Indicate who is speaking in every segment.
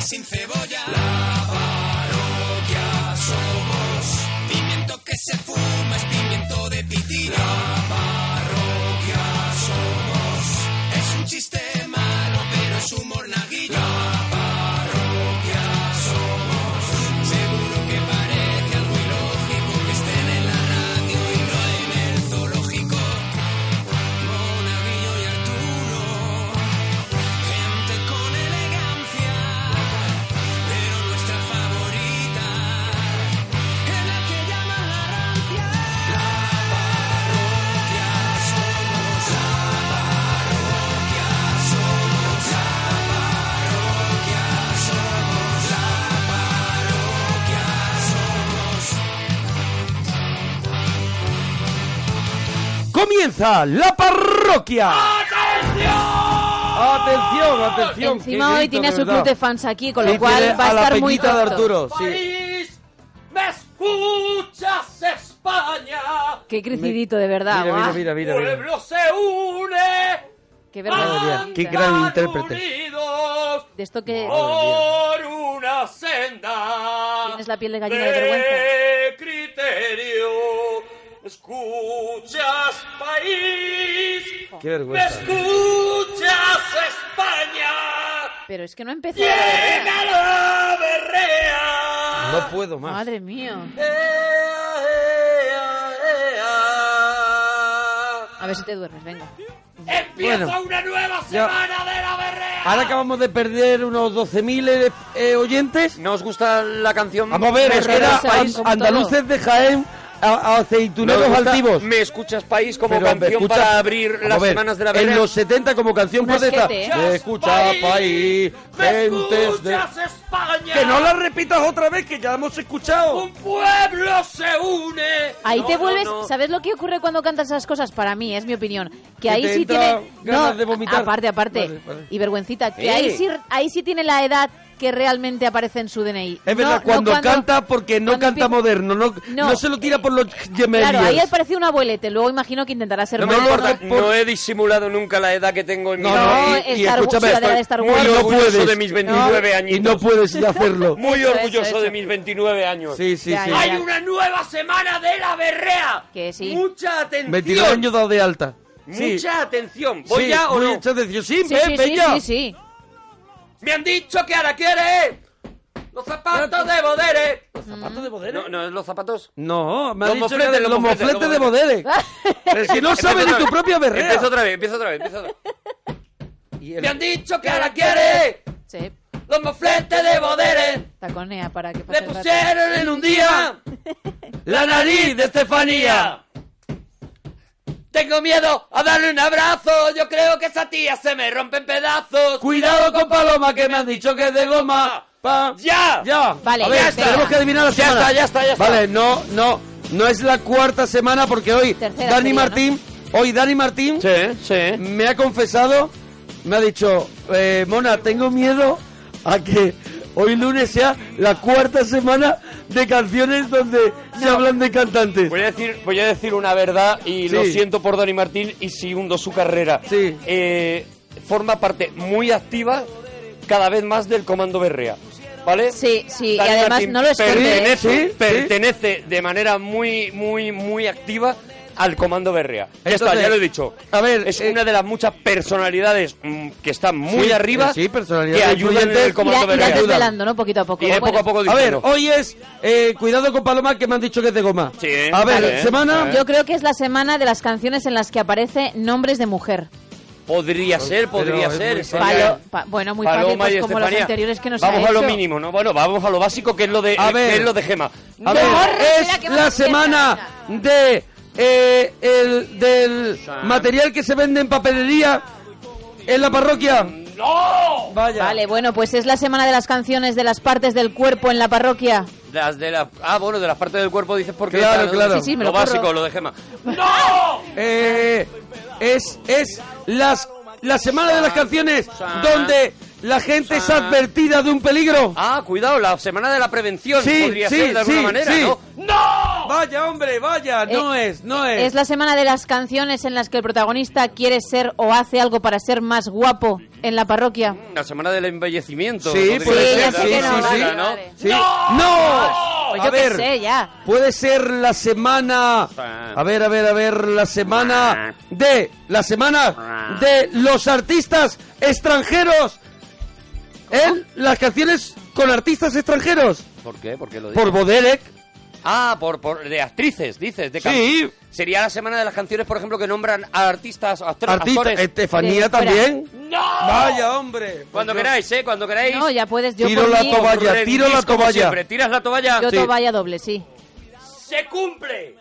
Speaker 1: sin cebolla. La parroquia somos. Pimiento que se fuma es pimiento de pitina. La parroquia somos. Es un chiste malo, pero es humor naguillo. La parroquia somos. Seguro que parece algo ilógico que estén en la radio y no en el zoológico. Monaguillo y Arturo. Gente con elegancia, pero nuestra favorita es la que llaman la rancia. La parroquia somos, la parroquia somos, la parroquia somos, la parroquia somos.
Speaker 2: Comienza la parroquia. Atención, atención.
Speaker 3: Encima
Speaker 2: qué
Speaker 3: hoy
Speaker 2: grito,
Speaker 3: tiene
Speaker 2: de
Speaker 3: a su
Speaker 2: verdad.
Speaker 3: club de fans aquí, con
Speaker 2: Sí,
Speaker 3: lo cual
Speaker 2: tiene
Speaker 3: va a,
Speaker 2: a la
Speaker 3: estar muy
Speaker 2: Peñita de
Speaker 3: tonto.
Speaker 2: Arturo, sí.
Speaker 4: París, me escuchas España.
Speaker 3: Qué crecidito, de verdad.
Speaker 2: Mira,
Speaker 3: guau.
Speaker 2: mira, mira, mira, mira.
Speaker 4: Pueblo se une
Speaker 3: Qué
Speaker 2: Madre
Speaker 3: vergüenza.
Speaker 2: mía, qué gran intérprete.
Speaker 4: unidos
Speaker 3: De esto que
Speaker 4: por una senda
Speaker 3: tienes la piel de gallina de vergüenza.
Speaker 4: de criterio. Escuchas país,
Speaker 2: Qué
Speaker 4: me
Speaker 2: vergüenza.
Speaker 4: escuchas España.
Speaker 3: Pero es que no empezó.
Speaker 4: Llega la berrea.
Speaker 2: No puedo más.
Speaker 3: Madre mía. A ver si te duermes, venga.
Speaker 4: Empieza
Speaker 2: Bueno,
Speaker 4: una nueva
Speaker 2: ya-
Speaker 4: semana de la berrea.
Speaker 2: Ahora acabamos de perder unos 12.000 eh, eh, oyentes.
Speaker 5: ¿No os gusta la canción?
Speaker 2: Vamos a ver,
Speaker 5: Me
Speaker 2: es que era
Speaker 3: regresa,
Speaker 2: an-
Speaker 3: como todo.
Speaker 2: andaluces de Jaén, a- a aceituneros
Speaker 5: Nos gusta
Speaker 2: altivos.
Speaker 5: Me escuchas país como
Speaker 2: Pero,
Speaker 5: canción
Speaker 2: hombre, escucha-
Speaker 5: para abrir
Speaker 2: Vamos a
Speaker 5: las
Speaker 2: ver,
Speaker 5: semanas de la
Speaker 2: En
Speaker 5: vereda.
Speaker 2: los 70 como canción
Speaker 3: Unas
Speaker 2: protesta.
Speaker 3: siete, ¿eh?
Speaker 2: Se escucha país,
Speaker 4: ¡Me
Speaker 2: gentes de...
Speaker 4: escuchas, España!
Speaker 2: Que no la repitas otra vez, que ya la hemos escuchado.
Speaker 4: ¡Un pueblo se une!
Speaker 3: Ahí
Speaker 5: No,
Speaker 3: te
Speaker 5: no,
Speaker 3: vuelves.
Speaker 5: no.
Speaker 3: ¿Sabes lo que ocurre cuando cantas esas cosas? Para mí, es mi opinión. Que ahí
Speaker 2: te
Speaker 3: sí
Speaker 2: entra
Speaker 3: tiene.
Speaker 2: ganas de vomitar.
Speaker 3: aparte, aparte.
Speaker 2: Vale, vale. Eh.
Speaker 3: Y vergüencita. Que
Speaker 5: Sí.
Speaker 3: ahí sí, ahí sí tiene la edad que realmente aparece en su DNI.
Speaker 2: Es
Speaker 3: No-
Speaker 2: verdad,
Speaker 3: no
Speaker 2: cuando, canta, porque no
Speaker 3: cuando
Speaker 2: canta
Speaker 3: empieza-
Speaker 2: moderno, no,
Speaker 3: No. eh,
Speaker 2: no se lo tira por los gemellos.
Speaker 3: Claro, ahí aparece un abuelete. Luego imagino que intentará ser
Speaker 5: No me
Speaker 3: moderno.
Speaker 5: importa, no he disimulado nunca la edad que tengo en mi
Speaker 2: No,
Speaker 3: No,
Speaker 5: vida.
Speaker 2: y-
Speaker 3: Star
Speaker 2: y
Speaker 3: Wars,
Speaker 2: escúchame,
Speaker 3: la de la de
Speaker 2: estoy
Speaker 3: Star
Speaker 2: muy
Speaker 3: Wars.
Speaker 5: Muy
Speaker 2: orgulloso
Speaker 5: orgulloso de mis 29
Speaker 2: Y
Speaker 5: añitos.
Speaker 2: no puedes hacerlo.
Speaker 5: Muy
Speaker 3: Eso,
Speaker 5: orgulloso
Speaker 3: eso, eso.
Speaker 5: de mis 29 años.
Speaker 2: Sí, sí,
Speaker 3: Ya,
Speaker 2: sí.
Speaker 3: ya,
Speaker 4: ¡Hay una nueva semana de la berrea!
Speaker 3: Que sí.
Speaker 4: ¡Mucha atención!
Speaker 2: 22 años dado de alta. Sí.
Speaker 4: ¡Mucha atención!
Speaker 2: Sí,
Speaker 4: ¿Voy ya o
Speaker 2: muy
Speaker 4: no?
Speaker 2: hecha decisión. Sí,
Speaker 3: Sí,
Speaker 2: ve,
Speaker 3: sí,
Speaker 2: ve
Speaker 3: sí,
Speaker 2: ya.
Speaker 3: sí, sí.
Speaker 4: ¡Me han dicho que ahora quiere los zapatos de Bodere! ¿Los zapatos de Bodere?
Speaker 5: No, no, es los zapatos.
Speaker 2: No, me ha
Speaker 5: Los
Speaker 2: dicho
Speaker 5: mofletes,
Speaker 2: que
Speaker 5: los
Speaker 2: los
Speaker 5: mofletes,
Speaker 2: mofletes
Speaker 5: los
Speaker 2: de Bodere. Pero si no sabes ni
Speaker 5: Empieza
Speaker 2: tu
Speaker 5: otra
Speaker 2: propia
Speaker 5: vez.
Speaker 2: berrea.
Speaker 5: Empieza otra vez, empieza otra vez, empieza otra vez.
Speaker 2: Y
Speaker 4: ¡Me
Speaker 2: el-
Speaker 4: han dicho que ahora quiere
Speaker 3: Sí,
Speaker 4: los mofletes de Bodere!
Speaker 3: taconea para que
Speaker 4: ¡Le
Speaker 3: pase el rato.
Speaker 4: pusieron en un día la nariz de Estefanía! Tengo miedo a darle un abrazo, yo creo que esa tía se me rompe en pedazos.
Speaker 2: Cuidado con Paloma, que me han dicho que es de goma. Pa-
Speaker 4: ¡Ya!
Speaker 2: Ya.
Speaker 3: Vale,
Speaker 2: A ver,
Speaker 3: ya está.
Speaker 2: tenemos que adivinar la
Speaker 5: Ya
Speaker 2: semana.
Speaker 5: está, ya está, ya está.
Speaker 2: Vale, no, no. No es la cuarta semana porque hoy
Speaker 3: Tercera
Speaker 2: Dani
Speaker 3: sería,
Speaker 2: Martín, hoy Dani Martín
Speaker 5: Sí, sí.
Speaker 2: me ha confesado, me ha dicho, eh, Mona, tengo miedo a que hoy lunes sea la cuarta semana de canciones donde se hablan de cantantes.
Speaker 5: Voy a decir, voy a decir una verdad y lo
Speaker 2: Sí.
Speaker 5: siento por Dani Martín y si hundo su carrera.
Speaker 2: Sí.
Speaker 5: Eh, forma parte muy activa cada vez más del Comando Berrea. ¿Vale?
Speaker 3: Sí, sí, y
Speaker 5: Dani
Speaker 3: además
Speaker 5: Martín
Speaker 3: no lo esconde.
Speaker 2: Perdido.
Speaker 3: ¿eh?
Speaker 5: pertenece,
Speaker 2: Sí, sí.
Speaker 5: pertenece de manera muy, muy, muy activa al Comando Berrea. Ya está,
Speaker 2: Entonces,
Speaker 5: ya lo he dicho.
Speaker 2: a ver,
Speaker 5: es
Speaker 2: eh,
Speaker 5: una de las muchas personalidades mm, que están muy
Speaker 2: Sí,
Speaker 5: arriba
Speaker 2: sí, personalidades
Speaker 5: que ayudan en
Speaker 2: influyentes.
Speaker 5: el
Speaker 3: Irá-
Speaker 5: Comando
Speaker 3: irás
Speaker 5: Berrea.
Speaker 3: desvelando, ¿no? Poquito a poco.
Speaker 5: Iré
Speaker 3: Bueno,
Speaker 5: poco a poco
Speaker 2: A ver,
Speaker 5: diciendo.
Speaker 2: hoy es eh, Cuidado con Paloma, que me han dicho que es de goma.
Speaker 5: Sí,
Speaker 2: a ver,
Speaker 5: vale,
Speaker 2: semana...
Speaker 5: vale.
Speaker 3: eh, Yo creo que es la semana de las canciones en las que aparece nombres de mujer.
Speaker 5: Podría ser, podría
Speaker 2: es muy
Speaker 5: ser. sí.
Speaker 2: fácil.
Speaker 3: Palo- pa- bueno, muy fácil,
Speaker 5: Paloma
Speaker 3: pues,
Speaker 5: y
Speaker 3: como
Speaker 5: Estefanía.
Speaker 3: los anteriores que nos
Speaker 5: Vamos
Speaker 3: ha
Speaker 5: a lo
Speaker 3: hecho.
Speaker 5: mínimo, ¿no? Bueno, vamos a lo básico que es lo de,
Speaker 2: A
Speaker 5: que
Speaker 2: ver.
Speaker 5: es lo de Gema.
Speaker 2: A
Speaker 3: ¡Qué
Speaker 2: ver,
Speaker 3: horror! Espera, que
Speaker 2: es la
Speaker 3: vamos a
Speaker 2: semana de eh, el del material que se vende en papelería en la parroquia.
Speaker 4: ¡No!
Speaker 2: Vaya.
Speaker 3: Vale, bueno, pues es la semana de las canciones de las partes del cuerpo en la parroquia.
Speaker 5: Las de la, ah, bueno, de las partes del cuerpo dices porque
Speaker 2: Claro, claro.
Speaker 3: Sí, sí, me lo
Speaker 5: lo básico,
Speaker 3: curro.
Speaker 5: lo de Gema.
Speaker 4: ¡No!
Speaker 2: Eh, es es las la semana de las canciones donde la gente es advertida de un peligro.
Speaker 5: Ah, cuidado, la semana de la prevención
Speaker 2: Sí,
Speaker 5: podría
Speaker 2: sí,
Speaker 5: ser de alguna
Speaker 2: sí,
Speaker 5: manera,
Speaker 2: sí.
Speaker 5: ¿no?
Speaker 4: ¡No!
Speaker 2: Vaya, hombre, vaya. No
Speaker 3: Eh,
Speaker 2: es, no es.
Speaker 3: Es la semana de las canciones en las que el protagonista quiere ser o hace algo para ser más guapo en la parroquia.
Speaker 5: La semana del embellecimiento.
Speaker 2: Sí,
Speaker 5: podría
Speaker 2: puede
Speaker 3: Sí,
Speaker 2: ser.
Speaker 3: ya sé
Speaker 2: sí,
Speaker 3: que
Speaker 2: sí,
Speaker 3: no,
Speaker 2: sí.
Speaker 3: vale,
Speaker 5: ¿no?
Speaker 3: vale.
Speaker 2: Sí. ¡No!
Speaker 3: Pues
Speaker 2: A
Speaker 3: yo qué
Speaker 2: ver,
Speaker 3: sé, ya.
Speaker 2: Puede ser la semana. A ver, a ver, a ver, la semana de. La semana de los artistas extranjeros. En las canciones con artistas extranjeros.
Speaker 5: Ah, ¿Por qué? ¿Por qué lo dices?
Speaker 2: Por Boderek.
Speaker 5: Ah, por, por- de actrices, dices. De can-
Speaker 2: Sí.
Speaker 5: Sería la semana de las canciones, por ejemplo, que nombran a artistas, actores.
Speaker 2: Artista,
Speaker 5: actores.
Speaker 2: Estefanía
Speaker 3: De fuera.
Speaker 2: también.
Speaker 5: ¡No!
Speaker 2: Vaya, hombre.
Speaker 5: Cuando
Speaker 2: Pues yo-
Speaker 5: queráis, ¿eh? Cuando queráis.
Speaker 3: No, ya puedes. Yo
Speaker 2: Tiro
Speaker 3: por
Speaker 2: la
Speaker 3: mí,
Speaker 2: toalla.
Speaker 5: Redimís
Speaker 2: tiro la
Speaker 5: como
Speaker 2: toalla.
Speaker 5: siempre. Tiras la toalla.
Speaker 3: Yo
Speaker 2: Sí.
Speaker 3: toalla doble, sí.
Speaker 4: se cumple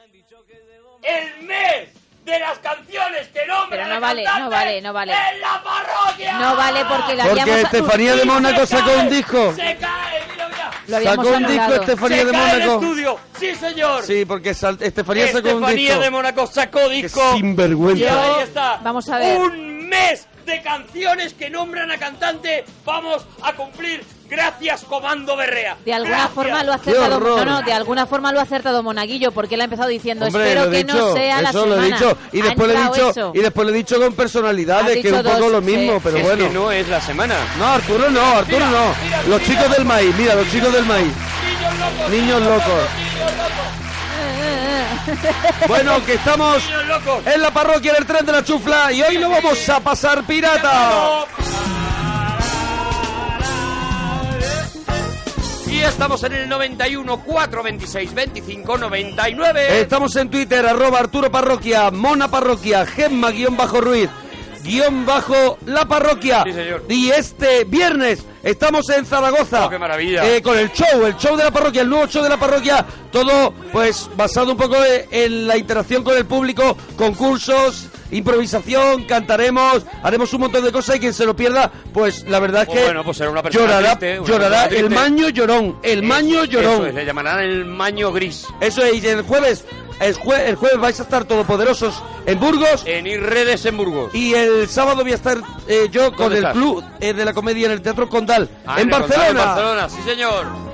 Speaker 4: el mes de las canciones que nombran
Speaker 3: Pero no
Speaker 4: a
Speaker 3: vale, no
Speaker 4: cantantes
Speaker 3: vale, no vale.
Speaker 4: en la parroquia.
Speaker 3: No vale porque la
Speaker 2: Porque
Speaker 3: habíamos...
Speaker 2: Estefanía de Mónaco sacó un disco.
Speaker 4: Se cae, mira, mira.
Speaker 3: Lo habíamos
Speaker 2: Sacó un disco
Speaker 3: anulado.
Speaker 2: Estefanía
Speaker 4: se
Speaker 2: de
Speaker 4: cae el
Speaker 2: Mónaco.
Speaker 4: estudio. Sí, señor.
Speaker 2: Sí, porque sal- Estefanía sacó un
Speaker 5: Estefanía
Speaker 2: disco.
Speaker 5: de Mónaco sacó
Speaker 2: Qué
Speaker 5: disco.
Speaker 4: Y
Speaker 2: sinvergüenza.
Speaker 4: ahí está.
Speaker 3: Vamos a ver.
Speaker 4: Un mes de canciones que nombran a cantante. Vamos a cumplir. Gracias, Comando Berrea.
Speaker 3: De alguna
Speaker 4: Gracias.
Speaker 3: forma lo ha
Speaker 2: ¡Qué
Speaker 3: acertado.
Speaker 2: horror!
Speaker 3: No, no, de alguna forma lo ha acertado Monaguillo, porque él ha empezado diciendo
Speaker 2: Hombre,
Speaker 3: espero
Speaker 2: lo he
Speaker 3: que
Speaker 2: dicho,
Speaker 3: no sea la
Speaker 2: eso lo
Speaker 3: semana.
Speaker 2: he dicho y
Speaker 3: Ha
Speaker 2: después le he
Speaker 3: entrado
Speaker 2: dicho
Speaker 3: eso.
Speaker 2: y después le he dicho con
Speaker 3: Has
Speaker 2: personalidades que es un
Speaker 3: dicho
Speaker 2: poco
Speaker 3: dos,
Speaker 2: lo mismo,
Speaker 3: sí.
Speaker 2: pero
Speaker 5: Es
Speaker 2: bueno.
Speaker 5: que no es la semana.
Speaker 2: No, Arturo no, Arturo no. los chicos del maíz, mira, los chicos del maíz. Niños locos. bueno, que estamos
Speaker 4: Niños locos.
Speaker 2: en la parroquia del tren de la chufla y hoy lo vamos a pasar pirata.
Speaker 5: Y estamos en el 91 4 26 25 99.
Speaker 2: Eh, Estamos en Twitter, arroba Arturo Parroquia, Mona Parroquia, Gemma guión bajo Ruiz, guión bajo La Parroquia.
Speaker 5: Sí, señor.
Speaker 2: Y este viernes estamos en Zaragoza.
Speaker 5: Oh, qué maravilla.
Speaker 2: Eh, con el show, el show de la parroquia, el nuevo show de la parroquia. Todo, pues, basado un poco e- en la interacción con el público, concursos, improvisación, cantaremos, haremos un montón de cosas y quien se lo pierda, pues, la verdad es
Speaker 5: Pues
Speaker 2: que
Speaker 5: bueno, pues será una persona
Speaker 2: llorará,
Speaker 5: triste, una
Speaker 2: llorará
Speaker 5: persona
Speaker 2: el
Speaker 5: triste.
Speaker 2: maño llorón, el maño llorón.
Speaker 5: Eso es, le llamarán el maño gris.
Speaker 2: Eso es, y el jueves, el, jue- el jueves vais a estar todopoderosos en Burgos.
Speaker 5: En Irredes en Burgos.
Speaker 2: Y el sábado voy a estar eh, yo con
Speaker 5: ¿Dónde
Speaker 2: el
Speaker 5: estás?
Speaker 2: club eh, de la comedia en el Teatro Condal,
Speaker 5: Ah,
Speaker 2: en
Speaker 5: el Condal,
Speaker 2: Barcelona.
Speaker 5: En Barcelona, sí señor.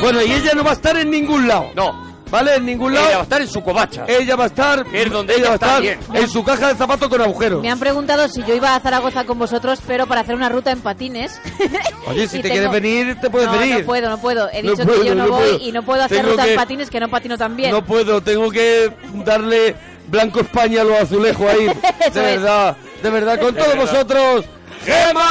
Speaker 2: Bueno, y ella no va a estar en ningún lado.
Speaker 5: No.
Speaker 2: ¿Vale? En ningún
Speaker 5: Ella va a
Speaker 2: lado.
Speaker 5: estar en su covacha.
Speaker 2: Ella va a estar,
Speaker 5: Es donde ella
Speaker 2: va a
Speaker 5: está
Speaker 2: estar
Speaker 5: bien.
Speaker 2: en su caja de zapatos con agujeros.
Speaker 3: Me han preguntado si yo iba a Zaragoza con vosotros, pero para hacer una ruta en patines.
Speaker 2: Oye, si
Speaker 3: Y
Speaker 2: te quieres venir, te puedes
Speaker 3: no,
Speaker 2: venir.
Speaker 3: No puedo, no puedo. He
Speaker 2: No
Speaker 3: dicho
Speaker 2: puedo,
Speaker 3: que yo no,
Speaker 2: no
Speaker 3: voy
Speaker 2: puedo.
Speaker 3: y no puedo hacer
Speaker 2: Tengo
Speaker 3: ruta
Speaker 2: que-
Speaker 3: en patines, que no patino tan bien.
Speaker 2: No puedo, tengo que darle blanco España a los azulejos ahí.
Speaker 3: Eso
Speaker 2: de
Speaker 3: es.
Speaker 2: verdad, de verdad, con todos vosotros. Gemma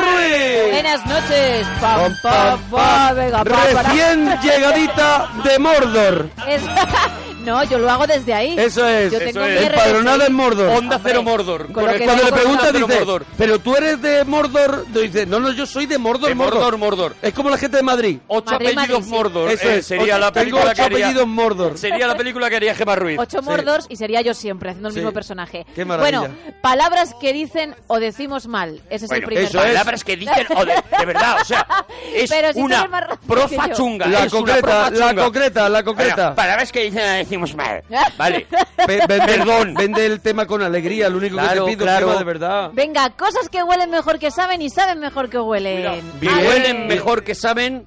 Speaker 2: Ruiz.
Speaker 3: Buenas noches. Pam,
Speaker 2: Pam,
Speaker 3: pam,
Speaker 2: pam,
Speaker 3: pam,
Speaker 2: pam.
Speaker 3: venga, pam, para.
Speaker 2: Recién llegadita de Mordor.
Speaker 3: Es- no, yo lo hago desde ahí.
Speaker 2: Eso es.
Speaker 3: Yo
Speaker 2: eso
Speaker 3: tengo
Speaker 2: es.
Speaker 3: mi RSI.
Speaker 2: Empadronada en Mordor.
Speaker 5: Onda
Speaker 3: Hombre,
Speaker 5: Cero Mordor.
Speaker 3: con lo que
Speaker 2: Cuando le
Speaker 3: tengo
Speaker 2: preguntas,
Speaker 5: Onda Cero
Speaker 2: dice,
Speaker 5: Mordor.
Speaker 2: pero tú eres de Mordor. Dice, no, no, yo soy de Mordor,
Speaker 5: De Mordor, Mordor.
Speaker 2: Es como la gente de Madrid.
Speaker 5: Ocho
Speaker 3: Madrid,
Speaker 5: apellidos
Speaker 3: Madrid, sí.
Speaker 5: Mordor.
Speaker 2: Eso
Speaker 5: Eh,
Speaker 2: es.
Speaker 5: Sería
Speaker 2: Ocho-
Speaker 5: la película
Speaker 2: tengo ocho
Speaker 5: que haría-
Speaker 2: apellidos Mordor.
Speaker 5: Sería la película que haría Gemma Ruiz.
Speaker 3: Ocho Mordors y sería yo siempre haciendo el
Speaker 2: Sí.
Speaker 3: mismo personaje.
Speaker 2: Qué maravilla.
Speaker 3: Bueno, palabras que dicen o decimos mal. Ese es el
Speaker 5: Bueno,
Speaker 3: primer
Speaker 2: eso
Speaker 3: paso.
Speaker 2: es.
Speaker 5: palabras que dicen, o de, de verdad, o sea, es
Speaker 3: Pero si tú
Speaker 5: una
Speaker 3: eres más rápido
Speaker 5: profa
Speaker 3: que yo.
Speaker 5: chunga.
Speaker 2: La
Speaker 5: es una
Speaker 2: concreta,
Speaker 5: profa
Speaker 2: la
Speaker 5: chunga.
Speaker 2: concreta, la concreta.
Speaker 5: Bueno, palabras que dicen la decimos mal. Vale.
Speaker 2: Ve- vende-
Speaker 5: Perdón.
Speaker 2: Vende el tema con alegría, lo único que
Speaker 5: Claro,
Speaker 2: te pido,
Speaker 5: claro.
Speaker 2: Gemma, de verdad.
Speaker 3: Venga, cosas que huelen mejor que saben y saben mejor que huelen.
Speaker 5: Y
Speaker 2: Bien. Eh,
Speaker 5: huelen mejor que saben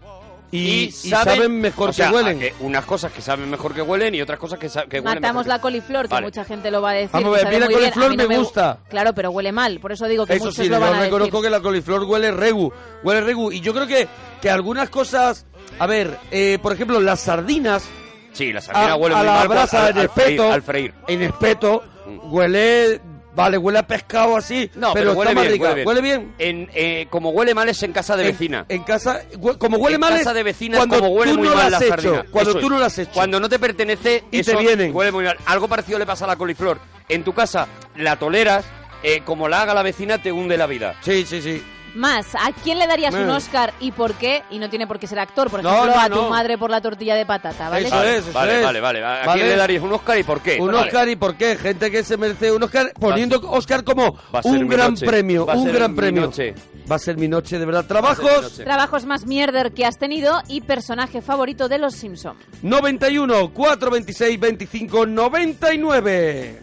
Speaker 2: Y-
Speaker 5: y,
Speaker 2: y saben mejor
Speaker 5: o
Speaker 2: que
Speaker 5: sea,
Speaker 2: huelen.
Speaker 5: que unas cosas que saben mejor que huelen y otras cosas que, sa- que huelen
Speaker 3: Matamos
Speaker 5: mejor
Speaker 3: la coliflor, que
Speaker 5: Vale.
Speaker 3: mucha gente lo va a decir.
Speaker 2: Vamos a
Speaker 3: que
Speaker 2: ver,
Speaker 3: sabe
Speaker 2: a mí la
Speaker 3: muy bien.
Speaker 2: coliflor
Speaker 3: mí no
Speaker 2: me
Speaker 3: gu-
Speaker 2: gusta.
Speaker 3: Claro, pero huele mal. Por eso digo que
Speaker 2: Eso
Speaker 3: muchos
Speaker 2: sí,
Speaker 3: lo
Speaker 2: yo
Speaker 3: van a decir.
Speaker 2: reconozco que la coliflor huele regu, huele regu. Y yo creo que, que algunas cosas, a ver, eh, por ejemplo, las sardinas
Speaker 5: Sí, las sardinas
Speaker 2: a,
Speaker 5: huelen
Speaker 2: a
Speaker 5: muy
Speaker 2: la
Speaker 5: mal cuando-
Speaker 2: brasa
Speaker 5: al-
Speaker 2: en
Speaker 5: al freír,
Speaker 2: espeto,
Speaker 5: al freír. Mm.
Speaker 2: en espeto, huele, vale, huele a pescado así,
Speaker 5: No,
Speaker 2: pero,
Speaker 5: pero, huele,
Speaker 2: está más
Speaker 5: bien,
Speaker 2: rica. Huele bien.
Speaker 5: En, eh, como huele mal es en casa de
Speaker 2: En-
Speaker 5: vecina.
Speaker 2: En, casa, hue- como huele
Speaker 5: En
Speaker 2: mal es
Speaker 5: casa de vecina
Speaker 2: cuando
Speaker 5: como huele
Speaker 2: tú
Speaker 5: muy
Speaker 2: no
Speaker 5: mal
Speaker 2: lo has
Speaker 5: la
Speaker 2: hecho,
Speaker 5: sardina.
Speaker 2: cuando
Speaker 5: Eso
Speaker 2: tú
Speaker 5: es.
Speaker 2: no lo has hecho.
Speaker 5: Cuando no te pertenece
Speaker 2: Y
Speaker 5: eso
Speaker 2: te vienen.
Speaker 5: Huele muy mal. Algo parecido le pasa a la coliflor. En tu casa la toleras, eh, como la haga la vecina te hunde la vida.
Speaker 2: Sí, sí, sí.
Speaker 3: Más, ¿a quién le darías un
Speaker 2: Eh.
Speaker 3: Oscar y por qué? Y no tiene por qué ser actor, por
Speaker 2: No,
Speaker 3: ejemplo,
Speaker 2: no,
Speaker 3: a tu
Speaker 2: no.
Speaker 3: madre por la tortilla de patata, ¿vale?
Speaker 2: Eso es, eso
Speaker 5: vale,
Speaker 2: es.
Speaker 5: vale, vale, ¿A
Speaker 2: Vale.
Speaker 5: quién le darías un Oscar y por qué?
Speaker 2: Un
Speaker 5: Vale.
Speaker 2: Oscar y por qué, gente que se merece un Oscar, poniendo Oscar como
Speaker 5: Va a ser
Speaker 2: un
Speaker 5: mi
Speaker 2: gran
Speaker 5: noche.
Speaker 2: premio,
Speaker 5: Va a
Speaker 2: un
Speaker 5: ser
Speaker 2: gran
Speaker 5: mi
Speaker 2: premio.
Speaker 5: noche.
Speaker 2: Va a ser mi noche, de verdad.
Speaker 5: ser mi
Speaker 2: Trabajos
Speaker 5: noche.
Speaker 3: Trabajos más mierder que has tenido y personaje favorito de los Simpson.
Speaker 2: 91 426 25 99.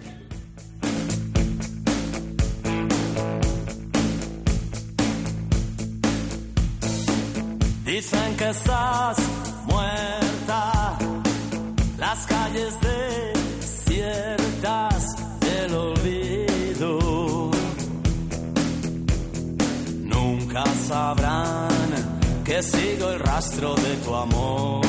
Speaker 6: Dicen que estás muerta, calles desiertas del olvido. Nunca sabrán que sigo el rastro de tu amor.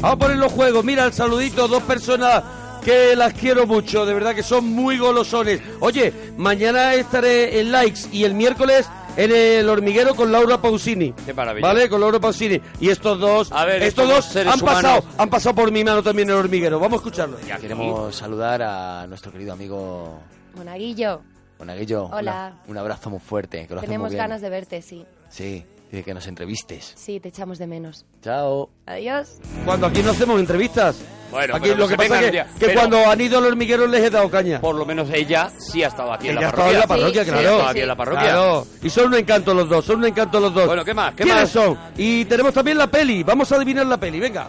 Speaker 2: Vamos a poner los juegos. Mira el saludito, dos personas que las quiero mucho. De verdad que son muy golosones. Oye, mañana estaré en Likes y el miércoles en el hormiguero con Laura Pausini.
Speaker 5: Qué maravilla.
Speaker 2: ¿Vale? Con Laura Pausini. Y estos dos,
Speaker 5: A ver,
Speaker 2: estos,
Speaker 5: estos dos
Speaker 2: dos
Speaker 5: seres
Speaker 2: han pasado,
Speaker 5: humanos.
Speaker 2: han pasado por mi mano también en el hormiguero. Vamos a escucharlo.
Speaker 7: Queremos saludar a nuestro querido amigo
Speaker 8: Monaguillo,
Speaker 7: Bonaguillo.
Speaker 8: Hola.
Speaker 7: Una- un abrazo muy fuerte. Que lo hace muy
Speaker 8: tenemos
Speaker 7: bien.
Speaker 8: ganas de verte, sí.
Speaker 7: Sí, y de que nos entrevistes.
Speaker 8: Sí, te echamos de menos.
Speaker 7: Chao.
Speaker 8: Adiós.
Speaker 2: Cuando aquí no hacemos entrevistas.
Speaker 5: Bueno,
Speaker 2: aquí
Speaker 5: pero
Speaker 2: lo
Speaker 5: que
Speaker 2: que
Speaker 5: se
Speaker 2: pasa
Speaker 5: vengan
Speaker 2: es
Speaker 5: ya.
Speaker 2: que, que
Speaker 5: Pero-
Speaker 2: cuando han ido al hormiguero les he dado caña.
Speaker 5: Por lo menos ella sí ha estado aquí en
Speaker 2: Ella
Speaker 5: la
Speaker 2: ha estado
Speaker 5: parroquia.
Speaker 2: en la parroquia,
Speaker 8: Sí,
Speaker 2: claro.
Speaker 8: sí,
Speaker 5: Estaba aquí en la parroquia.
Speaker 2: Claro. Y son un encanto los dos, son un encanto los dos.
Speaker 5: Bueno, ¿qué más? ¿Qué
Speaker 2: ¿Quiénes
Speaker 5: más?
Speaker 2: son? Y tenemos también la peli, vamos a adivinar la peli, venga.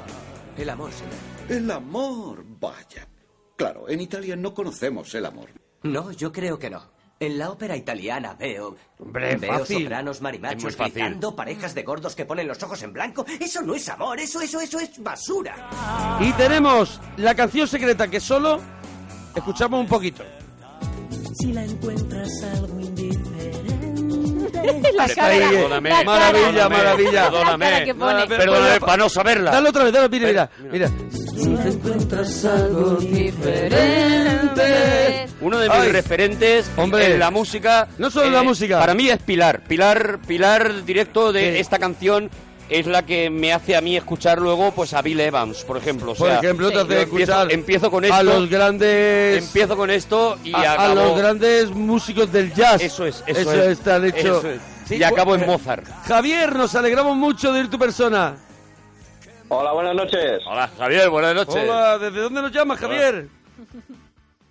Speaker 9: El amor, señor.
Speaker 1: El amor, vaya. Claro, en Italia no conocemos el amor.
Speaker 9: No, yo creo que no. En la ópera italiana veo.
Speaker 2: Hombre,
Speaker 9: veo
Speaker 2: fácil.
Speaker 9: sopranos
Speaker 5: Es muy
Speaker 9: marimachos
Speaker 5: fácil.
Speaker 9: gritando, parejas de gordos que ponen los ojos en blanco. Eso no es amor, eso, eso, eso es basura.
Speaker 2: Y tenemos la canción secreta que solo escuchamos un poquito.
Speaker 10: Si la encuentras algo indiferente,
Speaker 3: La
Speaker 5: Está
Speaker 3: cara,
Speaker 2: ahí, eh.
Speaker 3: la
Speaker 5: Perdóname,
Speaker 3: cara.
Speaker 2: maravilla, maravilla.
Speaker 3: La cara
Speaker 5: Perdóname.
Speaker 3: que pone.
Speaker 2: Nada, pero-
Speaker 5: Perdóname para no saberla.
Speaker 2: Dale otra vez, dale, mira, mira, mira.
Speaker 10: si la encuentras algo
Speaker 2: Diferente.
Speaker 5: Uno de mis
Speaker 2: Ay.
Speaker 5: referentes
Speaker 2: Hombre.
Speaker 5: en la música. eh,
Speaker 2: No solo en la música.
Speaker 5: Para mí es Pilar. Pilar, Pilar directo de
Speaker 2: Sí.
Speaker 5: esta canción es la que me hace a mí escuchar luego pues a Bill Evans, por ejemplo. O
Speaker 2: Por
Speaker 5: sea,
Speaker 2: ejemplo, te
Speaker 5: yo
Speaker 2: hace
Speaker 5: empiezo-
Speaker 2: escuchar
Speaker 5: Empiezo con
Speaker 2: a
Speaker 5: esto.
Speaker 2: los grandes
Speaker 5: Empiezo con esto y
Speaker 2: a, a
Speaker 5: acabo.
Speaker 2: los grandes músicos del jazz.
Speaker 5: Eso es, eso es.
Speaker 2: te han hecho.
Speaker 5: Eso es.
Speaker 2: Sí,
Speaker 5: y acabo en
Speaker 2: bueno,
Speaker 5: Mozart.
Speaker 2: Javier, nos alegramos mucho de ir tu persona.
Speaker 11: Hola, buenas noches.
Speaker 5: Hola, Javier, buenas noches.
Speaker 2: Hola, ¿desde dónde nos llamas, Javier?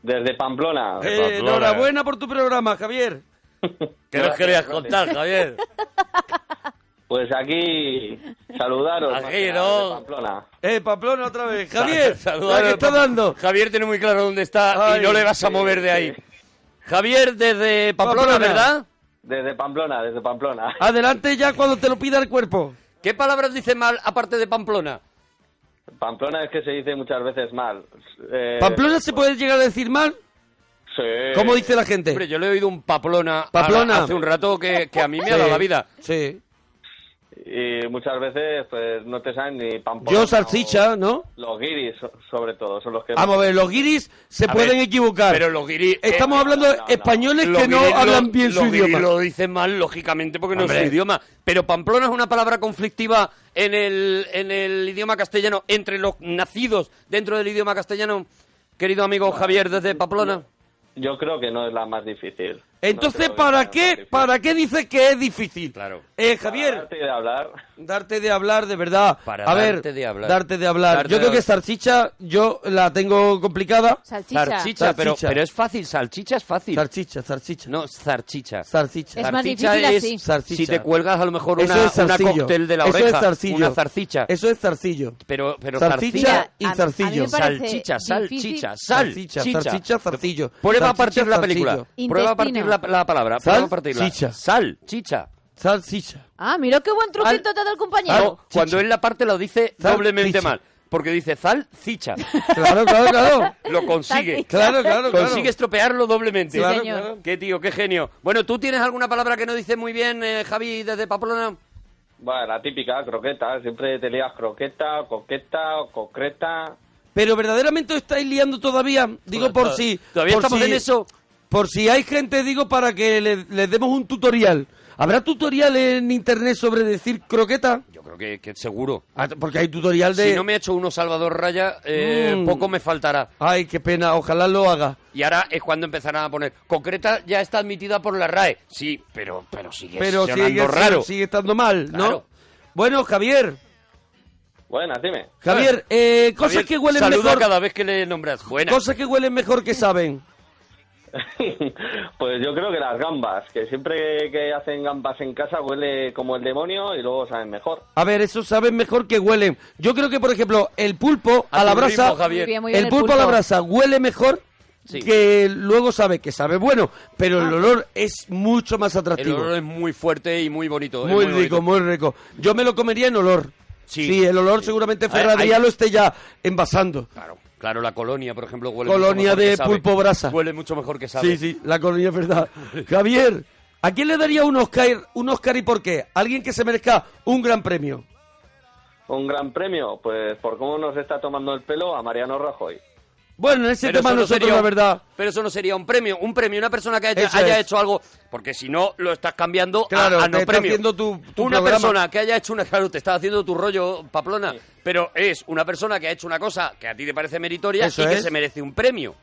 Speaker 11: Desde Ah, Pamplona.
Speaker 2: Eh,
Speaker 5: Pamplona.
Speaker 2: enhorabuena por tu programa, Javier.
Speaker 5: ¿Qué nos querías contar, Javier?
Speaker 11: Pues aquí saludaros.
Speaker 5: Aquí,
Speaker 11: más que
Speaker 5: ¿no?
Speaker 11: nada, desde Pamplona.
Speaker 2: Eh, Pamplona otra vez. Javier,
Speaker 5: Saludar
Speaker 2: la que
Speaker 5: al
Speaker 2: está
Speaker 5: papá.
Speaker 2: dando.
Speaker 5: Javier tiene muy claro dónde está
Speaker 2: Ay,
Speaker 5: y no le vas a mover de ahí. Javier, desde Pamplona,
Speaker 2: Pamplona.
Speaker 5: ¿verdad?
Speaker 11: Desde Pamplona, desde Pamplona.
Speaker 2: Adelante ya cuando te lo pida el cuerpo.
Speaker 5: ¿Qué palabras dice mal aparte de Pamplona?
Speaker 11: Pamplona es que se dice muchas veces mal. Eh,
Speaker 2: ¿Pamplona se puede llegar a decir mal?
Speaker 11: Sí.
Speaker 2: ¿Cómo dice la
Speaker 5: Hombre,
Speaker 2: gente?
Speaker 5: yo le he oído un Pamplona,
Speaker 2: Pamplona.
Speaker 5: a- hace un rato que, que a mí me ha
Speaker 2: Sí.
Speaker 5: dado la vida.
Speaker 2: Sí.
Speaker 11: Y muchas veces pues no te saben ni Pamplona.
Speaker 2: Yo, salchicha,
Speaker 11: o-
Speaker 2: ¿no?
Speaker 11: Los guiris, so- sobre todo, son los que...
Speaker 2: Vamos a ver, los guiris se
Speaker 5: A
Speaker 2: pueden
Speaker 5: ver,
Speaker 2: equivocar.
Speaker 5: Pero los guiris... eh,
Speaker 2: Estamos
Speaker 11: no,
Speaker 2: hablando de
Speaker 11: no, no.
Speaker 2: españoles
Speaker 5: los
Speaker 2: que no
Speaker 5: guiris lo-
Speaker 2: hablan bien
Speaker 5: los
Speaker 2: su
Speaker 5: guiris
Speaker 2: idioma.
Speaker 5: lo dicen mal, lógicamente, porque no es
Speaker 2: Hombre.
Speaker 5: su idioma. Pero Pamplona es una palabra conflictiva en el, en el idioma castellano, entre los nacidos dentro del idioma castellano. Querido amigo Javier, desde Pamplona.
Speaker 11: Yo creo que no es la más difícil.
Speaker 2: Entonces,
Speaker 11: No creo que sea la
Speaker 2: ¿para
Speaker 11: más
Speaker 2: qué,
Speaker 11: difícil.
Speaker 2: ¿para qué dices que es difícil?
Speaker 5: pues. Claro.
Speaker 2: Eh,
Speaker 11: Para
Speaker 2: Javier,
Speaker 11: darte de hablar.
Speaker 2: darte de hablar, de verdad.
Speaker 5: Para
Speaker 2: a ver,
Speaker 5: darte de hablar.
Speaker 2: Darte de hablar.
Speaker 5: Darte
Speaker 2: yo
Speaker 5: de
Speaker 2: creo que
Speaker 5: hablar.
Speaker 2: salchicha, yo la tengo complicada.
Speaker 3: Salchicha.
Speaker 5: Zarchicha,
Speaker 2: Salchicha.
Speaker 5: Pero, pero es fácil, salchicha es fácil.
Speaker 2: Salchicha, salchicha.
Speaker 5: no, zarchicha.
Speaker 2: Zarchicha.
Speaker 3: Es más
Speaker 5: Zarchicha
Speaker 3: difícil así.
Speaker 2: Zarchicha.
Speaker 5: Si te cuelgas a lo mejor una,
Speaker 2: Eso es
Speaker 5: una
Speaker 2: zarcillo.
Speaker 5: cóctel de la
Speaker 2: Eso
Speaker 5: oreja.
Speaker 2: es zarcillo.
Speaker 5: Una zarchicha.
Speaker 2: Eso es zarcillo.
Speaker 5: Pero, pero
Speaker 2: Zarchicha
Speaker 5: zarcilla-
Speaker 2: y
Speaker 3: a- a mí
Speaker 2: zarcillo.
Speaker 3: me parece
Speaker 5: Salchicha,
Speaker 3: difícil.
Speaker 5: salchicha,
Speaker 2: Salchicha,
Speaker 5: salchicha.
Speaker 2: salchicha, zarcillo.
Speaker 5: Prueba
Speaker 2: Salchicha,
Speaker 5: a partir la
Speaker 2: zarcillo.
Speaker 5: película. Prueba a partir la, la palabra. Prueba a partirla.
Speaker 2: Salchicha.
Speaker 5: Sal, chicha.
Speaker 2: Salchicha.
Speaker 3: Ah, mira qué buen truquito te ha dado el compañero.
Speaker 5: No, cuando él la parte lo dice
Speaker 2: Sal,
Speaker 5: doblemente
Speaker 2: chicha.
Speaker 5: mal. Porque dice sal, chicha.
Speaker 2: Claro, claro, claro.
Speaker 5: Lo consigue.
Speaker 2: Claro, claro, claro.
Speaker 5: Consigue estropearlo doblemente.
Speaker 3: Sí, Claro, señor. claro.
Speaker 5: Qué tío, qué genio. Bueno, ¿tú tienes alguna palabra que no dices muy bien, eh, Javi, desde Pamplona?
Speaker 11: Bueno, la típica croqueta. Siempre te lías croqueta, coqueta, o concreta.
Speaker 2: Pero verdaderamente os estáis liando todavía. Digo por
Speaker 5: to-
Speaker 2: si.
Speaker 5: todavía
Speaker 2: por
Speaker 5: estamos
Speaker 2: si-
Speaker 5: en eso.
Speaker 2: Por si hay gente, digo, para que le- les demos un tutorial. ¿Habrá tutorial en internet sobre decir croqueta?
Speaker 5: Yo creo que, que seguro.
Speaker 2: Ah, Porque hay tutorial de.
Speaker 5: Si no me ha hecho uno Salvador Raya, eh,
Speaker 2: Mm.
Speaker 5: poco me faltará.
Speaker 2: Ay, qué pena, ojalá lo haga.
Speaker 5: Y ahora es cuando empezarán a poner. Concreta ya está admitida por la RAE. Sí, pero, pero sigue
Speaker 2: Pero
Speaker 5: sonando
Speaker 2: sigue,
Speaker 5: raro.
Speaker 2: sigue estando mal, ¿no?
Speaker 5: Claro.
Speaker 2: Bueno, Javier,
Speaker 11: Buenas, dime.
Speaker 2: Javier, eh, cosas
Speaker 5: Javier,
Speaker 2: que huelen
Speaker 5: saluda
Speaker 2: mejor.
Speaker 5: cada vez que le nombras. Buena.
Speaker 2: Cosas que huelen mejor que saben.
Speaker 11: Pues yo creo que las gambas, que siempre que hacen gambas en casa huele como el demonio y luego saben mejor.
Speaker 2: A ver, eso saben mejor que huelen. Yo creo que, por ejemplo, el pulpo
Speaker 5: Haz
Speaker 2: a la
Speaker 5: un ritmo,
Speaker 2: brasa.
Speaker 5: Ah, Javier.
Speaker 3: Muy bien, muy bien
Speaker 2: el pulpo a la brasa huele mejor
Speaker 5: Sí.
Speaker 2: que luego sabe que sabe bueno, pero
Speaker 3: Ah.
Speaker 2: el olor es mucho más
Speaker 5: El
Speaker 2: atractivo.
Speaker 5: olor es muy fuerte y muy bonito. es
Speaker 2: muy, rico,
Speaker 5: bonito.
Speaker 2: muy rico. Yo me lo comería en olor. Sí, el olor seguramente Ferrari ya lo esté ya envasando.
Speaker 5: Claro, claro, la colonia, por ejemplo, huele
Speaker 2: Colonia
Speaker 5: mucho mejor que
Speaker 2: de
Speaker 5: sabe.
Speaker 2: pulpo brasa.
Speaker 5: Huele mucho mejor que sabe.
Speaker 2: Sí, sí, la colonia es verdad. Javier, ¿a quién le daría un Oscar, un Oscar y por qué? Alguien que se merezca un gran premio.
Speaker 11: Un gran premio, pues por cómo nos está tomando el pelo a Mariano Rajoy.
Speaker 2: Bueno, en ese
Speaker 11: Pero
Speaker 2: tema
Speaker 11: eso no
Speaker 2: nosotros,
Speaker 11: sería-
Speaker 2: la verdad.
Speaker 5: Pero eso no sería un premio. Un premio, una persona que haya,
Speaker 2: Eso
Speaker 5: haya
Speaker 2: es.
Speaker 5: hecho algo. Porque si no, lo estás cambiando a-
Speaker 2: Claro,
Speaker 5: a,
Speaker 2: te
Speaker 5: ah, no
Speaker 2: está
Speaker 5: premio.
Speaker 2: haciendo tu- tu
Speaker 5: una
Speaker 2: programa.
Speaker 5: persona que haya hecho una. Claro, te está haciendo tu rollo, Paplona. Pero es una persona que ha hecho una cosa que a ti te parece meritoria
Speaker 11: Eso
Speaker 5: y que
Speaker 11: es.
Speaker 5: se merece un premio.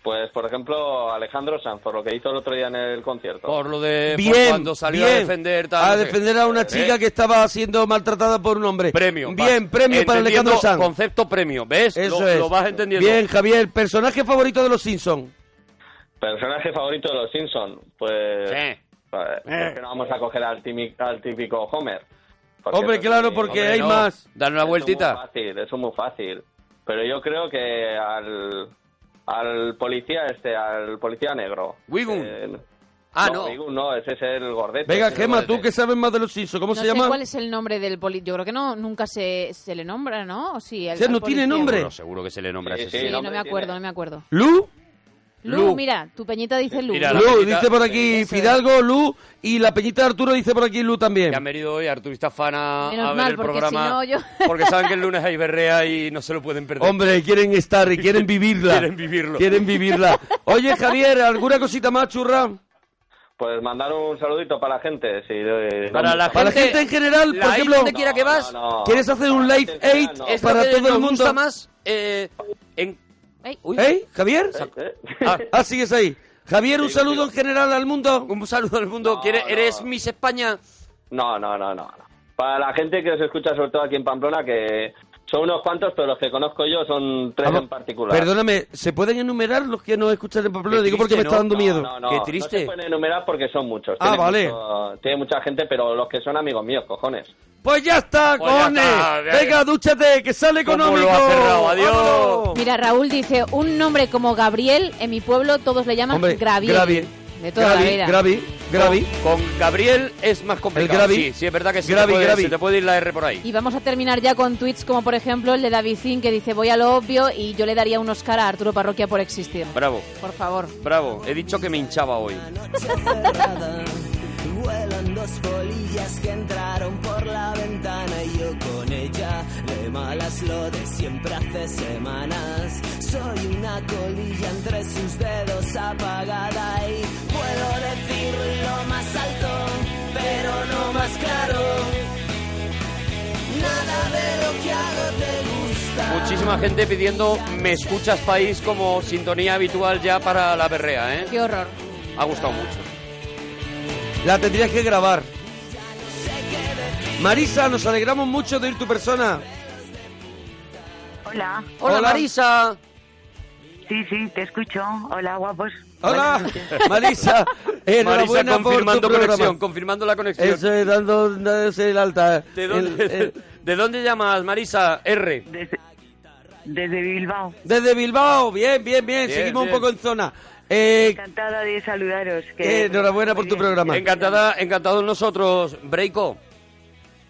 Speaker 11: Pues por ejemplo, Alejandro Sanz, por lo que hizo el otro día en el concierto.
Speaker 5: Por lo de
Speaker 2: Bien,
Speaker 5: cuando salió a
Speaker 2: bien.
Speaker 5: defender. tal,
Speaker 2: A
Speaker 5: no sé qué.
Speaker 2: defender a una chica
Speaker 5: ¿Eh?
Speaker 2: que estaba siendo maltratada por un hombre. Premio. Bien,
Speaker 5: Vas
Speaker 2: premio para
Speaker 5: entendiendo
Speaker 2: Alejandro Sanz.
Speaker 5: Concepto premio, ¿ves?
Speaker 2: Eso
Speaker 5: lo,
Speaker 2: es.
Speaker 5: lo vas entendiendo.
Speaker 2: Bien, Javier, personaje favorito de los Simpson.
Speaker 11: Personaje favorito de los Simpson, pues. pues,
Speaker 2: Eh.
Speaker 11: es que no vamos a coger al, timi- al típico Homer. Porque
Speaker 2: Hombre,
Speaker 11: eso es
Speaker 2: claro,
Speaker 11: muy-
Speaker 2: porque hay más.
Speaker 5: Dar una
Speaker 11: Eso es
Speaker 5: vueltita.
Speaker 11: muy fácil, eso es muy fácil. Pero yo creo que al al policía este, al policía negro.
Speaker 5: Wigun.
Speaker 11: Eh,
Speaker 5: Ah,
Speaker 11: no.
Speaker 5: no.
Speaker 11: Wigun no, ese es el gordete. pues,
Speaker 2: Venga,
Speaker 11: ese es el
Speaker 2: Gema,
Speaker 11: gordete.
Speaker 2: tú que sabes más de los Simpson, ¿cómo
Speaker 3: no
Speaker 2: se
Speaker 3: sé
Speaker 2: llama?
Speaker 3: cuál es el nombre del poli. Yo creo que no, nunca se, se le nombra, ¿no? O sí, al-
Speaker 2: O sea,
Speaker 3: al
Speaker 2: no tiene
Speaker 3: policía.
Speaker 2: nombre.
Speaker 5: Bueno, seguro que se le nombra ese
Speaker 3: Sí,
Speaker 5: señor.
Speaker 3: no me acuerdo, no me acuerdo.
Speaker 2: ¿Lu?
Speaker 3: Lu, mira, tu peñita dice Lu.
Speaker 5: Mira, la
Speaker 2: Lu,
Speaker 5: peñita-
Speaker 2: dice por aquí Fidalgo, Lu, y la peñita de Arturo dice por aquí Lu también.
Speaker 5: Que han venido hoy arturistas fan a,
Speaker 3: Menos
Speaker 5: a ver
Speaker 3: mal,
Speaker 5: el
Speaker 3: porque
Speaker 5: programa.
Speaker 3: si no yo-
Speaker 5: Porque saben que el lunes hay berrea y no se lo pueden perder.
Speaker 2: Hombre, quieren estar y quieren vivirla.
Speaker 5: Quieren vivirlo.
Speaker 2: Quieren vivirla. Oye, Javier, ¿alguna cosita más, churra?
Speaker 11: Pues mandar un saludito para la gente. sí, eh,
Speaker 5: Para la
Speaker 2: Para la gente en general,
Speaker 5: la
Speaker 2: por
Speaker 5: ahí
Speaker 2: ejemplo,
Speaker 5: donde quiera que vas,
Speaker 2: ¿quieres hacer un live 8
Speaker 5: es lo
Speaker 2: para
Speaker 5: que
Speaker 2: todo el
Speaker 5: nos gusta
Speaker 2: mundo?
Speaker 5: más eh, en... Uy.
Speaker 2: ¿Eh, Javier? Ah, ah, sigues ahí. Javier, un saludo en general al mundo.
Speaker 5: Un saludo al mundo. ¿Quieres- ¿Eres Miss España?
Speaker 11: No, no, no, no. no. Para la gente que os escucha, sobre todo aquí en Pamplona, que son unos cuantos, pero los que conozco yo son tres en particular.
Speaker 2: Perdóname, ¿se pueden enumerar los que no escuchan en Pamplona?
Speaker 11: Qué
Speaker 2: Digo porque me
Speaker 11: triste,
Speaker 2: está dando
Speaker 11: ¿no?
Speaker 2: miedo.
Speaker 11: No, no, no, No se pueden enumerar porque son muchos.
Speaker 2: Ah,
Speaker 11: Tiene
Speaker 2: vale.
Speaker 11: mucho- tiene mucha gente, pero los que son amigos míos, cojones.
Speaker 2: Pues ya está,
Speaker 11: Pues ya
Speaker 2: cojones.
Speaker 11: está, ya-
Speaker 2: Venga, dúchate, que sale
Speaker 11: ¿Cómo lo
Speaker 2: económico.
Speaker 11: ha cerrado? Adiós.
Speaker 2: Vámonos.
Speaker 3: Mira, Raúl dice, un nombre como Gabriel, en mi pueblo todos le llaman
Speaker 5: Hombre,
Speaker 3: Graviel.
Speaker 5: Graviel.
Speaker 3: De toda la vida.
Speaker 2: Gravi.
Speaker 5: Con, con Gabriel es más complicado.
Speaker 2: Gravi.
Speaker 5: Sí, sí, es verdad que se,
Speaker 2: Gravi,
Speaker 5: te puede,
Speaker 2: Gravi.
Speaker 5: se te puede ir la R por ahí.
Speaker 3: Y vamos a terminar ya con tweets como por ejemplo el de David Zin que dice voy a lo obvio y yo le daría un Oscar a Arturo Parroquia por existir.
Speaker 5: Bravo,
Speaker 3: Por favor.
Speaker 5: bravo. He dicho que me hinchaba hoy.
Speaker 10: cerrada. Vuelan dos polillas que entraron por la ventana y yo con ella de malas lo de siempre hace semanas. Soy una colilla entre sus dedos apagada y puedo decirlo más alto, pero no más claro. Nada de lo que hago te gusta.
Speaker 5: Muchísima gente pidiendo Me escuchas país como sintonía habitual ya para la berrea, ¿eh?
Speaker 3: Qué horror.
Speaker 5: Ha gustado mucho.
Speaker 2: La tendrías que grabar. Marisa, nos alegramos mucho de ir tu persona.
Speaker 12: Hola.
Speaker 2: Hola, Marisa.
Speaker 12: Sí, sí, te escucho. Hola, guapos.
Speaker 2: Hola, Marisa.
Speaker 5: Marisa
Speaker 2: Enhorabuena por tu
Speaker 5: confirmando
Speaker 2: programa.
Speaker 5: conexión, confirmando la conexión.
Speaker 2: Eso es, dando, dándose el alta. eh.
Speaker 5: ¿De dónde,
Speaker 2: El- el-
Speaker 5: ¿De dónde llamas, Marisa R?
Speaker 12: Desde, Bilbao.
Speaker 2: desde Bilbao, bien, bien, bien.
Speaker 5: Bien,
Speaker 2: Seguimos
Speaker 5: bien.
Speaker 2: un poco en zona. Eh,
Speaker 12: Encantada de saludaros.
Speaker 2: eh, enhorabuena por tu programa.
Speaker 5: Encantada, encantados nosotros, Breiko.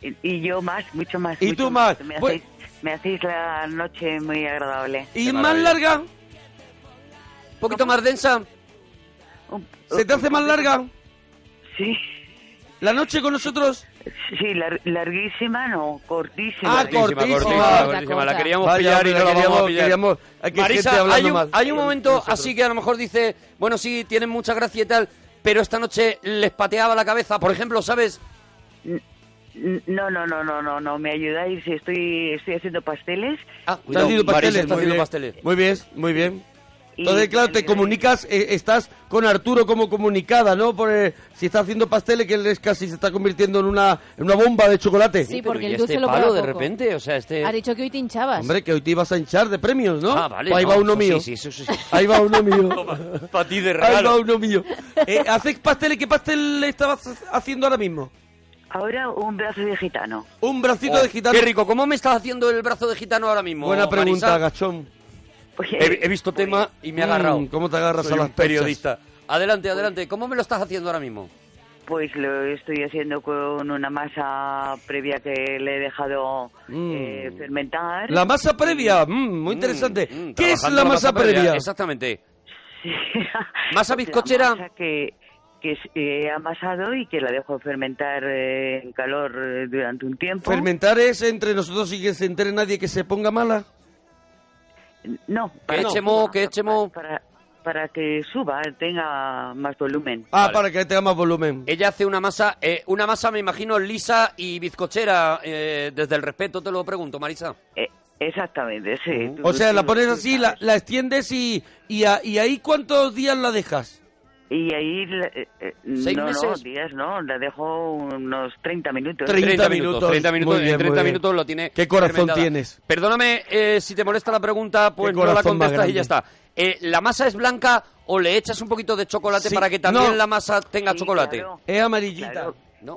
Speaker 12: Y, y yo más, mucho más.
Speaker 5: Y
Speaker 12: mucho
Speaker 5: tú más.
Speaker 12: Me,
Speaker 5: Bueno.
Speaker 12: hacéis, me hacéis la noche muy agradable.
Speaker 2: Pues- ¿Y más larga? ¿Un poquito más densa? ¿Se te hace más larga?
Speaker 12: Sí.
Speaker 2: ¿La noche con nosotros?
Speaker 12: Sí, lar- larguísima, no, cortísima.
Speaker 2: Ah, cortísima, cortísima, cortísima.
Speaker 5: La queríamos
Speaker 2: Vaya,
Speaker 5: pillar y
Speaker 2: hombre,
Speaker 5: no la
Speaker 2: queríamos-
Speaker 5: vamos a pillar.
Speaker 2: queríamos- aquí hay gente
Speaker 5: Marisa,
Speaker 2: hablando
Speaker 5: hay un,
Speaker 2: mal.
Speaker 5: hay un momento así que a lo mejor dice, bueno, sí, tienen mucha gracia y tal, pero esta noche les pateaba la cabeza, por ejemplo, ¿sabes?
Speaker 12: No, no, no, no, no, no, me ayudáis. Estoy, estoy haciendo pasteles.
Speaker 5: Ah,
Speaker 2: Está haciendo pasteles,
Speaker 5: Marisa está
Speaker 2: muy
Speaker 5: haciendo
Speaker 2: bien,
Speaker 5: pasteles.
Speaker 2: Muy bien, muy bien.
Speaker 12: Y-
Speaker 2: Entonces, claro, te comunicas, eh, estás con Arturo como comunicada, ¿no? Por, eh, si está haciendo pasteles, que él es casi se está convirtiendo en una, en una bomba de chocolate.
Speaker 3: Sí, porque el
Speaker 5: este
Speaker 3: dulce lo prueba poco.
Speaker 5: o sea, este...
Speaker 3: Ha dicho que hoy te hinchabas.
Speaker 2: Eh, Hombre, que hoy te ibas a hinchar de premios, ¿no?
Speaker 5: Ah, vale,
Speaker 2: O ahí
Speaker 5: no,
Speaker 2: va uno
Speaker 5: eso sí,
Speaker 2: mío.
Speaker 5: sí, eso sí.
Speaker 2: Ahí va uno mío.
Speaker 5: Para ti de
Speaker 2: Ahí va
Speaker 5: regalo.
Speaker 2: uno mío. Eh, ¿Haces pasteles? ¿Qué pastel le estabas haciendo ahora mismo?
Speaker 12: Ahora un brazo de gitano.
Speaker 2: Un bracito
Speaker 5: Oh,
Speaker 2: de gitano.
Speaker 5: Qué rico, ¿cómo me estás haciendo el brazo de gitano ahora mismo?
Speaker 2: Buena pregunta,
Speaker 5: Marisa?
Speaker 2: gachón.
Speaker 3: Pues,
Speaker 5: He, he
Speaker 3: eh,
Speaker 5: visto tema y me ha
Speaker 2: Mm,
Speaker 5: agarrado.
Speaker 2: ¿Cómo te agarras
Speaker 5: Soy
Speaker 2: a las
Speaker 5: Ah, un periodista. Adelante, adelante. ¿Cómo me lo estás haciendo ahora mismo?
Speaker 12: Pues lo estoy haciendo con una masa previa que le he dejado
Speaker 2: Mm.
Speaker 12: eh, fermentar.
Speaker 2: La masa previa, mm, muy interesante. ¿Qué es la masa previa?
Speaker 5: Exactamente.
Speaker 12: ¿Masa bizcochera? que, que s- eh, he amasado y que la dejo fermentar eh, en calor eh, durante un tiempo.
Speaker 2: ¿Fermentar es entre nosotros y que se entere nadie que se ponga mala?
Speaker 12: No.
Speaker 2: Que
Speaker 12: no.
Speaker 2: eche moho, que eche moho.
Speaker 12: Para, para que suba, eh, tenga más volumen.
Speaker 2: Ah, para que tenga más volumen.
Speaker 5: Ella hace una masa, eh, una masa me imagino lisa y bizcochera, eh, desde el respeto te lo pregunto, Marisa.
Speaker 12: Eh,
Speaker 5: Uh,
Speaker 12: Exactamente, sí.
Speaker 2: O sea, la pones así, la, la extiendes y, y, a- y ahí cuántos días la dejas.
Speaker 12: Y ahí... la- eh, eh,
Speaker 2: ¿Seis
Speaker 12: no, no,
Speaker 2: meses?
Speaker 12: días no, la dejo unos 30 minutos.
Speaker 5: 30 minutos, 30 minutos, en 30 minutos lo tiene.
Speaker 2: ¿Qué corazón
Speaker 5: fermentada.
Speaker 2: tienes?
Speaker 5: Perdóname eh, si te molesta la pregunta, pues
Speaker 2: ¿Qué
Speaker 5: no la
Speaker 2: corazón más
Speaker 5: contestas y
Speaker 2: grande?
Speaker 5: ya está. Eh, ¿La masa es blanca o le echas un poquito de chocolate
Speaker 2: Sí,
Speaker 5: para que también
Speaker 2: no.
Speaker 5: la masa tenga chocolate?
Speaker 2: Es amarillita.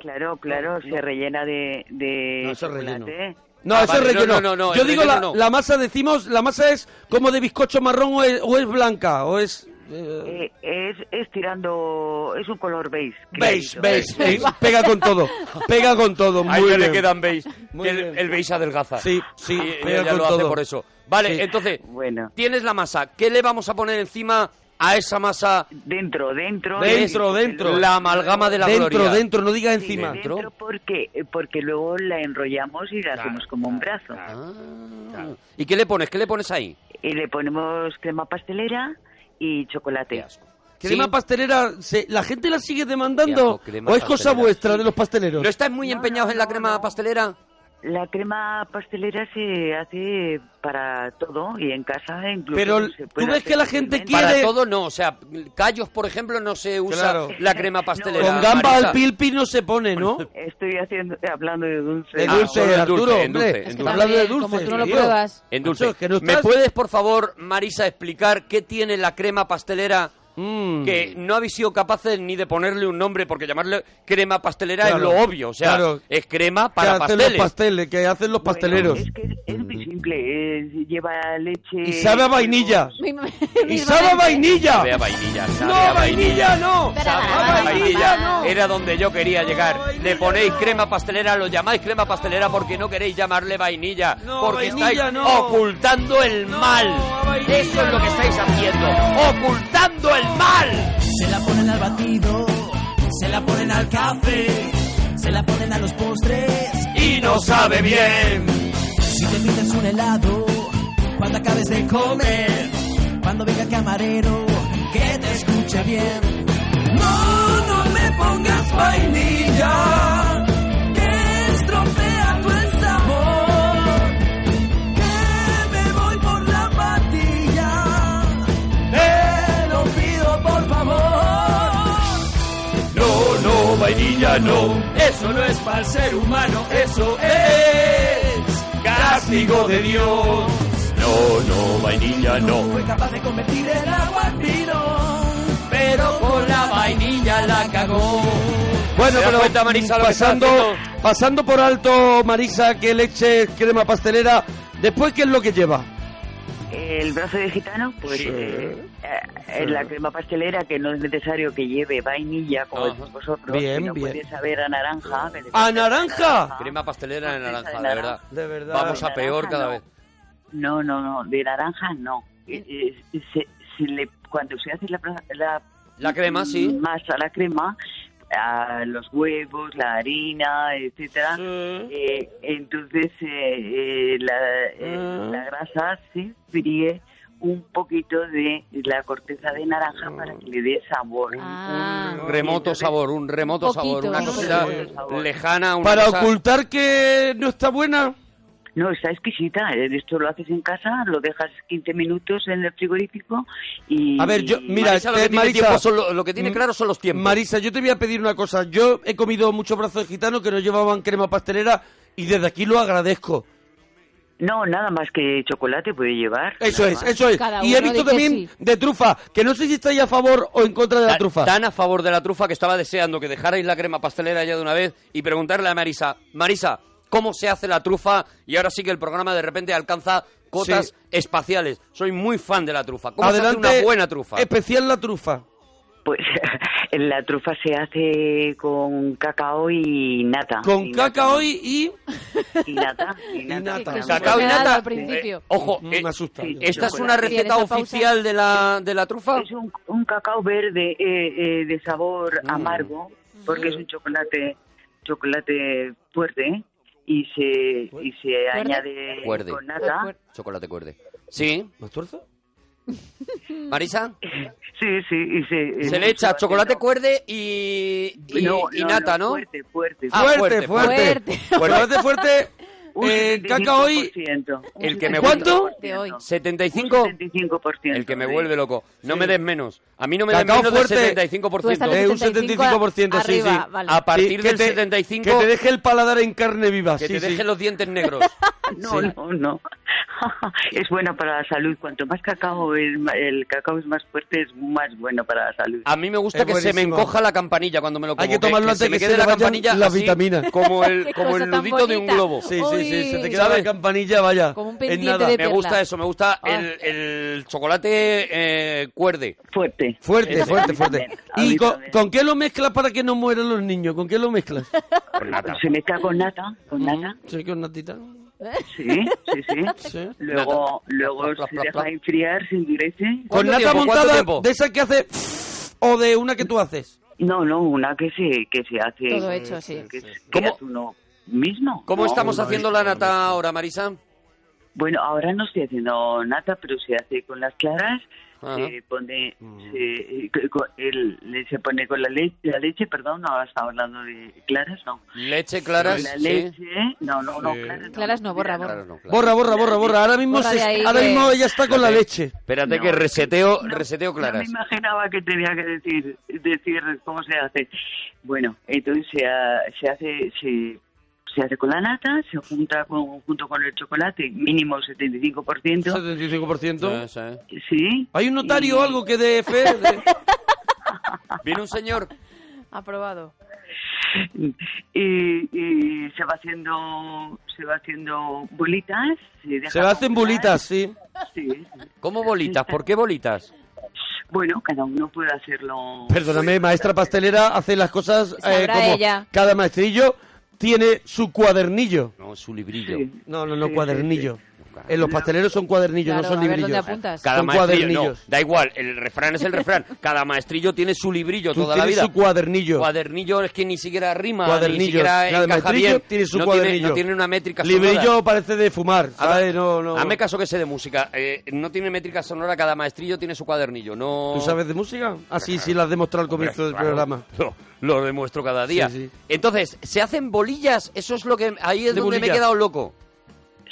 Speaker 12: Claro, claro, claro, se rellena de, de chocolate.
Speaker 2: Ah, No, eso es relleno. Yo digo, la, la masa, decimos, la masa es como de bizcocho marrón o es, o es blanca, o es...
Speaker 12: Eh, es, es tirando... Es un color beige.
Speaker 2: Veis,
Speaker 12: clarito.
Speaker 2: veis, pega con todo, pega con todo, muy
Speaker 5: Ahí le
Speaker 2: bien.
Speaker 5: quedan beige. que el, el beige adelgaza.
Speaker 2: Sí, sí,
Speaker 5: Y- y
Speaker 2: pega
Speaker 5: ella
Speaker 2: con
Speaker 5: lo hace
Speaker 2: todo.
Speaker 5: por eso. Vale,
Speaker 2: Sí.
Speaker 5: entonces,
Speaker 12: Bueno.
Speaker 5: tienes la masa. ¿Qué le vamos a poner encima a esa masa?
Speaker 12: Dentro, dentro.
Speaker 2: Dentro, dentro.
Speaker 5: La amalgama de la
Speaker 2: Dentro,
Speaker 5: gloria.
Speaker 2: dentro, no digas
Speaker 12: Sí,
Speaker 2: encima.
Speaker 12: dentro porque, eh, porque luego la enrollamos y la hacemos como un brazo.
Speaker 2: Ah.
Speaker 5: ¿Y qué le pones? ¿Qué le pones ahí?
Speaker 12: Y le ponemos crema pastelera y chocolate.
Speaker 2: Crema pastelera, se- ¿la gente la sigue demandando?
Speaker 5: crema
Speaker 2: ¿O es cosa
Speaker 5: pastelera.
Speaker 2: vuestra de los pasteleros?
Speaker 5: ¿No estáis muy empeñados en la crema pastelera?
Speaker 12: La crema pastelera se hace para todo y en casa incluso. se puede hacer fácilmente.
Speaker 5: Para todo no, o sea, callos, por ejemplo, no se usa
Speaker 2: Claro.
Speaker 5: la crema pastelera.
Speaker 2: Con gamba
Speaker 5: Marisa.
Speaker 2: al pilpi no se pone, ¿no?
Speaker 12: Estoy haciendo, hablando de dulce.
Speaker 2: De dulce,
Speaker 5: Ah, solo en
Speaker 2: Arturo,
Speaker 5: dulce, en
Speaker 2: hombre.
Speaker 5: dulce, en
Speaker 2: Es que
Speaker 5: dulce.
Speaker 2: Hablando de dulce, como tú no lo tío. pruebas.
Speaker 5: En dulce.
Speaker 2: Macho, es que no
Speaker 5: ¿Me
Speaker 2: estás-
Speaker 5: puedes, por favor, Marisa, explicar qué tiene la crema pastelera
Speaker 2: Mm.
Speaker 5: que no habéis sido capaces ni de ponerle un nombre? Porque llamarle crema pastelera es
Speaker 2: Claro,
Speaker 5: lo obvio, o sea,
Speaker 2: claro.
Speaker 5: es crema
Speaker 2: que
Speaker 5: para
Speaker 2: hacen los
Speaker 5: pasteles.
Speaker 2: pasteles, que hacen los pasteleros.
Speaker 12: Es muy simple, es- lleva leche.
Speaker 2: Y sabe a vainilla. Y sabe a vainilla.
Speaker 5: Sabe a vainilla, sabe
Speaker 2: No,
Speaker 5: a
Speaker 2: vainilla, no.
Speaker 5: Sabe a vainilla, Era donde yo quería llegar. Le ponéis crema pastelera, lo llamáis crema pastelera porque no queréis llamarle vainilla. porque
Speaker 2: vainilla,
Speaker 5: estáis
Speaker 2: no.
Speaker 5: ocultando el mal. Eso es lo que estáis haciendo. Ocultando el mal.
Speaker 10: Se la ponen al batido, se la ponen al café, se la ponen a los postres
Speaker 5: y no sabe bien.
Speaker 10: Si te pides un helado, cuando acabes de comer, cuando venga el camarero, que te escuche bien. No, no me pongas vainilla, que estropea tu el sabor. Que me voy por la patilla, te lo pido por favor.
Speaker 5: No, no, vainilla, no.
Speaker 10: Eso no es para el ser humano, eso es
Speaker 5: castigo de Dios.
Speaker 13: No, no, vainilla, no.
Speaker 10: Fue capaz de convertir el agua en vino, pero con la vainilla la cagó.
Speaker 2: Bueno,
Speaker 5: ¿Te das
Speaker 2: pero
Speaker 5: cuenta, Marisa, lo que estás
Speaker 2: pasando, pasando por alto, Marisa, que leche, crema pastelera. Después, ¿qué es lo que lleva?
Speaker 12: El brazo de gitano, pues eh, eh, la crema pastelera que no es necesario que lleve vainilla, como
Speaker 5: Ajá.
Speaker 12: decís vosotros,
Speaker 5: Bien,
Speaker 12: sino
Speaker 5: bien.
Speaker 12: puede saber a naranja. que le-
Speaker 2: ¡A naranja!
Speaker 5: Crema pastelera de naranja,
Speaker 12: de
Speaker 5: de verdad.
Speaker 12: naranja.
Speaker 2: De verdad.
Speaker 5: Vamos a peor cada vez.
Speaker 12: No, no, no, de naranja no. Eh, eh, se- se le- cuando se hace la, pra- la,
Speaker 5: La crema, sí.
Speaker 12: masa, la crema, a los huevos, la harina, etcétera, eh, entonces eh, eh, la, eh, la grasa se fríe un poquito de la corteza de naranja para que le dé sabor.
Speaker 5: Un ¿eh? remoto sabor, un remoto sabor, una cosita lejana. Una
Speaker 2: Para
Speaker 5: cosa-
Speaker 2: ocultar que no está buena.
Speaker 12: No, está exquisita. eh, Esto lo haces en casa, lo dejas 15 minutos en el frigorífico y...
Speaker 2: A ver, yo, mira,
Speaker 5: Marisa, lo que
Speaker 2: eh,
Speaker 5: tiene
Speaker 2: Marisa,
Speaker 5: tiempo son lo- lo que tiene
Speaker 2: Mm,
Speaker 5: claro son los tiempos.
Speaker 2: Marisa, yo te voy a pedir una cosa. Yo he comido muchos brazos de gitano que no llevaban crema pastelera y desde aquí lo agradezco.
Speaker 12: No, nada más que chocolate puede llevar.
Speaker 2: Eso
Speaker 12: nada
Speaker 2: es,
Speaker 12: más.
Speaker 2: eso es.
Speaker 12: Cada
Speaker 2: Y he
Speaker 12: uno
Speaker 2: visto
Speaker 12: dice
Speaker 2: también
Speaker 12: sí.
Speaker 2: de trufa, que no sé si estáis a favor o en contra de la trufa.
Speaker 5: Tan a favor de la trufa que estaba deseando que dejarais la crema pastelera ya de una vez y preguntarle a Marisa, Marisa, ¿cómo se hace la trufa? Y ahora sí que el programa de repente alcanza cotas
Speaker 2: Sí.
Speaker 5: espaciales. Soy muy fan de la trufa. ¿Cómo se hace
Speaker 2: Adelante, Eh,
Speaker 5: una buena trufa?
Speaker 2: Especial la trufa.
Speaker 12: Pues la trufa se hace con cacao y nata.
Speaker 5: Con
Speaker 12: Y
Speaker 5: cacao y...
Speaker 12: Y nata. Y
Speaker 5: nata.
Speaker 12: nata.
Speaker 5: Cacao y nata.
Speaker 12: Al principio.
Speaker 5: Eh, ojo, eh, ¿esta es
Speaker 12: chocolate.
Speaker 5: una
Speaker 12: Sí, en
Speaker 5: receta
Speaker 12: esa pausa-
Speaker 5: oficial de la, de la trufa?
Speaker 12: Es un, un cacao verde eh, eh, de sabor
Speaker 5: Mm.
Speaker 12: amargo, porque es un chocolate chocolate fuerte y se y se añade
Speaker 7: Cuerde.
Speaker 12: con nata.
Speaker 7: Chocolate cuerde.
Speaker 5: ¿Sí?
Speaker 2: ¿Más tuerzo?
Speaker 5: ¿Marisa?
Speaker 12: Sí, sí. Y se,
Speaker 5: Se le echa chocolate cuerde y, y,
Speaker 12: No,
Speaker 5: y
Speaker 12: no,
Speaker 5: nata,
Speaker 12: no,
Speaker 5: ¿no?
Speaker 12: fuerte, fuerte.
Speaker 5: Ah,
Speaker 2: fuerte, fuerte. Fuerte, fuerte. Eh, cacao y...
Speaker 5: El que me
Speaker 2: ¿Cuánto?
Speaker 5: vuelve- 75. El que me vuelve loco. No me des menos. A mí no me des
Speaker 2: Cacao
Speaker 5: menos
Speaker 2: fuerte.
Speaker 5: del 75%.
Speaker 2: De un 75%, sí, sí.
Speaker 5: A partir
Speaker 2: Sí, que
Speaker 5: del
Speaker 2: te-
Speaker 5: 75
Speaker 2: Que te deje el paladar en carne viva,
Speaker 5: que
Speaker 2: sí,
Speaker 5: te
Speaker 2: sí.
Speaker 5: deje los dientes negros.
Speaker 12: No, no, no. es bueno para la salud. Cuanto más cacao, es ma- el cacao es más fuerte, es más bueno para la salud.
Speaker 5: A mí me gusta que se me encoja la campanilla cuando me lo como.
Speaker 2: Hay que tomarlo antes
Speaker 5: se me
Speaker 2: que
Speaker 5: quede
Speaker 2: se le
Speaker 5: la
Speaker 2: vayan
Speaker 5: campanilla
Speaker 2: las
Speaker 5: así,
Speaker 2: vitaminas.
Speaker 5: Como el,
Speaker 2: Qué
Speaker 5: como
Speaker 2: cosa
Speaker 5: el
Speaker 2: tan
Speaker 5: nudito de un
Speaker 2: bonita.
Speaker 5: globo.
Speaker 2: Sí, sí, sí, se te queda la campanilla, vaya. Como un en pendiente nada. de
Speaker 5: Me
Speaker 2: perla.
Speaker 5: gusta eso, me gusta
Speaker 2: Ah.
Speaker 5: el, el chocolate eh, cuerde.
Speaker 12: Fuerte.
Speaker 2: Fuerte,
Speaker 5: Ese.
Speaker 2: fuerte, fuerte.
Speaker 5: A mí
Speaker 2: ¿Y con,
Speaker 5: también.
Speaker 2: con qué lo mezclas para que no mueran los niños? ¿Con qué lo mezclas?
Speaker 12: Se mezcla con nata, con nata.
Speaker 2: Sí, con natita.
Speaker 12: Sí, sí, sí. Luego, luego
Speaker 2: Pla, pla,
Speaker 12: se
Speaker 2: pla,
Speaker 12: deja
Speaker 2: pla.
Speaker 12: enfriar, se endurece.
Speaker 2: ¿Con nata montada de esa que hace o de una que tú haces?
Speaker 12: No, no, una que se, que se hace.
Speaker 5: Todo hecho, sí.
Speaker 12: Que, que hace uno mismo.
Speaker 5: ¿Cómo
Speaker 12: No,
Speaker 5: estamos
Speaker 12: no,
Speaker 5: haciendo
Speaker 12: no.
Speaker 5: la nata ahora, Marisa?
Speaker 12: Bueno, ahora no estoy haciendo nata, pero se hace con las claras.
Speaker 5: Ajá.
Speaker 12: Se pone, se, eh, co- el- le- se pone con la leche, la leche, perdón, no ahora estaba hablando de claras, no.
Speaker 5: Leche, claras,
Speaker 12: Con la
Speaker 5: sí.
Speaker 12: leche, no, no, no,
Speaker 5: Sí.
Speaker 12: claras no.
Speaker 3: Claras no, borra, borra.
Speaker 2: Borra, borra, borra, borra. Ahora mismo,
Speaker 3: Borra
Speaker 2: se-
Speaker 3: de ahí eh.
Speaker 2: ahora
Speaker 3: que-
Speaker 2: mismo ella está con la leche.
Speaker 5: Espérate que reseteo, reseteo
Speaker 12: No
Speaker 5: claras.
Speaker 12: me imaginaba que tenía que decir, decir cómo se hace. Bueno, entonces se, ha- se hace se, se hace con la nata, se junta con, junto con el chocolate, mínimo 75%.
Speaker 2: 75%.
Speaker 12: Sí.
Speaker 2: ¿Hay un notario o algo que dé fe?
Speaker 5: Viene un señor.
Speaker 3: Aprobado.
Speaker 12: Y, y se va haciendo se va haciendo bolitas. Se, deja
Speaker 5: Se va hacen
Speaker 12: congelar.
Speaker 5: bolitas, sí.
Speaker 12: Sí.
Speaker 5: ¿Cómo bolitas? ¿Por qué bolitas?
Speaker 12: Bueno, cada uno puede hacerlo.
Speaker 2: Perdóname, maestra pastelera hace las cosas eh,
Speaker 12: Sabrá
Speaker 2: como
Speaker 12: ella.
Speaker 2: cada maestrillo tiene su cuadernillo.
Speaker 5: No, su librillo.
Speaker 2: No, no, no, cuadernillo. En los pasteleros son cuadernillos, no
Speaker 3: Claro,
Speaker 2: son
Speaker 3: a ver
Speaker 2: librillos.
Speaker 3: dónde apuntas.
Speaker 5: Cada
Speaker 2: son
Speaker 5: maestrillo, no,
Speaker 2: cuadernillos.
Speaker 5: da igual, el refrán es el refrán. Cada maestrillo tiene su librillo
Speaker 2: Tú
Speaker 5: toda la
Speaker 2: tienes
Speaker 5: vida.
Speaker 2: su cuadernillo.
Speaker 5: Cuadernillo es que ni siquiera rima, ni
Speaker 2: Cuadernillos.
Speaker 5: siquiera
Speaker 2: Cada
Speaker 5: encaja
Speaker 2: maestrillo
Speaker 5: bien.
Speaker 2: tiene su
Speaker 5: no Tiene,
Speaker 2: cuadernillo.
Speaker 5: no tiene una métrica
Speaker 2: Librillo
Speaker 5: sonora.
Speaker 2: parece de fumar, ¿sabes? No, no.
Speaker 5: Hazme caso que sé de música. Eh, no tiene métrica sonora, cada maestrillo tiene su cuadernillo. No...
Speaker 2: ¿Tú sabes de música? Así sí la has demostrado al comienzo del
Speaker 5: Hombre, claro.
Speaker 2: programa.
Speaker 5: Lo, lo demuestro cada día.
Speaker 2: Sí, sí.
Speaker 5: Entonces, se hacen bolillas. Eso es lo que ahí es
Speaker 2: De
Speaker 5: donde me
Speaker 2: bolillas.
Speaker 5: he quedado loco.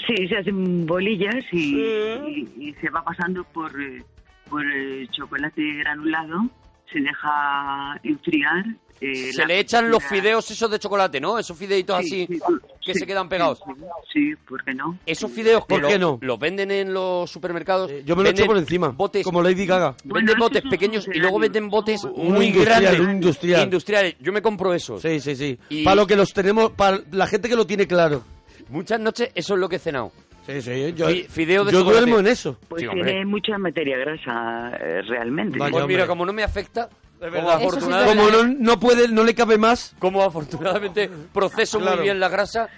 Speaker 12: Sí, se hacen bolillas y, y- y se va pasando por, eh, por eh, chocolate granulado, se deja enfriar. eh,
Speaker 5: se
Speaker 12: la
Speaker 5: le echan los
Speaker 12: textura-
Speaker 5: fideos esos de chocolate, ¿no? Esos fideitos
Speaker 12: Sí,
Speaker 5: así
Speaker 12: sí,
Speaker 5: que
Speaker 12: sí,
Speaker 5: se quedan pegados.
Speaker 12: Sí, ¿por qué no?
Speaker 5: Esos fideos que
Speaker 2: ¿Por qué
Speaker 5: lo-
Speaker 2: no? Eh,
Speaker 5: los venden en los supermercados.
Speaker 2: Yo me lo echo
Speaker 5: venden
Speaker 2: por encima,
Speaker 5: Botes,
Speaker 2: como Lady Gaga.
Speaker 5: Venden botes pequeños y luego venden botes
Speaker 2: Un
Speaker 5: muy
Speaker 2: industrial,
Speaker 5: grandes.
Speaker 2: un industrial.
Speaker 5: Industriales. Yo me compro esos.
Speaker 2: Sí, sí, sí.
Speaker 5: Y-
Speaker 2: Para lo que los tenemos, para la gente que lo tiene claro.
Speaker 5: Muchas noches eso es lo que he cenado.
Speaker 2: Sí, sí. Yo,
Speaker 5: Fi- fideo de
Speaker 2: yo
Speaker 5: chocolate.
Speaker 2: duermo en eso.
Speaker 12: Pues
Speaker 5: Sí, hombre.
Speaker 12: tiene mucha materia grasa eh, realmente.
Speaker 5: Pues mira, como no me afecta, como,
Speaker 2: Como afortunado-
Speaker 5: afortunadamente,
Speaker 2: Como no, no puede, no le cabe más.
Speaker 5: como afortunadamente proceso
Speaker 2: Claro.
Speaker 5: muy bien la grasa,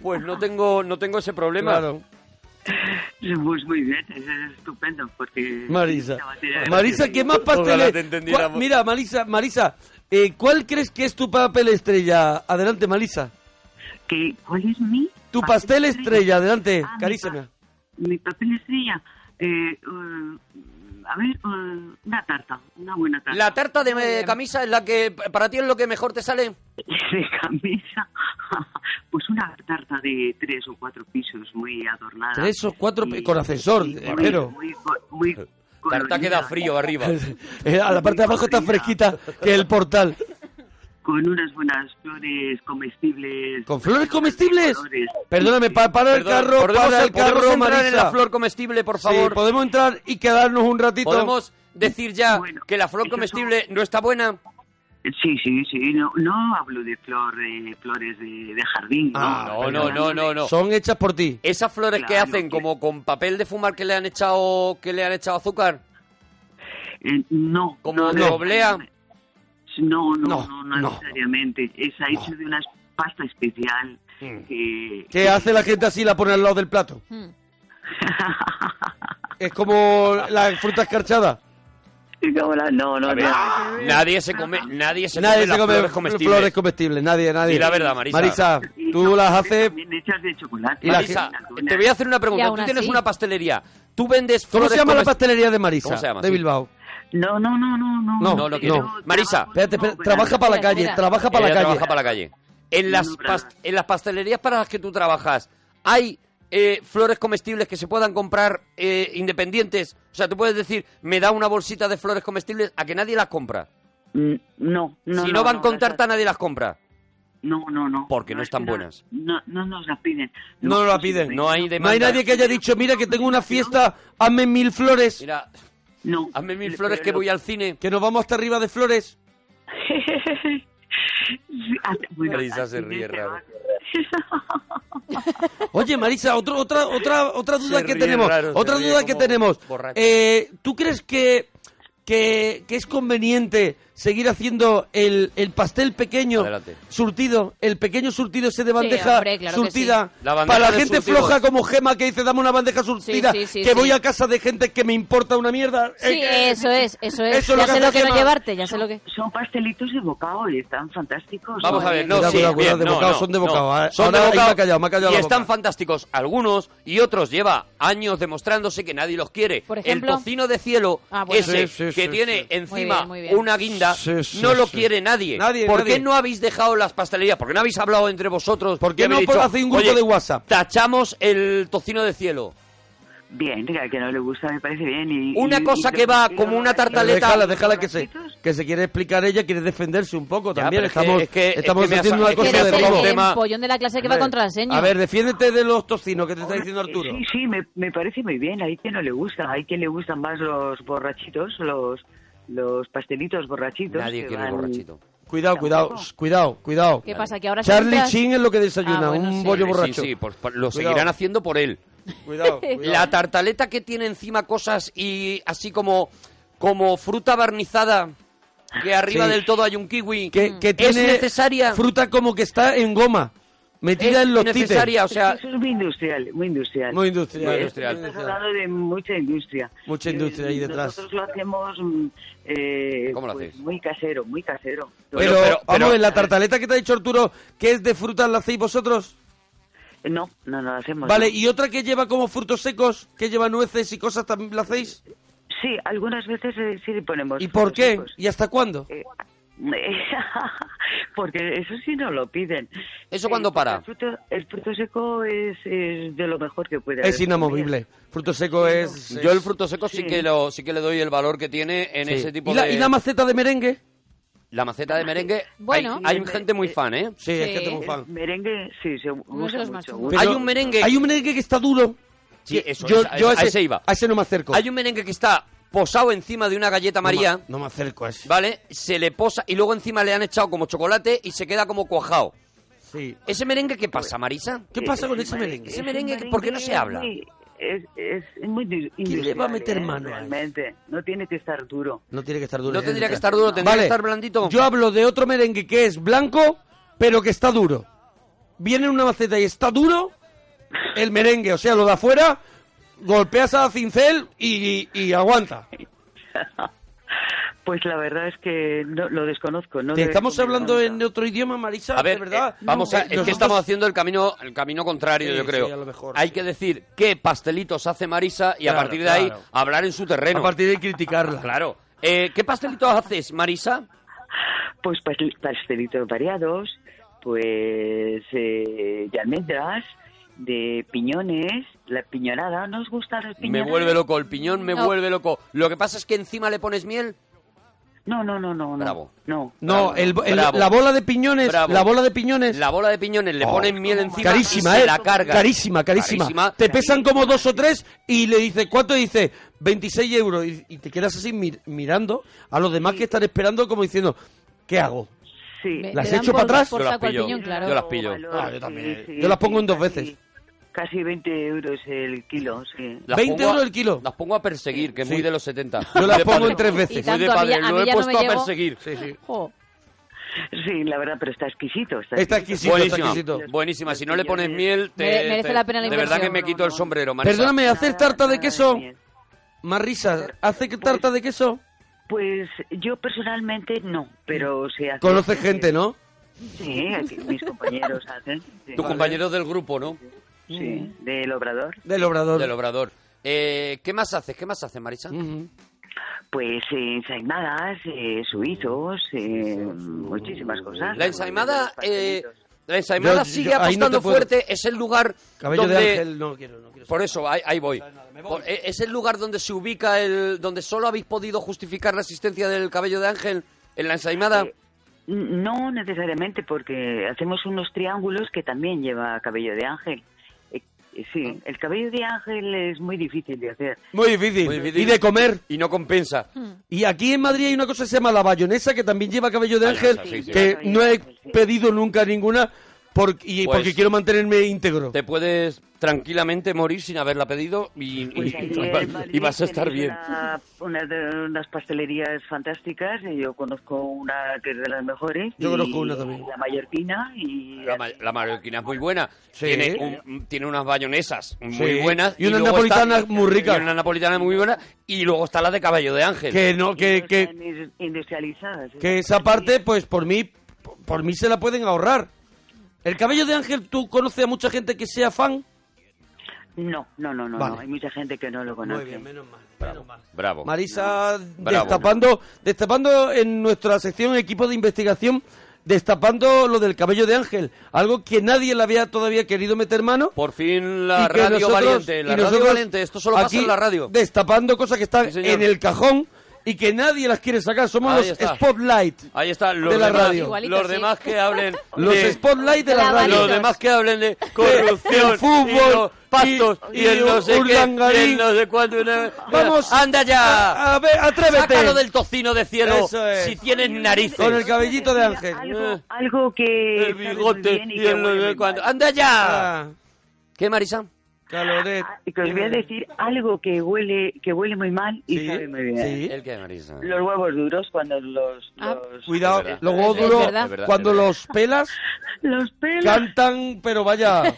Speaker 5: pues no tengo, no tengo ese problema.
Speaker 2: Claro.
Speaker 12: Pues muy bien, es, es estupendo porque...
Speaker 2: Marisa.
Speaker 12: la materia grasa-
Speaker 2: Marisa, ¿qué más
Speaker 5: Ojalá te
Speaker 2: pasteles?
Speaker 5: entendiéramos.
Speaker 2: ¿Cuál- Mira, Marisa, Marisa, eh, ¿cuál crees que es tu papel estrella? Adelante, Marisa.
Speaker 12: ¿Qué, ¿Cuál es mi? Ah,
Speaker 2: Tu pastel estrella, adelante, carísima.
Speaker 12: Mi papel estrella, eh, eh, a ver, eh, una tarta, una buena tarta.
Speaker 5: La tarta de eh, camisa es la que para ti es lo que mejor te sale.
Speaker 12: de camisa. pues una tarta de tres o cuatro pisos, muy adornada.
Speaker 2: Tres o cuatro
Speaker 12: Y-
Speaker 2: pe- con ascensor, eh,
Speaker 12: y muy-
Speaker 2: espero.
Speaker 12: Muy, co- muy
Speaker 5: Tarta
Speaker 12: colorida,
Speaker 5: queda frío arriba.
Speaker 2: Eh, A la parte de abajo está fresquita que el portal.
Speaker 12: Con unas buenas flores comestibles.
Speaker 2: ¿Con flores comestibles?
Speaker 12: Colores.
Speaker 2: Perdóname, pa- para el
Speaker 5: Perdón,
Speaker 2: carro,
Speaker 5: ¿podemos-
Speaker 2: para el
Speaker 5: podemos
Speaker 2: carro,
Speaker 5: entrar
Speaker 2: Marisa.
Speaker 5: en la flor comestible, por
Speaker 2: Sí,
Speaker 5: favor?
Speaker 2: podemos entrar y quedarnos un ratito.
Speaker 5: ¿Podemos decir ya
Speaker 12: Bueno,
Speaker 5: que la flor
Speaker 12: esas
Speaker 5: comestible no está buena?
Speaker 12: Sí, sí, sí. No, no hablo de flor, de flores de, de jardín.
Speaker 2: Ah,
Speaker 5: No, no, no, no, no.
Speaker 2: Son hechas por ti.
Speaker 5: Esas flores que
Speaker 12: Claro,
Speaker 5: hacen
Speaker 12: que-
Speaker 5: como con papel de fumar que le han echado que le han echado azúcar,
Speaker 12: Eh, no.
Speaker 5: como
Speaker 12: no,
Speaker 5: de oblea.
Speaker 12: No,
Speaker 2: No,
Speaker 12: no, no, no,
Speaker 2: no.
Speaker 12: necesariamente. Está hecho de una pasta especial
Speaker 2: Mm.
Speaker 12: que...
Speaker 2: ¿Qué hace la gente así? La pone al lado del plato. Es como la fruta escarchada.
Speaker 12: No, no,
Speaker 5: A ver, nadie se come, nadie se
Speaker 2: nadie se
Speaker 5: come las
Speaker 2: come
Speaker 5: flores comestibles.
Speaker 2: flores comestibles, nadie, nadie.
Speaker 5: Di la verdad, Marisa.
Speaker 2: Marisa, tú las haces...
Speaker 12: de
Speaker 2: Y
Speaker 12: chocolate.
Speaker 2: la
Speaker 5: Marisa,
Speaker 2: gente-
Speaker 5: te voy a hacer una
Speaker 2: Y
Speaker 5: pregunta.
Speaker 2: aún
Speaker 5: Tú tienes
Speaker 2: así.
Speaker 5: una pastelería. Tú vendes
Speaker 2: ¿Cómo
Speaker 5: flores
Speaker 2: se llama la
Speaker 5: comest-
Speaker 2: pastelería de Marisa?
Speaker 5: ¿Cómo se llama?
Speaker 2: De
Speaker 5: Sí.
Speaker 2: Bilbao.
Speaker 12: No, no, no, no, no.
Speaker 5: No, lo quiero. Marisa.
Speaker 2: Espérate, espérate, trabaja para la calle, trabaja para la
Speaker 5: Ella
Speaker 2: calle.
Speaker 5: Trabaja para la calle. En las, pas- en las pastelerías para las que tú trabajas, ¿hay eh, flores comestibles que se puedan comprar eh, independientes? O sea, tú puedes decir, me da una bolsita de flores comestibles a que nadie las compra.
Speaker 12: Mm, No, no.
Speaker 5: si no, van con
Speaker 12: las-
Speaker 5: tarta, nadie las compra.
Speaker 12: No, no, no.
Speaker 5: Porque no, están buenas.
Speaker 12: No, no nos la piden.
Speaker 2: No nos la piden.
Speaker 5: No hay
Speaker 2: No hay
Speaker 5: demanda.
Speaker 2: nadie que haya dicho, mira que tengo una fiesta, hazme mil flores.
Speaker 5: Mira,
Speaker 12: no.
Speaker 5: hazme mil flores que voy al cine.
Speaker 2: Que nos vamos hasta arriba de flores.
Speaker 5: Marisa se ríe raro.
Speaker 2: Oye, Marisa, otro- otra, otra, otra duda
Speaker 5: Se
Speaker 2: que
Speaker 5: ríe
Speaker 2: tenemos.
Speaker 5: raro, se
Speaker 2: otra
Speaker 5: ríe
Speaker 2: duda que
Speaker 5: como
Speaker 2: tenemos.
Speaker 5: borracho.
Speaker 2: Eh, ¿Tú crees que, que, que es conveniente seguir haciendo el, el pastel pequeño surtido? El pequeño surtido ese de
Speaker 5: Sí,
Speaker 2: bandeja
Speaker 5: hombre, claro que
Speaker 2: surtida.
Speaker 5: sí. La bandeja
Speaker 2: para la
Speaker 5: de
Speaker 2: gente
Speaker 5: surtidos.
Speaker 2: floja como Gema que dice, dame una bandeja surtida,
Speaker 3: sí, sí,
Speaker 2: que
Speaker 3: sí.
Speaker 2: voy a casa de gente que me importa una mierda.
Speaker 3: Sí,
Speaker 2: Eh, eh,
Speaker 3: eso es, eso
Speaker 2: Eso
Speaker 3: es.
Speaker 2: es
Speaker 3: ya
Speaker 2: lo que
Speaker 3: sé
Speaker 2: hace
Speaker 3: lo que no
Speaker 2: Gemma.
Speaker 3: llevarte, ya sé lo que...
Speaker 12: Son pastelitos de bocado y están fantásticos.
Speaker 5: Vamos
Speaker 12: ¿no?
Speaker 5: a ver, no,
Speaker 2: Cuidado,
Speaker 5: sí,
Speaker 2: cuidado, cuidado,
Speaker 5: bien,
Speaker 2: de
Speaker 5: no,
Speaker 2: bocado,
Speaker 5: no,
Speaker 2: son de
Speaker 5: no.
Speaker 2: bocado, ah,
Speaker 5: Son
Speaker 2: ahora
Speaker 5: de
Speaker 2: ahí me
Speaker 5: bocado
Speaker 2: ha callado, me ha callado
Speaker 5: y
Speaker 2: la boca.
Speaker 5: están fantásticos algunos y otros lleva años demostrándose que nadie los quiere.
Speaker 2: Por ejemplo.
Speaker 5: el tocino de cielo,
Speaker 2: Ah, bueno.
Speaker 5: ese
Speaker 2: Sí, sí,
Speaker 5: que
Speaker 2: sí,
Speaker 5: tiene
Speaker 2: sí.
Speaker 5: encima
Speaker 2: Muy bien, muy bien.
Speaker 5: una guinda,
Speaker 2: Sí, sí,
Speaker 5: no lo
Speaker 2: sí.
Speaker 5: quiere nadie.
Speaker 2: Nadie,
Speaker 5: ¿Por
Speaker 2: nadie.
Speaker 5: qué no habéis dejado las pastelerías? ¿Por qué no habéis hablado entre vosotros? ¿Por
Speaker 2: qué no hacéis un grupo de WhatsApp?
Speaker 5: Tachamos el tocino de cielo.
Speaker 12: Bien, al que no le gusta me parece bien. Y,
Speaker 5: Una
Speaker 12: y-
Speaker 5: cosa
Speaker 12: y-
Speaker 5: que va
Speaker 12: y-
Speaker 5: como una
Speaker 2: Pero
Speaker 5: tartaleta.
Speaker 2: Déjala, déjala que se, que se quiere explicar ella, quiere defenderse un poco
Speaker 5: Ya,
Speaker 2: también.
Speaker 5: pero es que-
Speaker 2: Estamos,
Speaker 5: es que- es
Speaker 2: estamos
Speaker 5: que me ha
Speaker 2: haciendo
Speaker 5: sa-
Speaker 2: una
Speaker 5: es que
Speaker 2: cosa
Speaker 5: me ha
Speaker 2: de
Speaker 5: salido
Speaker 2: loco.
Speaker 5: el
Speaker 3: El pollón de la clase que va contra el seño.
Speaker 2: A ver, defiéndete de los tocinos que te está diciendo
Speaker 12: Eh,
Speaker 2: Arturo.
Speaker 12: Sí, sí, me, me parece muy bien. Hay quien no le gusta, hay quien le gustan más los borrachitos, los los pastelitos borrachitos. que van-
Speaker 2: Cuidado, cuidado, shh, cuidado, cuidado.
Speaker 3: ¿Qué pasa, que ahora se
Speaker 2: Charlie
Speaker 3: entras?
Speaker 2: Chin es lo que desayuna,
Speaker 3: Ah, bueno,
Speaker 2: un
Speaker 3: sí.
Speaker 2: bollo
Speaker 5: Sí,
Speaker 2: borracho.
Speaker 5: Sí, sí, pues, pa- lo
Speaker 2: Cuidado.
Speaker 5: seguirán haciendo por él.
Speaker 2: Cuidado,
Speaker 5: La tartaleta que tiene encima cosas y así como, como fruta barnizada, que arriba
Speaker 2: Sí.
Speaker 5: del todo hay un kiwi,
Speaker 2: Que, que
Speaker 5: es
Speaker 2: tiene
Speaker 5: necesaria.
Speaker 2: fruta como que está en goma, metida
Speaker 5: Es
Speaker 2: en los tites.
Speaker 5: necesaria, o sea-
Speaker 12: Eso es muy industrial, muy industrial.
Speaker 2: Muy industrial.
Speaker 12: Eh,
Speaker 2: Industrial.
Speaker 12: Estás hablando de mucha industria.
Speaker 2: Mucha
Speaker 12: Eh,
Speaker 2: industria ahí detrás.
Speaker 12: Nosotros lo hacemos mm, eh,
Speaker 2: ¿Cómo lo
Speaker 12: pues,
Speaker 2: hacéis?
Speaker 12: muy casero, muy casero.
Speaker 2: Pero, vamos a ver,
Speaker 12: eh,
Speaker 2: la tartaleta que te ha dicho Arturo, que es de frutas, ¿la hacéis vosotros?
Speaker 12: Eh, No, no, no la hacemos.
Speaker 2: Vale,
Speaker 12: no.
Speaker 2: y otra que lleva como frutos secos, que lleva nueces y cosas, ¿también la hacéis?
Speaker 12: Sí, algunas veces eh, sí le ponemos.
Speaker 2: ¿Y por
Speaker 12: frutos
Speaker 2: qué?
Speaker 12: secos.
Speaker 2: ¿Y hasta cuándo?
Speaker 12: Porque eso sí no lo piden. Eh,
Speaker 5: ¿Eso cuándo
Speaker 12: porque
Speaker 5: para?
Speaker 12: El fruto, el fruto seco es, es de lo mejor que puede
Speaker 2: Es
Speaker 12: haber.
Speaker 2: inamovible. Fruto seco es...
Speaker 5: Yo el
Speaker 2: es-
Speaker 5: fruto seco sí,
Speaker 12: Sí.
Speaker 5: que lo, sí que le doy el valor que tiene en
Speaker 2: Sí.
Speaker 5: ese tipo
Speaker 2: eh, ¿Y la,
Speaker 5: de...
Speaker 2: ¿Y la maceta de merengue?
Speaker 5: La maceta de merengue,
Speaker 2: Bueno.
Speaker 5: hay, hay gente muy fan, ¿eh?
Speaker 2: Sí, hay Sí. gente muy fan.
Speaker 12: Merengue, sí, se usa
Speaker 5: los
Speaker 12: mucho.
Speaker 5: Pero- hay un merengue...
Speaker 2: Hay un merengue que está duro.
Speaker 5: Sí, eso,
Speaker 2: yo,
Speaker 5: esa-
Speaker 2: yo
Speaker 5: esa-
Speaker 2: a, ese,
Speaker 5: a ese iba.
Speaker 2: a ese no me acerco.
Speaker 5: Hay un merengue que está posado encima de una galleta
Speaker 2: No me-
Speaker 5: María...
Speaker 2: No me acerco a ese.
Speaker 5: ¿Vale? Se le posa y luego encima le han echado como chocolate y se queda como cuajado.
Speaker 2: Sí.
Speaker 5: ¿Ese merengue qué pasa, Marisa?
Speaker 2: ¿Qué pasa con ese merengue?
Speaker 5: Ese merengue, ¿por qué no se habla?
Speaker 12: muy- Es, es muy di-
Speaker 2: ¿Quién le va a
Speaker 12: industrial,
Speaker 2: meter
Speaker 12: ¿eh?
Speaker 2: mano a eso?
Speaker 12: Realmente, no tiene que estar duro.
Speaker 2: No tiene que estar duro.
Speaker 5: No tendría que estar duro, tendría que estar
Speaker 2: blandito. Yo hablo de otro merengue que es blanco, pero que está duro. Viene en una maceta y está duro el merengue. O sea, lo de afuera, golpeas a cincel y, y- y aguanta.
Speaker 12: Pues la verdad es que no, lo desconozco. No
Speaker 2: Te
Speaker 12: le-
Speaker 2: estamos hablando en otro idioma, Marisa,
Speaker 5: A ver,
Speaker 2: de verdad.
Speaker 5: eh, vamos a, es
Speaker 2: Nosotros-
Speaker 5: que estamos haciendo el camino, el camino contrario,
Speaker 2: Sí,
Speaker 5: yo creo.
Speaker 2: sí, a lo mejor,
Speaker 5: Hay que decir qué pastelitos hace Marisa y
Speaker 2: Claro,
Speaker 5: a partir de ahí
Speaker 2: claro.
Speaker 5: hablar en su terreno.
Speaker 2: A partir de ahí criticarla.
Speaker 5: Claro. Eh, ¿Qué pastelitos haces, Marisa?
Speaker 12: Pues pastel- pastelitos variados, pues eh, de almendras, de piñones, la piñonada. ¿No os gustan los
Speaker 5: Me
Speaker 12: piñones?
Speaker 5: vuelve loco, el piñón me
Speaker 12: No.
Speaker 5: vuelve loco. Lo que pasa es que encima le pones miel.
Speaker 12: No, no, no, no. no.
Speaker 5: Bravo.
Speaker 12: No.
Speaker 2: No, el- el-
Speaker 5: Bravo.
Speaker 2: la bola de piñones,
Speaker 5: Bravo.
Speaker 2: la bola de piñones.
Speaker 5: La bola de piñones le
Speaker 2: Oh.
Speaker 5: ponen miel encima y
Speaker 2: Carísima,
Speaker 5: se
Speaker 2: ¿eh?
Speaker 5: la carga.
Speaker 2: Carísima, carísima, Te pesan como dos o tres y le dices, ¿cuánto? Y dice, 26 euros. Y, y te quedas así mir- mirando a los demás que están esperando como diciendo, ¿qué hago?
Speaker 12: Sí.
Speaker 2: ¿Las echo para atrás?
Speaker 5: Yo las pillo. Yo las pillo.
Speaker 2: Ah, yo también.
Speaker 12: Sí, sí,
Speaker 2: Yo las
Speaker 12: sí,
Speaker 2: pongo en dos veces.
Speaker 12: Casi 20 euros el kilo, sí.
Speaker 5: Las
Speaker 2: 20
Speaker 5: pongo a-
Speaker 2: euros el kilo.
Speaker 5: Las pongo a perseguir, que es muy de los 70.
Speaker 2: Yo
Speaker 5: Muy
Speaker 2: las
Speaker 5: de
Speaker 2: pongo
Speaker 5: padre.
Speaker 2: en tres
Speaker 3: Y
Speaker 2: veces.
Speaker 5: Muy de
Speaker 3: tanto, a mí
Speaker 5: padre,
Speaker 3: ya- a
Speaker 5: lo
Speaker 3: mí
Speaker 5: he
Speaker 3: ya no
Speaker 5: puesto
Speaker 3: me
Speaker 5: a
Speaker 3: llegó.
Speaker 5: perseguir.
Speaker 3: Jo.
Speaker 12: Sí, la verdad, pero está exquisito. Está,
Speaker 2: Está exquisito, está
Speaker 5: Buenísima,
Speaker 2: exquisito.
Speaker 5: Buenísima. Si no le pones miel, te,
Speaker 3: Mere- merece
Speaker 5: te-
Speaker 3: la pena la
Speaker 5: De verdad que
Speaker 3: inversión.
Speaker 5: me quito el sombrero, Marisa.
Speaker 2: Perdóname, ¿hacer tarta de queso? Más risas. ¿Hace que tarta de queso?
Speaker 12: Pues yo personalmente no, pero se hace.
Speaker 2: Conoces gente, ¿no?
Speaker 12: Sí, aquí mis compañeros hacen. sí.
Speaker 5: Tus compañeros del grupo, ¿no?
Speaker 12: Sí, del Obrador.
Speaker 2: Del Obrador.
Speaker 5: Del Obrador. Eh, ¿Qué más haces? ¿Qué más haces, Marisa?
Speaker 12: Pues eh, ensaimadas, eh, suizos, eh, muchísimas cosas.
Speaker 5: La ensaimada, eh, la
Speaker 12: Yo-
Speaker 5: ensaimada
Speaker 12: yo-
Speaker 5: sigue
Speaker 12: ahí no te
Speaker 5: apostando
Speaker 12: puedo.
Speaker 5: fuerte. Es el lugar
Speaker 2: Cabello
Speaker 5: donde...
Speaker 2: de ángel, no quiero, no quiero.
Speaker 5: Por eso, ahí, ahí voy. Por- eh, es el lugar donde se ubica el... Donde solo habéis podido justificar la existencia del cabello de ángel en la ensaimada.
Speaker 12: No necesariamente, porque hacemos unos triángulos que también lleva cabello de ángel. Eh, eh, sí,
Speaker 5: Ah.
Speaker 12: el cabello de ángel es muy difícil de hacer.
Speaker 2: Muy difícil. Y de comer.
Speaker 5: Y no compensa.
Speaker 2: Y aquí en Madrid hay una cosa que se llama la bayonesa, que también lleva cabello de ángel,
Speaker 5: Bayonesa, Ah, sí, sí.
Speaker 2: que no he pedido nunca ninguna por- y
Speaker 5: Pues-
Speaker 2: porque quiero mantenerme íntegro.
Speaker 5: Te puedes tranquilamente morir sin haberla pedido y, y-
Speaker 12: Pues
Speaker 5: y
Speaker 12: allí en
Speaker 5: vas-
Speaker 12: Madrid
Speaker 5: y vas a estar
Speaker 12: tenéis
Speaker 5: bien.
Speaker 12: Una, una de unas pastelerías fantásticas, y yo conozco una que es de las mejores.
Speaker 5: Yo
Speaker 12: y
Speaker 5: conozco una también.
Speaker 12: La mallorquina y
Speaker 5: La, ma- la mallorquina es muy buena. Tiene, un- tiene unas bayonesas muy
Speaker 2: Sí.
Speaker 5: buenas.
Speaker 2: Y unas
Speaker 5: luego
Speaker 2: napolitanas muy ricas.
Speaker 5: Y una napolitana muy buena. Y luego está la de caballo de ángel.
Speaker 2: Que no, que, que,
Speaker 12: indus- industrializadas.
Speaker 2: que esa parte, pues por mí, por mí se la pueden ahorrar. El cabello de ángel, ¿tú conoces a mucha gente que sea fan?
Speaker 12: No, no, no, no,
Speaker 2: Vale.
Speaker 12: no. Hay mucha gente que no lo conoce. Muy bien,
Speaker 2: menos mal.
Speaker 5: Bravo.
Speaker 2: Marisa
Speaker 5: Bravo.
Speaker 2: destapando, destapando en nuestra sección equipo de investigación, destapando lo del cabello de ángel, algo que nadie le había todavía querido meter mano.
Speaker 5: Por fin la
Speaker 2: Y que
Speaker 5: radio
Speaker 2: nosotros-
Speaker 5: valiente. La
Speaker 2: y
Speaker 5: radio
Speaker 2: nosotros
Speaker 5: valiente. Esto solo pasa
Speaker 2: aquí
Speaker 5: en la radio.
Speaker 2: Destapando cosas que están
Speaker 5: Sí, señor.
Speaker 2: en el cajón y que nadie las quiere sacar. Somos
Speaker 5: Ahí
Speaker 2: los
Speaker 5: está.
Speaker 2: Spotlight.
Speaker 5: Ahí está. Los
Speaker 2: de la
Speaker 5: demás,
Speaker 2: radio. Igualito,
Speaker 5: Los
Speaker 2: sí.
Speaker 5: demás que hablen.
Speaker 2: Los
Speaker 5: de-
Speaker 2: Spotlight de la radio.
Speaker 5: Los demás que hablen de corrupción,
Speaker 2: del fútbol,
Speaker 5: y los pactos, y,
Speaker 2: y
Speaker 5: el no sé qué,
Speaker 2: Urdangarín.
Speaker 5: y el no sé cuánto. y no-
Speaker 2: Vamos,
Speaker 5: ¡Anda ya!
Speaker 2: a- a ver, atrévete.
Speaker 5: ¡Sácalo del tocino de cielo
Speaker 2: Eso es.
Speaker 5: si tienes narices!
Speaker 2: Con el cabellito de ángel.
Speaker 12: Algo, algo que.
Speaker 5: Eh, El
Speaker 12: sabes muy
Speaker 5: bigote
Speaker 12: bien y
Speaker 5: y
Speaker 12: que
Speaker 5: el no
Speaker 12: huele
Speaker 5: sé
Speaker 12: muy
Speaker 5: cuánto.
Speaker 12: mal.
Speaker 5: ¡Anda ya!
Speaker 2: Ah.
Speaker 5: ¿Qué, Marisa?
Speaker 2: Caloret.
Speaker 12: Ah, Y que os voy a decir algo que huele, que huele muy mal y sabe muy bien.
Speaker 5: ¿El qué, Marisa?
Speaker 12: Los huevos duros cuando los... los-
Speaker 2: Cuidado,
Speaker 12: Es verdad.
Speaker 2: los huevos
Speaker 12: Es
Speaker 2: duros,
Speaker 12: verdad. Es verdad,
Speaker 2: cuando
Speaker 12: es verdad.
Speaker 2: los pelas,
Speaker 12: los pelas.
Speaker 2: cantan, pero vaya.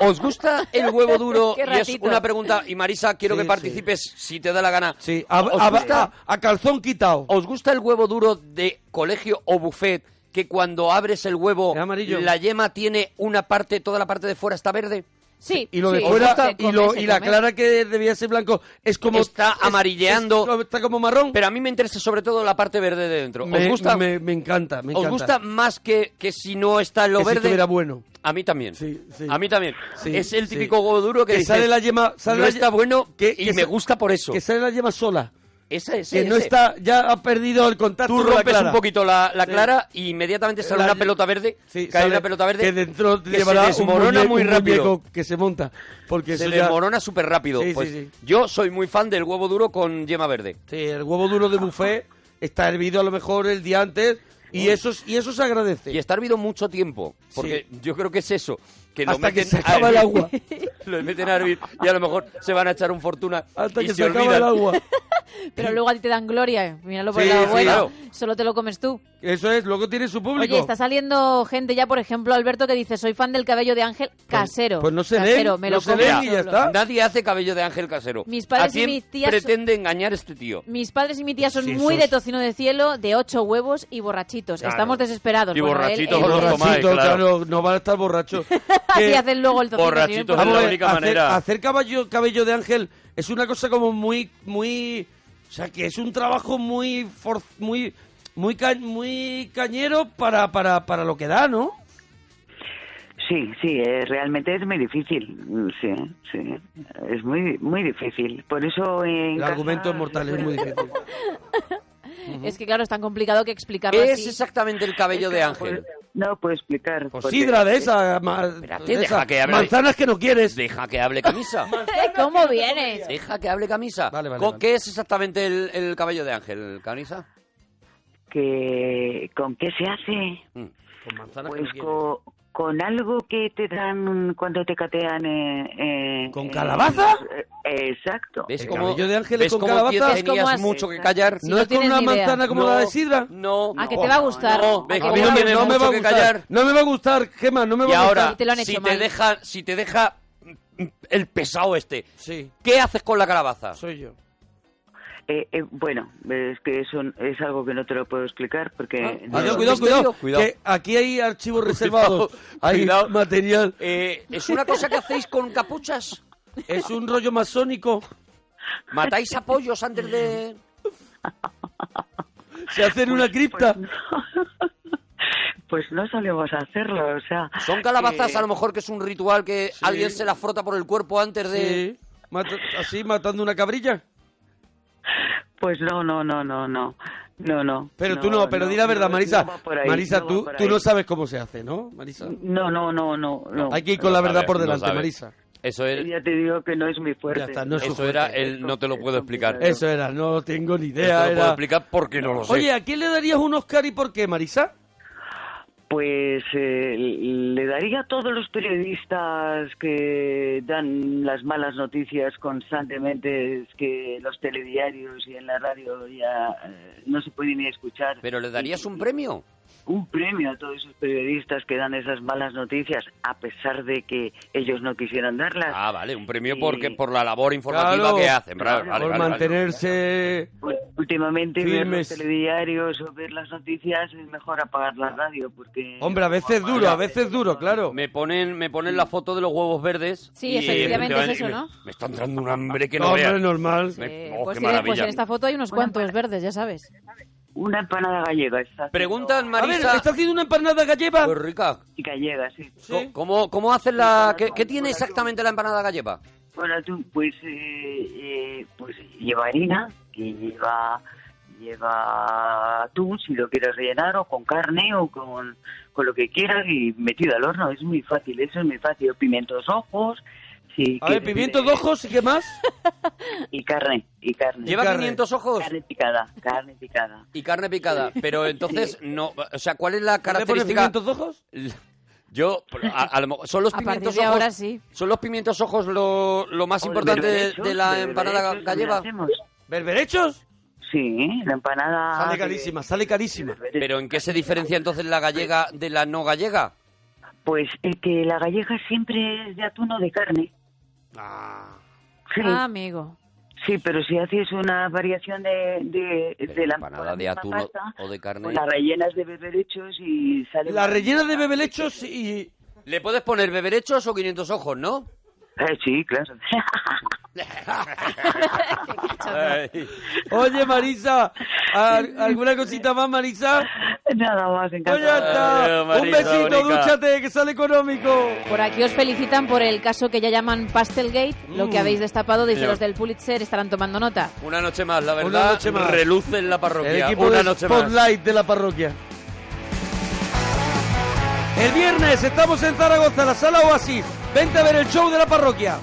Speaker 5: ¿Os gusta el huevo duro?
Speaker 2: Qué
Speaker 5: y es
Speaker 2: ratito.
Speaker 5: una pregunta, y Marisa, quiero que participes si te da la gana.
Speaker 2: Sí, a, a- a- a calzón quitado.
Speaker 5: ¿Os gusta el huevo duro de colegio o buffet que cuando abres el huevo
Speaker 2: amarillo.
Speaker 5: la yema tiene una parte, toda la parte de fuera está verde?
Speaker 3: Sí.
Speaker 2: Y lo de
Speaker 5: sí.
Speaker 2: fuera,
Speaker 5: ¿Os gusta?
Speaker 2: y, lo,
Speaker 5: Se come,
Speaker 2: y
Speaker 5: se
Speaker 2: la
Speaker 5: come.
Speaker 2: clara que debía ser blanco, es como.
Speaker 5: está
Speaker 2: es-
Speaker 5: amarilleando.
Speaker 2: está como marrón.
Speaker 5: Pero a mí me interesa sobre todo la parte verde de dentro.
Speaker 2: es-
Speaker 5: ¿Os
Speaker 2: me,
Speaker 5: gusta?
Speaker 2: me- me encanta, me
Speaker 5: ¿Os
Speaker 2: encanta.
Speaker 5: gusta más que, que si no está lo
Speaker 2: Que si
Speaker 5: verde?
Speaker 2: estuviera bueno.
Speaker 5: A mí también. A mí también.
Speaker 2: Sí,
Speaker 5: es el
Speaker 2: sí.
Speaker 5: típico huevo duro que,
Speaker 2: Que
Speaker 5: dices,
Speaker 2: sale la yema- sale
Speaker 5: no
Speaker 2: la ye-
Speaker 5: está bueno
Speaker 2: que-
Speaker 5: y
Speaker 2: que
Speaker 5: me
Speaker 2: sa-
Speaker 5: gusta por eso.
Speaker 2: Que sale la yema sola.
Speaker 5: Esa es.
Speaker 2: que no
Speaker 5: ese.
Speaker 2: está, ya ha perdido el contacto.
Speaker 5: Tú
Speaker 2: con la
Speaker 5: rompes un
Speaker 2: clara.
Speaker 5: poquito la, la
Speaker 2: Sí.
Speaker 5: clara y inmediatamente sale
Speaker 2: La-
Speaker 5: una pelota verde. cae
Speaker 2: sale-
Speaker 5: una pelota verde
Speaker 2: que dentro
Speaker 5: que se
Speaker 2: llevará un
Speaker 5: desmorona
Speaker 2: muñe-
Speaker 5: muy
Speaker 2: un
Speaker 5: rápido.
Speaker 2: muñeco que se monta. Porque
Speaker 5: Se
Speaker 2: eso ya-
Speaker 5: desmorona súper rápido.
Speaker 2: Sí, sí,
Speaker 5: Pues
Speaker 2: sí.
Speaker 5: Yo soy muy fan del huevo duro con yema verde.
Speaker 2: Sí, el huevo duro de buffet está hervido a lo mejor el día antes y eso, y eso se agradece.
Speaker 5: Y está hervido mucho tiempo. Porque yo creo que es eso. Que lo
Speaker 2: Hasta que
Speaker 5: meten
Speaker 2: se
Speaker 5: a
Speaker 2: acaba el
Speaker 5: hervir.
Speaker 2: agua.
Speaker 5: Lo meten a hervir y a lo mejor se van a echar un fortuna.
Speaker 2: Hasta
Speaker 5: y
Speaker 2: que se acaba el agua.
Speaker 3: Pero luego a ti te dan gloria. eh. Míralo por
Speaker 2: Sí,
Speaker 3: el lado
Speaker 2: sí,
Speaker 3: bueno.
Speaker 2: claro.
Speaker 3: Solo te lo comes tú.
Speaker 2: Eso es, luego tiene su público.
Speaker 3: Oye, está saliendo gente ya, por ejemplo, Alberto, que dice, soy fan del cabello de Ángel casero.
Speaker 2: pues no se
Speaker 3: Casero,
Speaker 2: ven,
Speaker 3: me
Speaker 2: no
Speaker 3: lo
Speaker 2: se
Speaker 3: como
Speaker 2: ven y ya
Speaker 3: solo.
Speaker 2: está.
Speaker 5: Nadie hace cabello de ángel casero.
Speaker 3: Mis padres
Speaker 5: ¿A
Speaker 3: y
Speaker 5: quién
Speaker 3: mis tías
Speaker 5: pretende engañar este tío?
Speaker 3: Mis padres y mi tía son
Speaker 5: Sí,
Speaker 3: muy
Speaker 5: esos-
Speaker 3: de tocino de cielo, de ocho huevos y borrachitos.
Speaker 5: Claro.
Speaker 3: Estamos desesperados.
Speaker 5: Y
Speaker 3: Bueno, él-
Speaker 5: borrachitos
Speaker 3: él-
Speaker 5: os los
Speaker 3: él-
Speaker 5: tomáis,
Speaker 2: Borrachitos,
Speaker 5: claro.
Speaker 2: claro, no van a estar borrachos.
Speaker 3: Así hacen luego el tocino de cielo.
Speaker 5: Borrachitos es la
Speaker 2: Vamos a ver,
Speaker 5: única
Speaker 2: hacer,
Speaker 5: manera.
Speaker 2: hacer caballo- cabello de ángel es una cosa como muy, muy, o sea que es un trabajo muy, for- muy, muy, ca- muy cañero para, para, para lo que da, ¿no?
Speaker 12: Sí, sí, eh, realmente es muy difícil. Mm, Sí, sí. Es muy, muy difícil. Por eso en
Speaker 2: El
Speaker 12: casa-
Speaker 2: argumento mortal es muy difícil.
Speaker 3: Es que claro, es tan complicado que explicarlo
Speaker 5: ¿Qué es
Speaker 3: así.
Speaker 5: exactamente el cabello de ángel?
Speaker 12: No puedo explicar.
Speaker 2: Pues
Speaker 12: porque-
Speaker 2: sidra de esa, ma-
Speaker 5: Espérate,
Speaker 2: de esa.
Speaker 5: deja que hable.
Speaker 2: manzanas que no quieres.
Speaker 5: Deja que hable camisa.
Speaker 3: Eh, ¿Cómo vienes?
Speaker 5: Deja que hable camisa.
Speaker 2: Vale, vale,
Speaker 5: ¿Con
Speaker 2: vale.
Speaker 5: ¿Qué es exactamente el, el cabello de ángel, camisa?
Speaker 12: que con qué se hace
Speaker 5: Mm.
Speaker 12: pues co- con, con algo que te dan cuando te catean. eh, eh,
Speaker 2: ¿Con
Speaker 12: eh,
Speaker 2: calabaza?
Speaker 12: eh, exacto.
Speaker 5: ¿Ves
Speaker 2: El
Speaker 5: cómo-
Speaker 2: cabello de ángeles
Speaker 5: ves
Speaker 2: con
Speaker 5: cómo
Speaker 2: calabaza?
Speaker 5: tienes-
Speaker 2: Es como
Speaker 5: tenías
Speaker 2: así.
Speaker 5: mucho que callar?
Speaker 2: No es con una manzana como la de sidra.
Speaker 5: No.
Speaker 3: ¿A Ah, que te va a gustar?
Speaker 5: No,
Speaker 3: ¿A
Speaker 5: ves
Speaker 3: que
Speaker 5: cómo
Speaker 3: te va a
Speaker 5: tienes
Speaker 3: gustar?
Speaker 5: mucho que callar.
Speaker 2: No me va a gustar, Gema, no me va
Speaker 5: y
Speaker 2: a gustar.
Speaker 5: ahora,
Speaker 3: Y te lo han
Speaker 5: si,
Speaker 3: hecho
Speaker 5: te
Speaker 3: mal.
Speaker 5: deja, si te deja mm, el pesado este, ¿qué haces con la calabaza?
Speaker 2: Soy yo.
Speaker 12: Eh, eh, bueno, es que eso es algo que no te lo puedo explicar porque...
Speaker 5: Ah.
Speaker 12: no-
Speaker 2: Adiós, cuidado, cuidado, que aquí hay archivos reservados, hay material.
Speaker 5: Eh, ¿Es una cosa que hacéis con capuchas?
Speaker 2: Es un rollo masónico.
Speaker 5: ¿Matáis a pollos antes de...?
Speaker 2: Se hacen una cripta.
Speaker 12: Pues no solemos hacerlo, o sea...
Speaker 5: Son calabazas,
Speaker 12: eh,
Speaker 5: a lo mejor que es un ritual que alguien se las frota por el cuerpo antes de...
Speaker 2: Sí. Mata- así matando una cabrilla.
Speaker 12: Pues no, no, no, no, no. No, no.
Speaker 2: Pero tú no, pero di la verdad, Marisa.
Speaker 12: no va por ahí,
Speaker 2: Marisa,
Speaker 12: no va
Speaker 2: tú,
Speaker 12: por
Speaker 2: tú
Speaker 12: ahí.
Speaker 2: no sabes cómo se hace, ¿no, Marisa?
Speaker 12: No, no, no, no. no.
Speaker 2: Hay que ir con la
Speaker 5: No
Speaker 2: verdad
Speaker 5: sabe,
Speaker 2: por
Speaker 5: no
Speaker 2: delante,
Speaker 5: sabe.
Speaker 2: Marisa.
Speaker 5: Eso es...
Speaker 12: Ya te digo que no es mi fuerte.
Speaker 2: Ya está, no es su
Speaker 5: Eso era el... No te lo puedo explicar.
Speaker 2: Eso era, no tengo ni
Speaker 5: No te lo
Speaker 2: idea.
Speaker 5: puedo
Speaker 2: Era...
Speaker 5: explicar porque no lo sé.
Speaker 2: Oye, ¿a quién le darías un Oscar y por qué, Marisa?
Speaker 12: Pues eh, le daría a todos los periodistas que dan las malas noticias constantemente, es que los telediarios y en la radio ya eh, no se pueden ni escuchar.
Speaker 5: ¿Pero le darías un premio?
Speaker 12: Un premio a todos esos periodistas que dan esas malas noticias, a pesar de que ellos no quisieran darlas.
Speaker 5: Ah, vale, un premio
Speaker 12: Sí.
Speaker 5: porque por la labor informativa
Speaker 2: Claro.
Speaker 5: que hacen. Vale, vale,
Speaker 2: por
Speaker 5: vale, vale.
Speaker 2: mantenerse.
Speaker 12: Pues, Últimamente ver
Speaker 2: Firmes.
Speaker 12: los telediarios o ver las noticias es mejor apagar la radio, porque...
Speaker 2: Hombre, a veces duro, a veces duro, claro.
Speaker 5: Me ponen, me ponen la foto de los huevos verdes.
Speaker 3: Sí, efectivamente es eso,
Speaker 5: me-
Speaker 3: ¿no?
Speaker 5: Me está entrando un hambre que no,
Speaker 2: Hombre,
Speaker 5: veas.
Speaker 2: normal.
Speaker 5: Me-
Speaker 3: Eh,
Speaker 5: oh,
Speaker 3: pues,
Speaker 5: qué
Speaker 3: tiene- pues
Speaker 5: maravilla.
Speaker 3: en esta foto hay unos
Speaker 5: pues,
Speaker 3: cuantos verdes, ya sabes.
Speaker 12: Una empanada gallega está...
Speaker 5: Preguntan,
Speaker 2: A ver,
Speaker 5: Marisa.
Speaker 2: ¿está haciendo una empanada gallega?
Speaker 5: Pues rica.
Speaker 12: Gallega, sí.
Speaker 5: Co- ¿Cómo, cómo haces la...? ¿Qué, qué tiene exactamente la empanada gallega?
Speaker 12: Bueno, tú, pues, eh, eh, pues lleva harina, que lleva, lleva atún, si lo quieres rellenar, o con carne, o con, con lo que quieras, y metido al horno. Es muy fácil, eso es muy fácil. Pimientos ojos, sí.
Speaker 2: A ver, pimientos de ojos y qué más.
Speaker 12: eh, Y carne, y carne.
Speaker 5: ¿Lleva 500 ojos?
Speaker 12: Carne picada, carne picada.
Speaker 5: Y carne picada. Pero entonces, no... O sea, ¿cuál es la
Speaker 2: ¿Le pones
Speaker 5: característica...?
Speaker 2: pimientos de ojos?
Speaker 5: Yo, a, a lo mejor- son los
Speaker 3: A partir
Speaker 5: pimientos
Speaker 3: de
Speaker 5: ojos...
Speaker 3: ahora sí.
Speaker 5: Son los pimientos ojos lo, lo más importante de, de la empanada gallega.
Speaker 2: ¿Berberechos?
Speaker 12: Sí, la empanada...
Speaker 2: Sale
Speaker 12: de-
Speaker 2: carísima, sale carísima.
Speaker 5: Pero ¿en qué se diferencia entonces la gallega de la no gallega?
Speaker 12: Pues eh, que la gallega siempre es de atún o de carne. Sí.
Speaker 3: Ah, amigo.
Speaker 12: Sí, pero si haces una variación de, de, de la
Speaker 5: Empanada de atún o- o de carne.
Speaker 12: con las rellenas de beberechos y sale...
Speaker 2: La rellena de bebelechos y...
Speaker 5: Le puedes poner beberechos o 500 ojos, ¿no?
Speaker 12: Eh, sí, claro.
Speaker 5: Ay.
Speaker 2: Oye, Marisa, ¿al- ¿alguna cosita más, Marisa?
Speaker 12: Nada más,
Speaker 2: Pues
Speaker 12: encantado.
Speaker 2: ya está.
Speaker 5: Adiós, Marisa,
Speaker 2: Un besito,
Speaker 5: única.
Speaker 2: dúchate, que sale económico.
Speaker 3: Por aquí os felicitan por el caso que ya llaman Pastelgate, lo que
Speaker 2: Mm.
Speaker 3: habéis destapado, dice
Speaker 5: Señor.
Speaker 3: los del Pulitzer, estarán tomando nota.
Speaker 5: Una noche más, la verdad.
Speaker 2: Una noche más.
Speaker 5: Reluce en la
Speaker 2: El
Speaker 5: parroquia.
Speaker 2: equipo
Speaker 5: Una
Speaker 2: de
Speaker 5: noche más.
Speaker 2: Spotlight de la parroquia. El viernes estamos en Zaragoza, la sala Oasis. Vente a ver el show de la parroquia.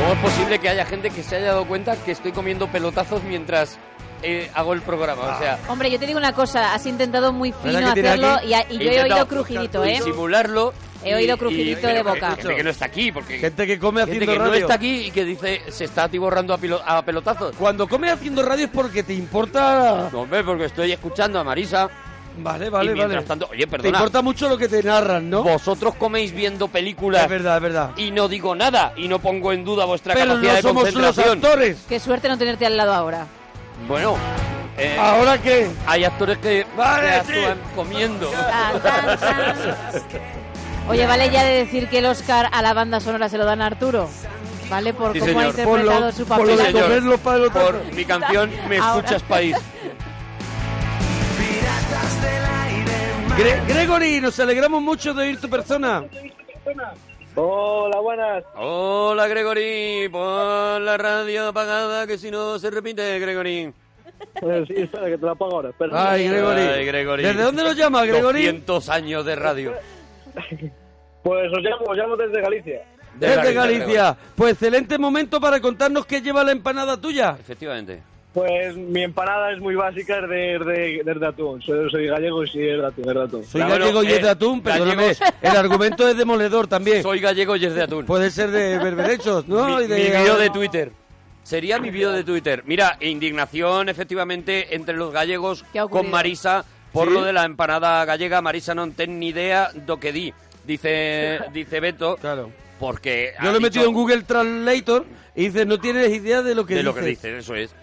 Speaker 5: ¿Cómo es posible que haya gente que se haya dado cuenta que estoy comiendo pelotazos mientras eh, hago el programa? O sea,
Speaker 3: Hombre, yo te digo una cosa, has intentado muy fino
Speaker 2: que tiene
Speaker 3: hacerlo
Speaker 2: aquí?
Speaker 3: y, a- y yo he
Speaker 5: intentado
Speaker 3: oído crujidito, ¿eh?
Speaker 5: Simularlo.
Speaker 3: He
Speaker 5: y-
Speaker 3: oído
Speaker 5: y-
Speaker 3: crujidito
Speaker 5: pero
Speaker 3: de
Speaker 5: que-
Speaker 3: boca.
Speaker 5: Gente que no está aquí, porque
Speaker 2: Gente que come
Speaker 5: gente
Speaker 2: haciendo
Speaker 5: que no
Speaker 2: radio.
Speaker 5: está aquí y que dice se está atiborrando a, pilo- a pelotazos.
Speaker 2: Cuando come haciendo radio es porque te importa.
Speaker 5: No, hombre, porque estoy escuchando a Marisa.
Speaker 2: Vale,
Speaker 5: y
Speaker 2: vale,
Speaker 5: mientras
Speaker 2: vale.
Speaker 5: tanto, oye,
Speaker 2: Te
Speaker 5: perdona.
Speaker 2: importa mucho lo que te narran, ¿no?
Speaker 5: Vosotros coméis viendo películas
Speaker 2: Es verdad, es verdad.
Speaker 5: y no digo nada y no pongo en duda vuestra
Speaker 2: Pero
Speaker 5: capacidad
Speaker 2: no
Speaker 5: de
Speaker 2: somos los
Speaker 5: concentración.
Speaker 2: actores.
Speaker 3: Qué suerte no tenerte al lado ahora.
Speaker 5: Bueno, eh,
Speaker 2: ¿Ahora qué?
Speaker 5: hay actores que,
Speaker 2: Vale,
Speaker 5: que
Speaker 2: sí.
Speaker 5: actúan comiendo.
Speaker 3: Tan, tan, tan. Oye, vale ya de decir que el Oscar a la banda sonora se lo dan a Arturo, ¿vale? Por
Speaker 5: Sí,
Speaker 3: cómo
Speaker 5: señor.
Speaker 3: ha
Speaker 2: Por lo,
Speaker 3: interpretado su
Speaker 2: por lo
Speaker 3: papel.
Speaker 5: Sí,
Speaker 2: de
Speaker 5: señor.
Speaker 2: comer los pelotazos.
Speaker 5: Por mi canción Me
Speaker 3: Ahora.
Speaker 5: escuchas país.
Speaker 2: Gre- Gregory, nos alegramos mucho de oír tu persona.
Speaker 11: Hola, buenas.
Speaker 5: Hola Gregory, pon la radio apagada que si no se repite Gregory.
Speaker 11: Eh, Sí, espera, que te la apago ahora. Espera.
Speaker 2: Ay, Gregory.
Speaker 5: Ay, Gregory.
Speaker 2: ¿Desde dónde nos llama, Gregory?
Speaker 5: 200 años de radio.
Speaker 11: Pues os llamo, os llamo desde Galicia.
Speaker 5: De
Speaker 2: Desde
Speaker 5: Galicia,
Speaker 2: Galicia. Pues excelente momento para contarnos qué lleva la empanada tuya.
Speaker 5: Efectivamente.
Speaker 14: Pues mi empanada es muy básica, es de, es de, es de atún. Soy, soy gallego y sí, es de atún. Es de atún.
Speaker 2: Soy gallego y es de atún, perdóname. El argumento es demoledor también.
Speaker 5: eh, Soy gallego y es de atún.
Speaker 2: Puede ser de berberechos, ¿no?
Speaker 5: Mi,
Speaker 2: Y de-
Speaker 5: mi bio de Twitter. Sería mi bio de Twitter. Mira, indignación efectivamente entre los gallegos
Speaker 3: ¿Qué ha ocurrido?
Speaker 5: con Marisa por
Speaker 2: ¿Sí?
Speaker 5: lo de la empanada gallega. Marisa no ten ni idea do que di. Dice, dice Beto.
Speaker 2: Claro.
Speaker 5: Porque.
Speaker 2: Yo lo
Speaker 5: ha
Speaker 2: he
Speaker 5: dicho-
Speaker 2: metido en Google Translator y dice, no tienes idea de lo que
Speaker 5: de
Speaker 2: dices.
Speaker 5: lo que dice, eso es.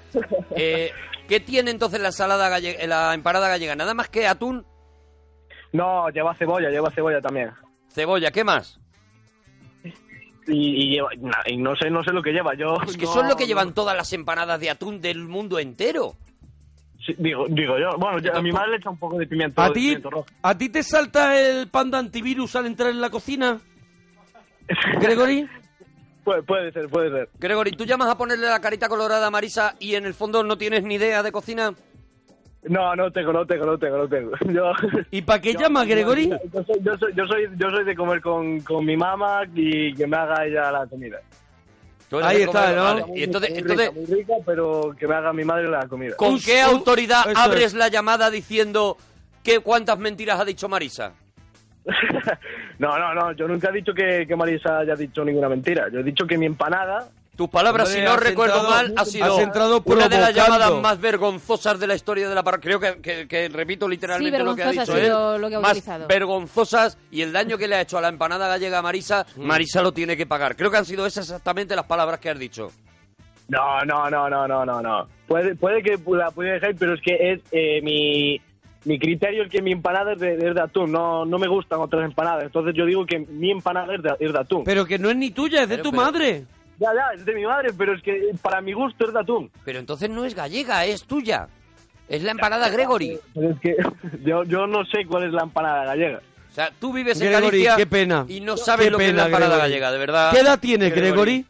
Speaker 5: Eh, ¿Qué tiene entonces la salada gallega, la empanada gallega? Nada más que atún,
Speaker 14: No, lleva cebolla, lleva cebolla también.
Speaker 5: cebolla, ¿qué más?
Speaker 14: Y, y lleva, na- y no sé, no sé lo que lleva. Yo
Speaker 5: Es que
Speaker 14: no-
Speaker 5: son lo que llevan todas las empanadas de atún del mundo entero.
Speaker 14: Sí, digo, digo yo. Bueno, yo- a mi madre le echa un poco de pimiento.
Speaker 2: ¿A
Speaker 14: de
Speaker 2: ti,
Speaker 14: pimiento rojo.
Speaker 2: ¿A ti te salta el panda antivirus al entrar en la cocina? ¿Gregory?
Speaker 14: Puede, puede ser, puede ser.
Speaker 5: Gregory, ¿tú llamas a ponerle la carita colorada a Marisa y en el fondo no tienes ni idea de cocina?
Speaker 14: No, no tengo, no tengo, no tengo, no tengo. Yo,
Speaker 2: ¿Y para qué
Speaker 5: llama, Gregory?
Speaker 14: Yo, soy, yo, soy, yo, soy, yo soy de comer con, con mi mamá y que me haga ella la comida.
Speaker 5: Tú eres Ahí de está, comer, ¿no? vale. Y entonces-
Speaker 14: muy
Speaker 5: entonces-
Speaker 14: rica, muy rica, pero que me haga mi madre la comida.
Speaker 5: ¿Con qué autoridad
Speaker 14: eso
Speaker 5: abres
Speaker 14: es.
Speaker 5: la llamada diciendo que cuántas mentiras ha dicho Marisa?
Speaker 14: No, no, no, yo nunca he dicho que, que Marisa haya dicho ninguna mentira. Yo he dicho que mi empanada...
Speaker 5: Tus palabras, si no recuerdo mal, ha sido una de las llamadas más vergonzosas de la historia de la parroquia. Creo que, que- que repito literalmente
Speaker 3: Sí,
Speaker 5: lo que ha dicho
Speaker 3: vergonzosa ha sido
Speaker 5: él.
Speaker 3: lo que ha
Speaker 5: más
Speaker 3: utilizado.
Speaker 5: vergonzosas y el daño que le ha hecho a la empanada gallega a Marisa,
Speaker 14: Mm.
Speaker 5: Marisa lo tiene que pagar. Creo que han sido esas exactamente las palabras que has dicho.
Speaker 14: No, no, no, no, no, no, no. Puede, puede que la pudiera dejar, pero es que es eh, mi, mi criterio es que mi empanada es de, es de atún. No, no me gustan otras empanadas. Entonces yo digo que mi empanada es de, es de atún.
Speaker 2: Pero que no es ni tuya, es de tu madre.
Speaker 14: Ya, ya, es de mi madre, pero es que para mi gusto es de atún.
Speaker 5: Pero entonces no es gallega, es tuya. Es la empanada Gregory.
Speaker 14: Pero es que yo, yo no sé cuál es la empanada gallega.
Speaker 5: O sea, tú vives en
Speaker 2: Gregory,
Speaker 5: Galicia
Speaker 2: qué pena.
Speaker 5: y no sabes
Speaker 2: Qué
Speaker 5: lo que es
Speaker 2: pena,
Speaker 5: la empanada
Speaker 2: Gregory.
Speaker 5: gallega, de verdad.
Speaker 2: ¿Qué edad tienes, Gregory?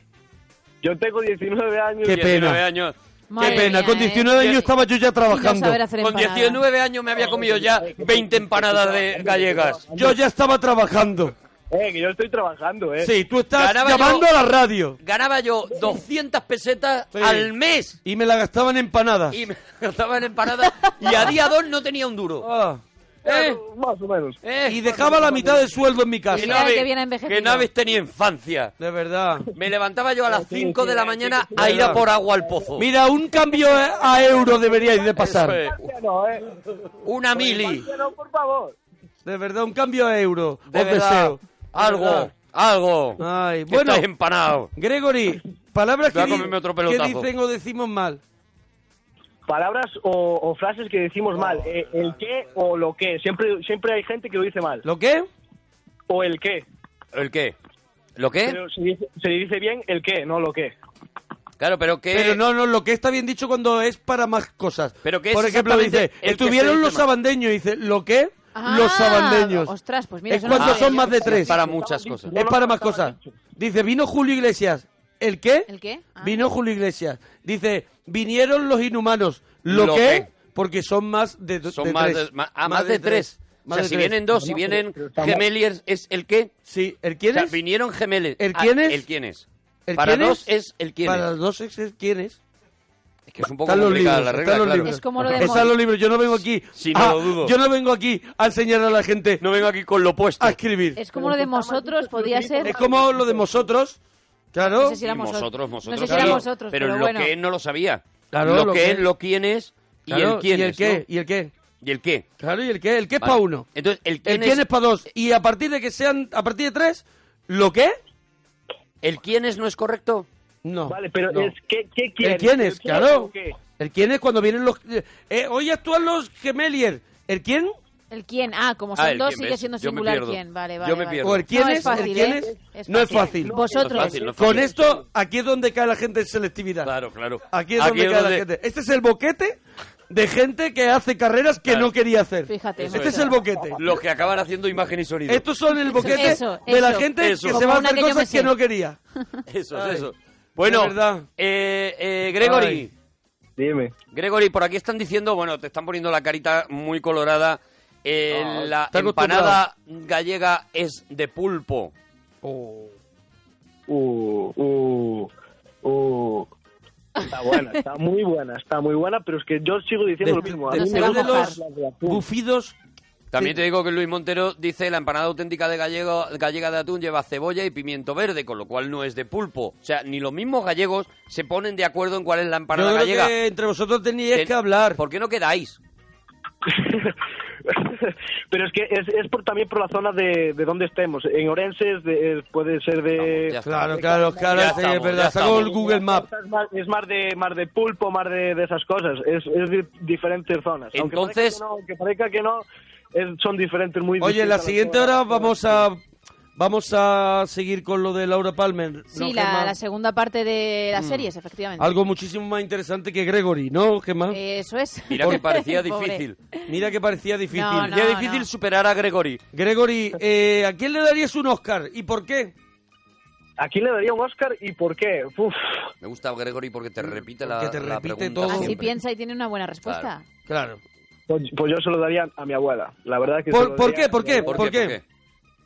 Speaker 14: Yo tengo 19 años.
Speaker 2: Qué
Speaker 5: 19
Speaker 2: pena.
Speaker 5: años.
Speaker 2: Qué pena, con 19 años estaba yo ya trabajando.
Speaker 5: Con 19 años me había comido ya 20 empanadas de gallegas.
Speaker 2: Yo ya estaba trabajando.
Speaker 14: Eh, que yo estoy trabajando, eh.
Speaker 2: Sí, tú estás
Speaker 5: Ganaba
Speaker 2: llamando
Speaker 5: yo-
Speaker 2: a la radio.
Speaker 5: Ganaba yo 200 pesetas
Speaker 2: Sí.
Speaker 5: al mes
Speaker 2: Y me la gastaban empanadas.
Speaker 5: y me gastaban empanadas y a día 2 no tenía un duro.
Speaker 2: Ah.
Speaker 5: ¿Eh?
Speaker 14: Más o menos.
Speaker 2: Y dejaba la mitad de sueldo en mi casa.
Speaker 5: Que no, habéis, que no habéis tenido infancia.
Speaker 2: De verdad.
Speaker 5: Me levantaba yo a las 5 de la mañana a ir a por agua al pozo.
Speaker 2: Mira, un cambio a euro deberíais de pasar.
Speaker 5: Eso es.
Speaker 12: eh.
Speaker 5: Una mili.
Speaker 14: No, por favor.
Speaker 2: De verdad, un cambio a euro.
Speaker 5: De
Speaker 2: Os
Speaker 5: verdad.
Speaker 2: deseo.
Speaker 5: Algo, algo.
Speaker 2: Ay,
Speaker 5: Que
Speaker 2: bueno.
Speaker 5: estáis empanados.
Speaker 2: Gregory, palabras
Speaker 5: Voy
Speaker 2: que,
Speaker 5: a
Speaker 2: di-
Speaker 5: comerme otro
Speaker 2: que
Speaker 5: pelotazo.
Speaker 2: dicen o decimos mal.
Speaker 14: Palabras o, o frases que decimos
Speaker 2: Oh,
Speaker 14: mal. Eh, el qué o lo qué. Siempre, siempre hay gente que lo dice mal.
Speaker 2: ¿Lo qué?
Speaker 14: O el qué.
Speaker 5: ¿El qué? ¿Lo qué?
Speaker 14: Pero se dice, se dice bien el qué, no lo qué.
Speaker 5: claro, pero que...
Speaker 2: Pero no, no, lo que está bien dicho cuando es para más cosas.
Speaker 5: Pero que es
Speaker 2: Por ejemplo, dice,
Speaker 5: exactamente el que se
Speaker 2: estuvieron
Speaker 5: dice
Speaker 2: los
Speaker 5: mal.
Speaker 2: sabandeños. Dice, ¿lo qué?
Speaker 3: Ah,
Speaker 2: los sabandeños.
Speaker 3: Ostras, pues mira,
Speaker 2: es
Speaker 3: eso no lo
Speaker 2: cuando son
Speaker 3: sabía.
Speaker 2: más de tres.
Speaker 5: Para muchas cosas.
Speaker 2: Es para más cosas. Dice, vino Julio Iglesias. ¿El qué?
Speaker 3: ¿El qué? Ah.
Speaker 2: Vino Julio Iglesias. Dice, vinieron los inhumanos. ¿Lo,
Speaker 5: ¿Lo
Speaker 2: qué?
Speaker 5: qué?
Speaker 2: Porque son más de, do-
Speaker 5: Son
Speaker 2: de
Speaker 5: más,
Speaker 2: tres.
Speaker 5: De, ma- ah, más de tres.
Speaker 2: Más
Speaker 5: o sea,
Speaker 2: de
Speaker 5: si
Speaker 2: tres.
Speaker 5: vienen dos, si vienen gemeliers, ¿es el qué?
Speaker 2: Sí, ¿el quién
Speaker 5: O sea,
Speaker 2: es?
Speaker 5: vinieron gemeles.
Speaker 2: ¿El
Speaker 5: Ah,
Speaker 2: quién es?
Speaker 5: El quién es.
Speaker 2: ¿El
Speaker 5: Para
Speaker 2: quién
Speaker 5: dos
Speaker 2: es?
Speaker 5: es el quién
Speaker 2: Para
Speaker 5: es.
Speaker 2: los dos es el quién es.
Speaker 5: Es que es un poco
Speaker 2: Están los
Speaker 5: complicada
Speaker 2: libros,
Speaker 5: la regla,
Speaker 2: están los
Speaker 5: claro.
Speaker 2: libros.
Speaker 3: Es como lo de
Speaker 2: Están
Speaker 3: Mon-
Speaker 2: los libros. Yo no vengo aquí.
Speaker 5: Sí, no
Speaker 2: a-
Speaker 5: lo dudo.
Speaker 2: Yo no vengo aquí a enseñar a la gente.
Speaker 5: No vengo aquí con lo puesto.
Speaker 2: A escribir.
Speaker 3: Es como lo de vosotros, podría ser.
Speaker 2: Es como lo de vosotros. Claro.
Speaker 3: No sé si era
Speaker 5: Y
Speaker 3: mosot-
Speaker 5: Vosotros,
Speaker 3: No
Speaker 5: vosotros.
Speaker 3: sé si
Speaker 5: claro.
Speaker 3: era vosotros, pero,
Speaker 5: pero lo
Speaker 3: bueno.
Speaker 5: que es no lo sabía.
Speaker 2: Claro,
Speaker 5: lo,
Speaker 2: lo
Speaker 5: que
Speaker 2: que-
Speaker 5: es, lo quién es y
Speaker 2: Claro,
Speaker 5: el quién
Speaker 2: ¿Y el
Speaker 5: es,
Speaker 2: qué?
Speaker 5: ¿no?
Speaker 2: ¿Y el qué?
Speaker 5: ¿Y el qué?
Speaker 2: Claro, ¿y el qué? ¿El qué es
Speaker 5: Vale.
Speaker 2: para uno?
Speaker 5: Entonces, el quién,
Speaker 2: El quién
Speaker 5: es,
Speaker 2: es para dos. Y a partir de que sean, a partir de tres, ¿lo qué?
Speaker 5: ¿El quién es no es correcto?
Speaker 2: No.
Speaker 14: Vale, pero
Speaker 2: no.
Speaker 14: es qué, qué
Speaker 2: ¿El
Speaker 14: quieres?
Speaker 2: quién es?
Speaker 14: ¿El quién
Speaker 2: Claro.
Speaker 14: o qué?
Speaker 2: ¿El quién es cuando vienen los... eh, hoy actúan los gemeliers. ¿El quién?
Speaker 3: El quién. Ah, como
Speaker 5: Ah,
Speaker 3: son
Speaker 5: el
Speaker 3: dos,
Speaker 5: quién,
Speaker 3: sigue
Speaker 5: ¿ves?
Speaker 3: siendo
Speaker 5: Yo me
Speaker 3: singular
Speaker 5: pierdo.
Speaker 3: quién. Vale, vale.
Speaker 5: Yo me
Speaker 3: vale.
Speaker 5: pierdo.
Speaker 2: ¿O el quién
Speaker 3: No
Speaker 2: es?
Speaker 3: es fácil,
Speaker 2: ¿El quién
Speaker 3: ¿eh?
Speaker 2: es?
Speaker 3: Es
Speaker 2: No es
Speaker 3: fácil.
Speaker 2: fácil.
Speaker 3: Vosotros.
Speaker 5: No es fácil, no es fácil.
Speaker 2: Con esto, aquí es donde cae la gente en selectividad.
Speaker 5: Claro, claro.
Speaker 2: Aquí es donde cae la gente. Este es el boquete de gente que hace carreras que
Speaker 5: Claro.
Speaker 2: no quería hacer.
Speaker 3: Fíjate.
Speaker 5: Eso
Speaker 2: este es. el boquete.
Speaker 5: Los Eh, que acaban haciendo imagen y sonido.
Speaker 2: Estos son el boquete
Speaker 3: eso,
Speaker 2: de la
Speaker 3: eso.
Speaker 2: gente
Speaker 5: Eso.
Speaker 2: que se
Speaker 3: Como
Speaker 2: va a
Speaker 3: una
Speaker 2: hacer
Speaker 3: que yo me
Speaker 2: cosas que
Speaker 3: sé.
Speaker 2: no quería.
Speaker 5: Eso
Speaker 2: Ay,
Speaker 5: es eso. Bueno,
Speaker 2: de verdad.
Speaker 5: eh, eh, Gregory,
Speaker 2: Ay.
Speaker 14: Dime.
Speaker 5: Gregory, por aquí están diciendo, bueno, te están poniendo la carita muy colorada. Eh,
Speaker 2: Ah,
Speaker 5: la
Speaker 2: está
Speaker 5: empanada gallega es de pulpo.
Speaker 14: Oh. Uh, uh, uh. Está buena, está muy buena, está muy buena, pero es que yo sigo diciendo lo mismo. A mí me
Speaker 5: después de
Speaker 14: gustan
Speaker 5: los
Speaker 14: más las de atún.
Speaker 2: bufidos...
Speaker 5: También te digo que Luis Montero dice la empanada auténtica de gallego, gallega de atún lleva cebolla y pimiento verde, con lo cual no es de pulpo. O sea, ni los mismos gallegos se ponen de acuerdo en cuál es la empanada
Speaker 2: Yo creo
Speaker 5: gallega.
Speaker 2: que entre vosotros teníais
Speaker 5: que
Speaker 2: hablar.
Speaker 5: ¿Por qué no quedáis?
Speaker 14: Pero es que es, es por, también por la zona de, de donde estemos. En Orense es de- es- puede ser de...
Speaker 2: Claro, claro, claro, sí, es verdad. Saco el Google Maps.
Speaker 14: Es más, es más de más de pulpo, más de, de esas cosas. Es, es de diferentes zonas. Aunque
Speaker 2: Entonces-
Speaker 14: parezca que no, aunque parezca que no, es- son diferentes, muy
Speaker 2: Oye, en la
Speaker 14: distintas las
Speaker 2: siguiente
Speaker 14: zonas.
Speaker 2: hora vamos a vamos a seguir con lo de Laura Palmer.
Speaker 3: Sí,
Speaker 2: ¿no,
Speaker 3: la,
Speaker 2: Gemma?
Speaker 3: la segunda parte de las
Speaker 2: Mm.
Speaker 3: series, efectivamente.
Speaker 2: Algo muchísimo más interesante que Gregory, ¿no, Gemma?
Speaker 3: Eso es. Eh, Pobre.
Speaker 2: Mira que parecía difícil.
Speaker 3: No, no, Parecía difícil no.
Speaker 5: superar a Gregory.
Speaker 2: Gregory, eh, ¿a quién le darías un Oscar y por qué?
Speaker 14: ¿A quién le daría un Oscar y por qué? Uf.
Speaker 5: Me gusta Gregory porque te repite la,
Speaker 2: Porque te
Speaker 5: la
Speaker 2: repite
Speaker 5: pregunta
Speaker 3: Así
Speaker 5: siempre.
Speaker 3: piensa y tiene una buena respuesta.
Speaker 2: Claro.
Speaker 14: Pues, pues yo se lo daría a mi abuela. La verdad que se lo daría a mi abuela.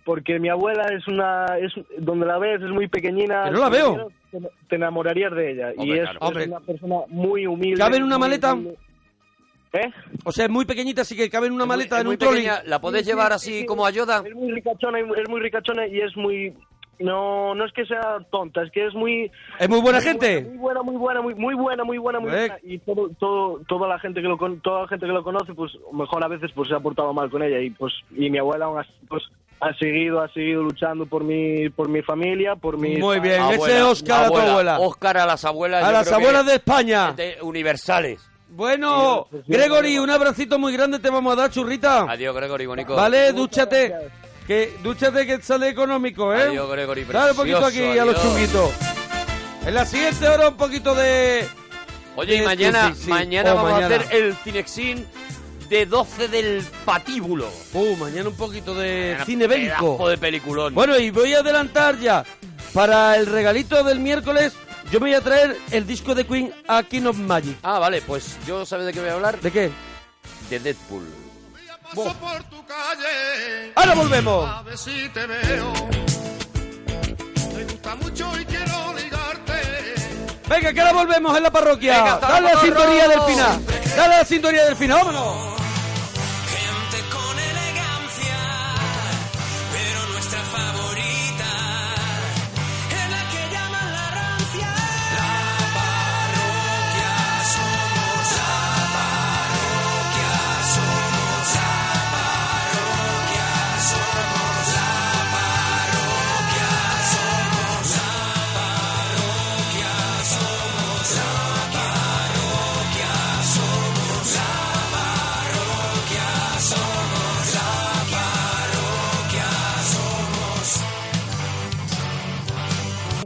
Speaker 14: Porque mi abuela es una es donde la ves es muy pequeñina.
Speaker 2: Que no la veo.
Speaker 14: Te, te enamorarías de ella
Speaker 2: Hombre,
Speaker 14: y es,
Speaker 2: claro.
Speaker 14: es
Speaker 2: Hombre.
Speaker 14: una persona muy humilde.
Speaker 2: ¿Cabe en una
Speaker 14: muy
Speaker 2: maleta?
Speaker 14: humilde. ¿Eh?
Speaker 2: O sea, es muy pequeñita, así que cabe en una
Speaker 14: Es muy-
Speaker 2: maleta,
Speaker 14: es
Speaker 2: en
Speaker 14: muy
Speaker 2: un trolley.
Speaker 5: pequeña, ¿la podés
Speaker 14: Sí, sí,
Speaker 5: llevar
Speaker 14: sí,
Speaker 5: así
Speaker 14: sí.
Speaker 5: como a Yoda?
Speaker 14: Es muy ricachona, y- es muy ricachona y es muy no no es que sea tonta, es que es muy
Speaker 2: Es muy buena gente.
Speaker 14: muy buena, muy buena, muy, muy buena, muy buena, muy
Speaker 2: Eh.
Speaker 14: buena. Y todo, todo, toda la gente que lo con- toda la gente que lo conoce, pues mejor a veces pues se ha portado mal con ella y pues y mi abuela aún así, pues ha seguido, ha seguido luchando por mi, por mi familia, por mi
Speaker 2: Muy bien, ese Oscar a tu abuela.
Speaker 5: Oscar a las abuelas.
Speaker 2: A
Speaker 5: yo
Speaker 2: las
Speaker 5: creo que-
Speaker 2: abuelas de España.
Speaker 5: de- universales.
Speaker 2: Bueno, Gregory, un abracito muy grande te vamos a dar, churrita.
Speaker 5: Adiós, Gregory, bonito.
Speaker 2: Vale, dúchate. Que, dúchate que sale económico, ¿eh?
Speaker 5: Adiós, Gregory,
Speaker 2: Dale un poquito aquí
Speaker 5: precioso,
Speaker 2: a los
Speaker 5: adiós.
Speaker 2: chunguitos. En la siguiente hora un poquito de...
Speaker 5: Oye, y
Speaker 2: de-
Speaker 5: mañana,
Speaker 2: sí, sí,
Speaker 5: mañana
Speaker 2: o
Speaker 5: vamos
Speaker 2: mañana.
Speaker 5: a hacer el Cinexin de 12 del patíbulo.
Speaker 2: Uh, mañana un poquito de
Speaker 5: Mañana
Speaker 2: cine bélico.
Speaker 5: pedazo de peliculón.
Speaker 2: Bueno, y voy a adelantar ya. Para el regalito del miércoles, yo me voy a traer el disco de Queen, A King of Magic.
Speaker 5: Ah, vale, pues yo sabes de qué voy a hablar.
Speaker 2: ¿De qué?
Speaker 5: De Deadpool.
Speaker 1: Paso por tu calle.
Speaker 2: Ahora volvemos.
Speaker 1: A ver si te veo. Te gusta mucho y quiero ligarte.
Speaker 2: Venga, que ahora volvemos en la parroquia.
Speaker 1: Venga, hasta
Speaker 2: Dale la
Speaker 1: luego,
Speaker 2: sintonía del
Speaker 1: Rorro.
Speaker 2: final. Dale la sintonía del final, vámonos.
Speaker 1: Gente con elegancia, pero nuestra favorita es la que llaman la rancia. La parroquia somos, la parroquia somos, la parroquia somos, la parroquia somos, la parroquia somos, la parroquia somos, la parroquia somos, la parroquia somos.
Speaker 8: En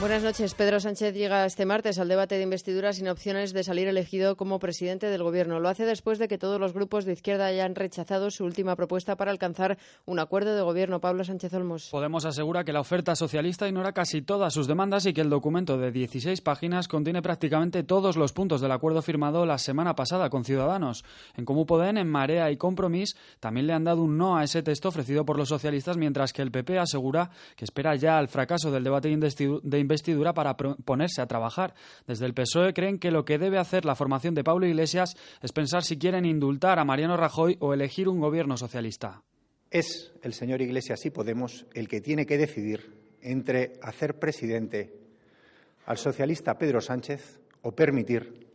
Speaker 8: Buenas noches. Pedro Sánchez llega este martes al debate de investidura sin opciones de salir elegido como presidente del Gobierno. Lo hace después de que todos los grupos de izquierda hayan rechazado su última propuesta para alcanzar un acuerdo de Gobierno. Pablo Sánchez Olmos.
Speaker 15: Podemos asegura que la oferta socialista ignora casi todas sus demandas y que el documento de 16 páginas contiene prácticamente todos los puntos del acuerdo firmado la semana pasada con Ciudadanos. En Comú Podem, en Marea y Compromís también le han dado un no a ese texto ofrecido por los socialistas, mientras que el PP asegura que espera ya al fracaso del debate de investidu- de investidura para pro- ponerse a trabajar. Desde el PSOE E creen que lo que debe hacer la formación de Pablo Iglesias es pensar si quieren indultar a Mariano Rajoy o elegir un gobierno socialista.
Speaker 16: Es el señor Iglesias y Podemos el que tiene que decidir entre hacer presidente al socialista Pedro Sánchez o permitir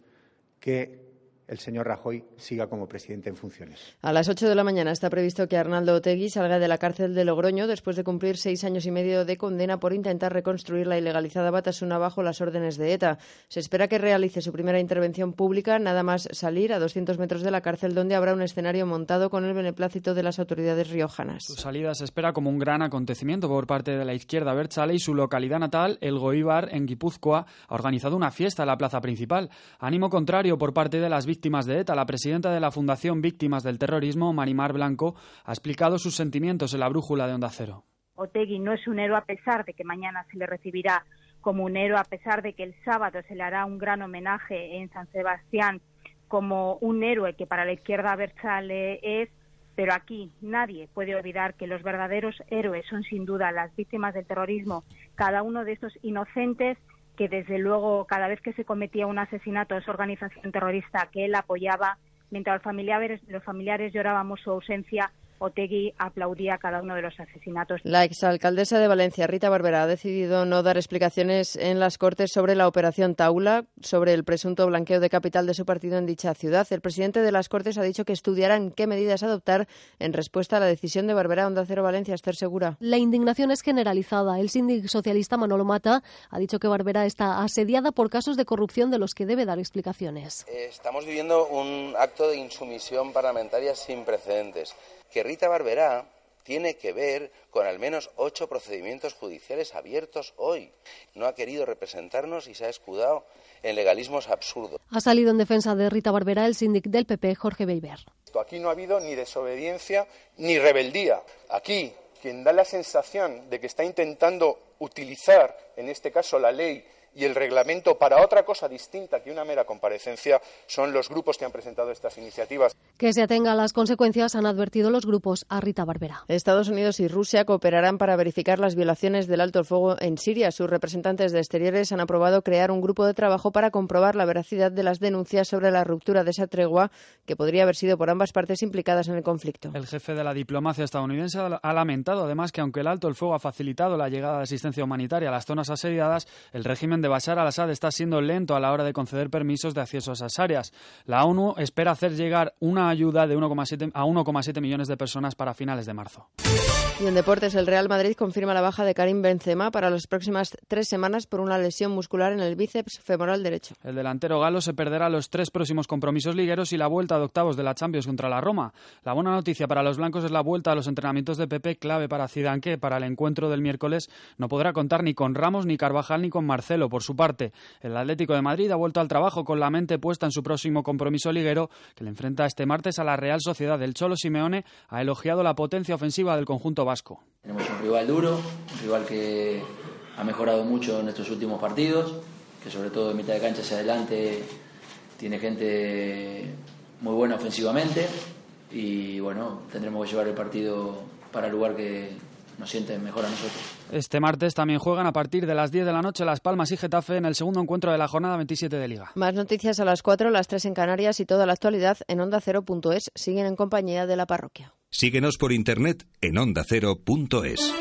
Speaker 16: que el señor Rajoy siga como presidente en funciones.
Speaker 8: A las 8 de la mañana está previsto que Arnaldo Otegui salga de la cárcel de Logroño después de cumplir seis años y medio de condena por intentar reconstruir la ilegalizada Batasuna bajo las órdenes de ETA. Se espera que realice su primera intervención pública nada más salir a 200 metros de la cárcel, donde habrá un escenario montado con el beneplácito de las autoridades riojanas.
Speaker 15: Su salida se espera como un gran acontecimiento por parte de la izquierda berchale y su localidad natal, el Goíbar, en Guipúzcoa, ha organizado una fiesta en la plaza principal. Ánimo contrario por parte de las víctimas de ETA. La presidenta de la Fundación Víctimas del Terrorismo, Marimar Blanco, ha explicado sus sentimientos en la brújula de Onda Cero.
Speaker 17: Otegui no es un héroe a pesar de que mañana se le recibirá como un héroe, a pesar de que el sábado se le hará un gran homenaje en San Sebastián como un héroe que para la izquierda Bersale es, pero aquí nadie puede olvidar que los verdaderos héroes son sin duda las víctimas del terrorismo, cada uno de estos inocentes que desde luego cada vez que se cometía un asesinato de esa organización terrorista que él apoyaba, mientras los familiares, los familiares llorábamos su ausencia, Otegui aplaudía cada uno de los asesinatos.
Speaker 8: La exalcaldesa de Valencia, Rita Barbera, ha decidido no dar explicaciones en las Cortes sobre la operación Taula, sobre el presunto blanqueo de capital de su partido en dicha ciudad. El presidente de las Cortes ha dicho que estudiarán qué medidas adoptar en respuesta a la decisión de Barbera Onda Cero Valencia, Esther Segura.
Speaker 18: La indignación es generalizada. El síndic socialista Manolo Mata ha dicho que Barbera está asediada por casos de corrupción de los que debe dar explicaciones.
Speaker 19: Estamos viviendo un acto de insumisión parlamentaria sin precedentes que Rita Barberá tiene que ver con al menos ocho procedimientos judiciales abiertos hoy. No ha querido representarnos y se ha escudado en legalismos absurdos.
Speaker 18: Ha salido en defensa de Rita Barberá el síndic del PP, Jorge Beiber.
Speaker 20: Aquí no ha habido ni desobediencia ni rebeldía. Aquí quien da la sensación de que está intentando utilizar, en este caso, la ley y el reglamento para otra cosa distinta que una mera comparecencia son los grupos que han presentado estas iniciativas.
Speaker 18: Que se atenga a las consecuencias han advertido los grupos a Rita Barbera.
Speaker 8: Estados Unidos y Rusia cooperarán para verificar las violaciones del alto el fuego en Siria. Sus representantes de exteriores han aprobado crear un grupo de trabajo para comprobar la veracidad de las denuncias sobre la ruptura de esa tregua que podría haber sido por ambas partes implicadas en el conflicto.
Speaker 15: El jefe de la diplomacia estadounidense ha lamentado además que aunque el alto el fuego ha facilitado la llegada de asistencia humanitaria a las zonas asediadas, el régimen de Bashar al-Assad está siendo lento a la hora de conceder permisos de acceso a esas áreas. La ONU espera hacer llegar una ayuda de 1,7 a 1,7 millones de personas para finales de marzo.
Speaker 8: Y en deportes, el Real Madrid confirma la baja de Karim Benzema para las próximas tres semanas por una lesión muscular en el bíceps femoral derecho.
Speaker 15: El delantero galo se perderá los tres próximos compromisos ligueros y la vuelta de octavos de la Champions contra la Roma. La buena noticia para los blancos es la vuelta a los entrenamientos de Pepe, clave para Zidane, que para el encuentro del miércoles no podrá contar ni con Ramos, ni Carvajal, ni con Marcelo. Por su parte, el Atlético de Madrid ha vuelto al trabajo con la mente puesta en su próximo compromiso liguero, que le enfrenta este martes a la Real Sociedad. El Cholo Simeone ha elogiado la potencia ofensiva del conjunto vasco.
Speaker 21: Tenemos un rival duro, un rival que ha mejorado mucho en estos últimos partidos, que sobre todo de mitad de cancha hacia adelante tiene gente muy buena ofensivamente y bueno, tendremos que llevar el partido para el lugar que nos siente mejor a nosotros.
Speaker 15: Este martes también juegan a partir de las 10 de la noche Las Palmas y Getafe en el segundo encuentro de la jornada 27 de Liga.
Speaker 8: Más noticias a las 4, las 3 en Canarias y toda la actualidad en onda0.es. Siguen en compañía de la parroquia.
Speaker 22: Síguenos por internet en ondacero.es.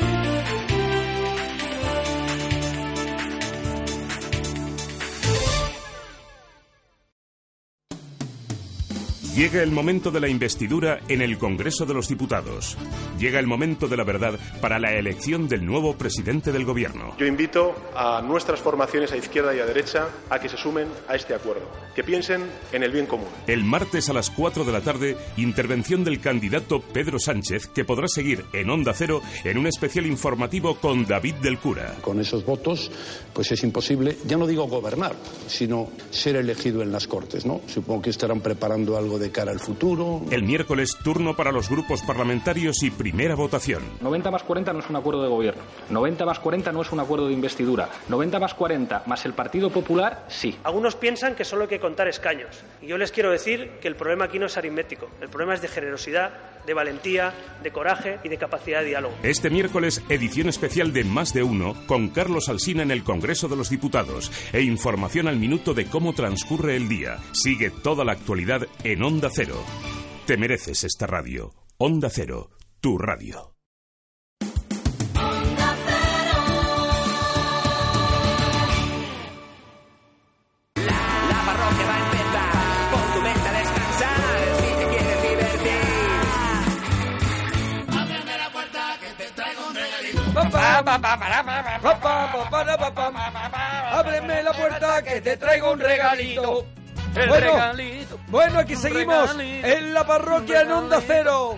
Speaker 23: Llega el momento de la investidura en el Congreso de los Diputados. Llega el momento de la verdad para la elección del nuevo presidente del Gobierno.
Speaker 24: Yo invito a nuestras formaciones a izquierda y a derecha a que se sumen a este acuerdo, que piensen en el bien común.
Speaker 23: El martes a las 4 de la tarde, intervención del candidato Pedro Sánchez, que podrá seguir en Onda Cero en un especial informativo con David del Cura.
Speaker 25: Con esos votos, pues es imposible, ya no digo gobernar, sino ser elegido en las Cortes, ¿no? Supongo que estarán preparando algo de cara al futuro.
Speaker 23: El miércoles, turno para los grupos parlamentarios y primera votación.
Speaker 26: 90 más 40 no es un acuerdo de gobierno. 90 más 40 no es un acuerdo de investidura. 90 más 40 más el Partido Popular, sí.
Speaker 27: Algunos piensan que solo hay que contar escaños. Y yo les quiero decir que el problema aquí no es aritmético. El problema es de generosidad, de valentía, de coraje y de capacidad de diálogo.
Speaker 23: Este miércoles, edición especial de Más de Uno con Carlos Alsina en el Congreso de los Diputados e información al minuto de cómo transcurre el día. Sigue toda la actualidad en Onda. Onda Cero. Te mereces esta radio. Onda Cero, tu radio.
Speaker 1: La parroquia va a empezar. Pon tu mente a descansar. Si te quieres divertir. Ábreme la puerta que te traigo un regalito.
Speaker 2: Ábreme la puerta que te traigo un regalito.
Speaker 4: El
Speaker 2: bueno,
Speaker 4: regalito.
Speaker 2: bueno, aquí
Speaker 4: Un
Speaker 2: seguimos
Speaker 4: regalito.
Speaker 2: en la parroquia en Onda Cero.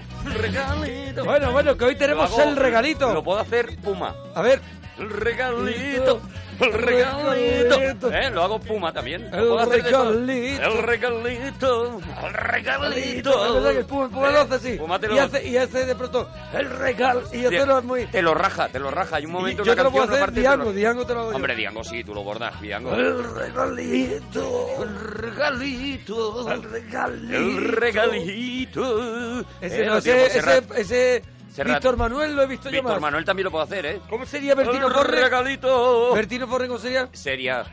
Speaker 2: Bueno, bueno, que hoy tenemos
Speaker 5: Lo hago-
Speaker 2: el regalito.
Speaker 5: Lo puedo hacer Puma.
Speaker 2: A ver.
Speaker 5: El regalito. El regalito. Eh, lo hago puma también. Lo puedo hacer de todo. El regalito. El
Speaker 2: Es verdad que
Speaker 5: regalito.
Speaker 2: el Puma, el Puma lo hace así.
Speaker 5: Puma te lo-
Speaker 2: y, hace, y hace de pronto el regal. Y
Speaker 5: Te-
Speaker 2: hace lo muy.
Speaker 5: Te lo raja, te lo raja. Hay un momento
Speaker 2: yo
Speaker 5: una
Speaker 2: te lo puedo
Speaker 5: canción,
Speaker 2: hacer
Speaker 5: una parte,
Speaker 2: Diango,
Speaker 5: te lo-
Speaker 2: Diango te lo hago yo.
Speaker 5: Hombre, Diango sí, tú lo bordas, Diango.
Speaker 2: El regalito.
Speaker 5: El regalito.
Speaker 2: El regalito.
Speaker 5: El regalito.
Speaker 2: Ese,
Speaker 5: Eh,
Speaker 2: no,
Speaker 5: lo
Speaker 2: ese,
Speaker 5: digo,
Speaker 2: ese,
Speaker 5: Serrat.
Speaker 2: ese
Speaker 5: Serrat.
Speaker 2: Víctor Manuel lo he visto yo
Speaker 5: Víctor
Speaker 2: más.
Speaker 5: Manuel también lo puede hacer, ¿eh?
Speaker 2: ¿Cómo sería Bertino
Speaker 5: El
Speaker 2: Forre?
Speaker 5: regalito.
Speaker 2: ¿Bertino Forre cómo sería?
Speaker 5: Sería.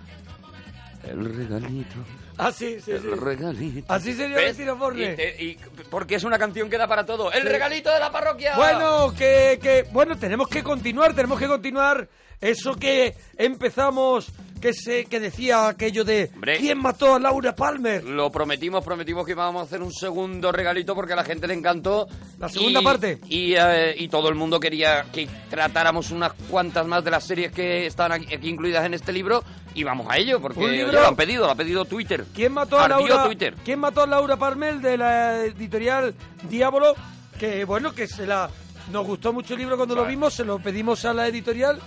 Speaker 5: El regalito.
Speaker 2: Así, Ah, sí,
Speaker 5: El
Speaker 2: sí.
Speaker 5: regalito.
Speaker 2: Así sería Bertino Forre.
Speaker 5: Y te- y- porque es una canción que da para todo. El
Speaker 2: Sí.
Speaker 5: regalito de la parroquia.
Speaker 2: Bueno, que, que- bueno, tenemos que continuar, tenemos que continuar eso que empezamos, que se que decía aquello de ¿Quién mató a Laura Palmer?
Speaker 5: Lo prometimos, prometimos que íbamos a hacer un segundo regalito porque a la gente le encantó. La
Speaker 2: segunda parte.
Speaker 5: Y, eh, y todo el mundo quería que tratáramos unas cuantas más de las series que están aquí, aquí incluidas en este libro y vamos a ello porque
Speaker 2: ¿Un libro?
Speaker 5: Eh, ya lo han pedido, lo ha pedido Twitter.
Speaker 2: ¿Quién mató a
Speaker 5: Ardió
Speaker 2: Laura?
Speaker 5: Twitter.
Speaker 2: ¿Quién mató a Laura Palmer de la editorial Diablo? Que bueno, que se la nos gustó mucho el libro cuando lo
Speaker 5: Vale.
Speaker 2: vimos, se lo pedimos a la editorial.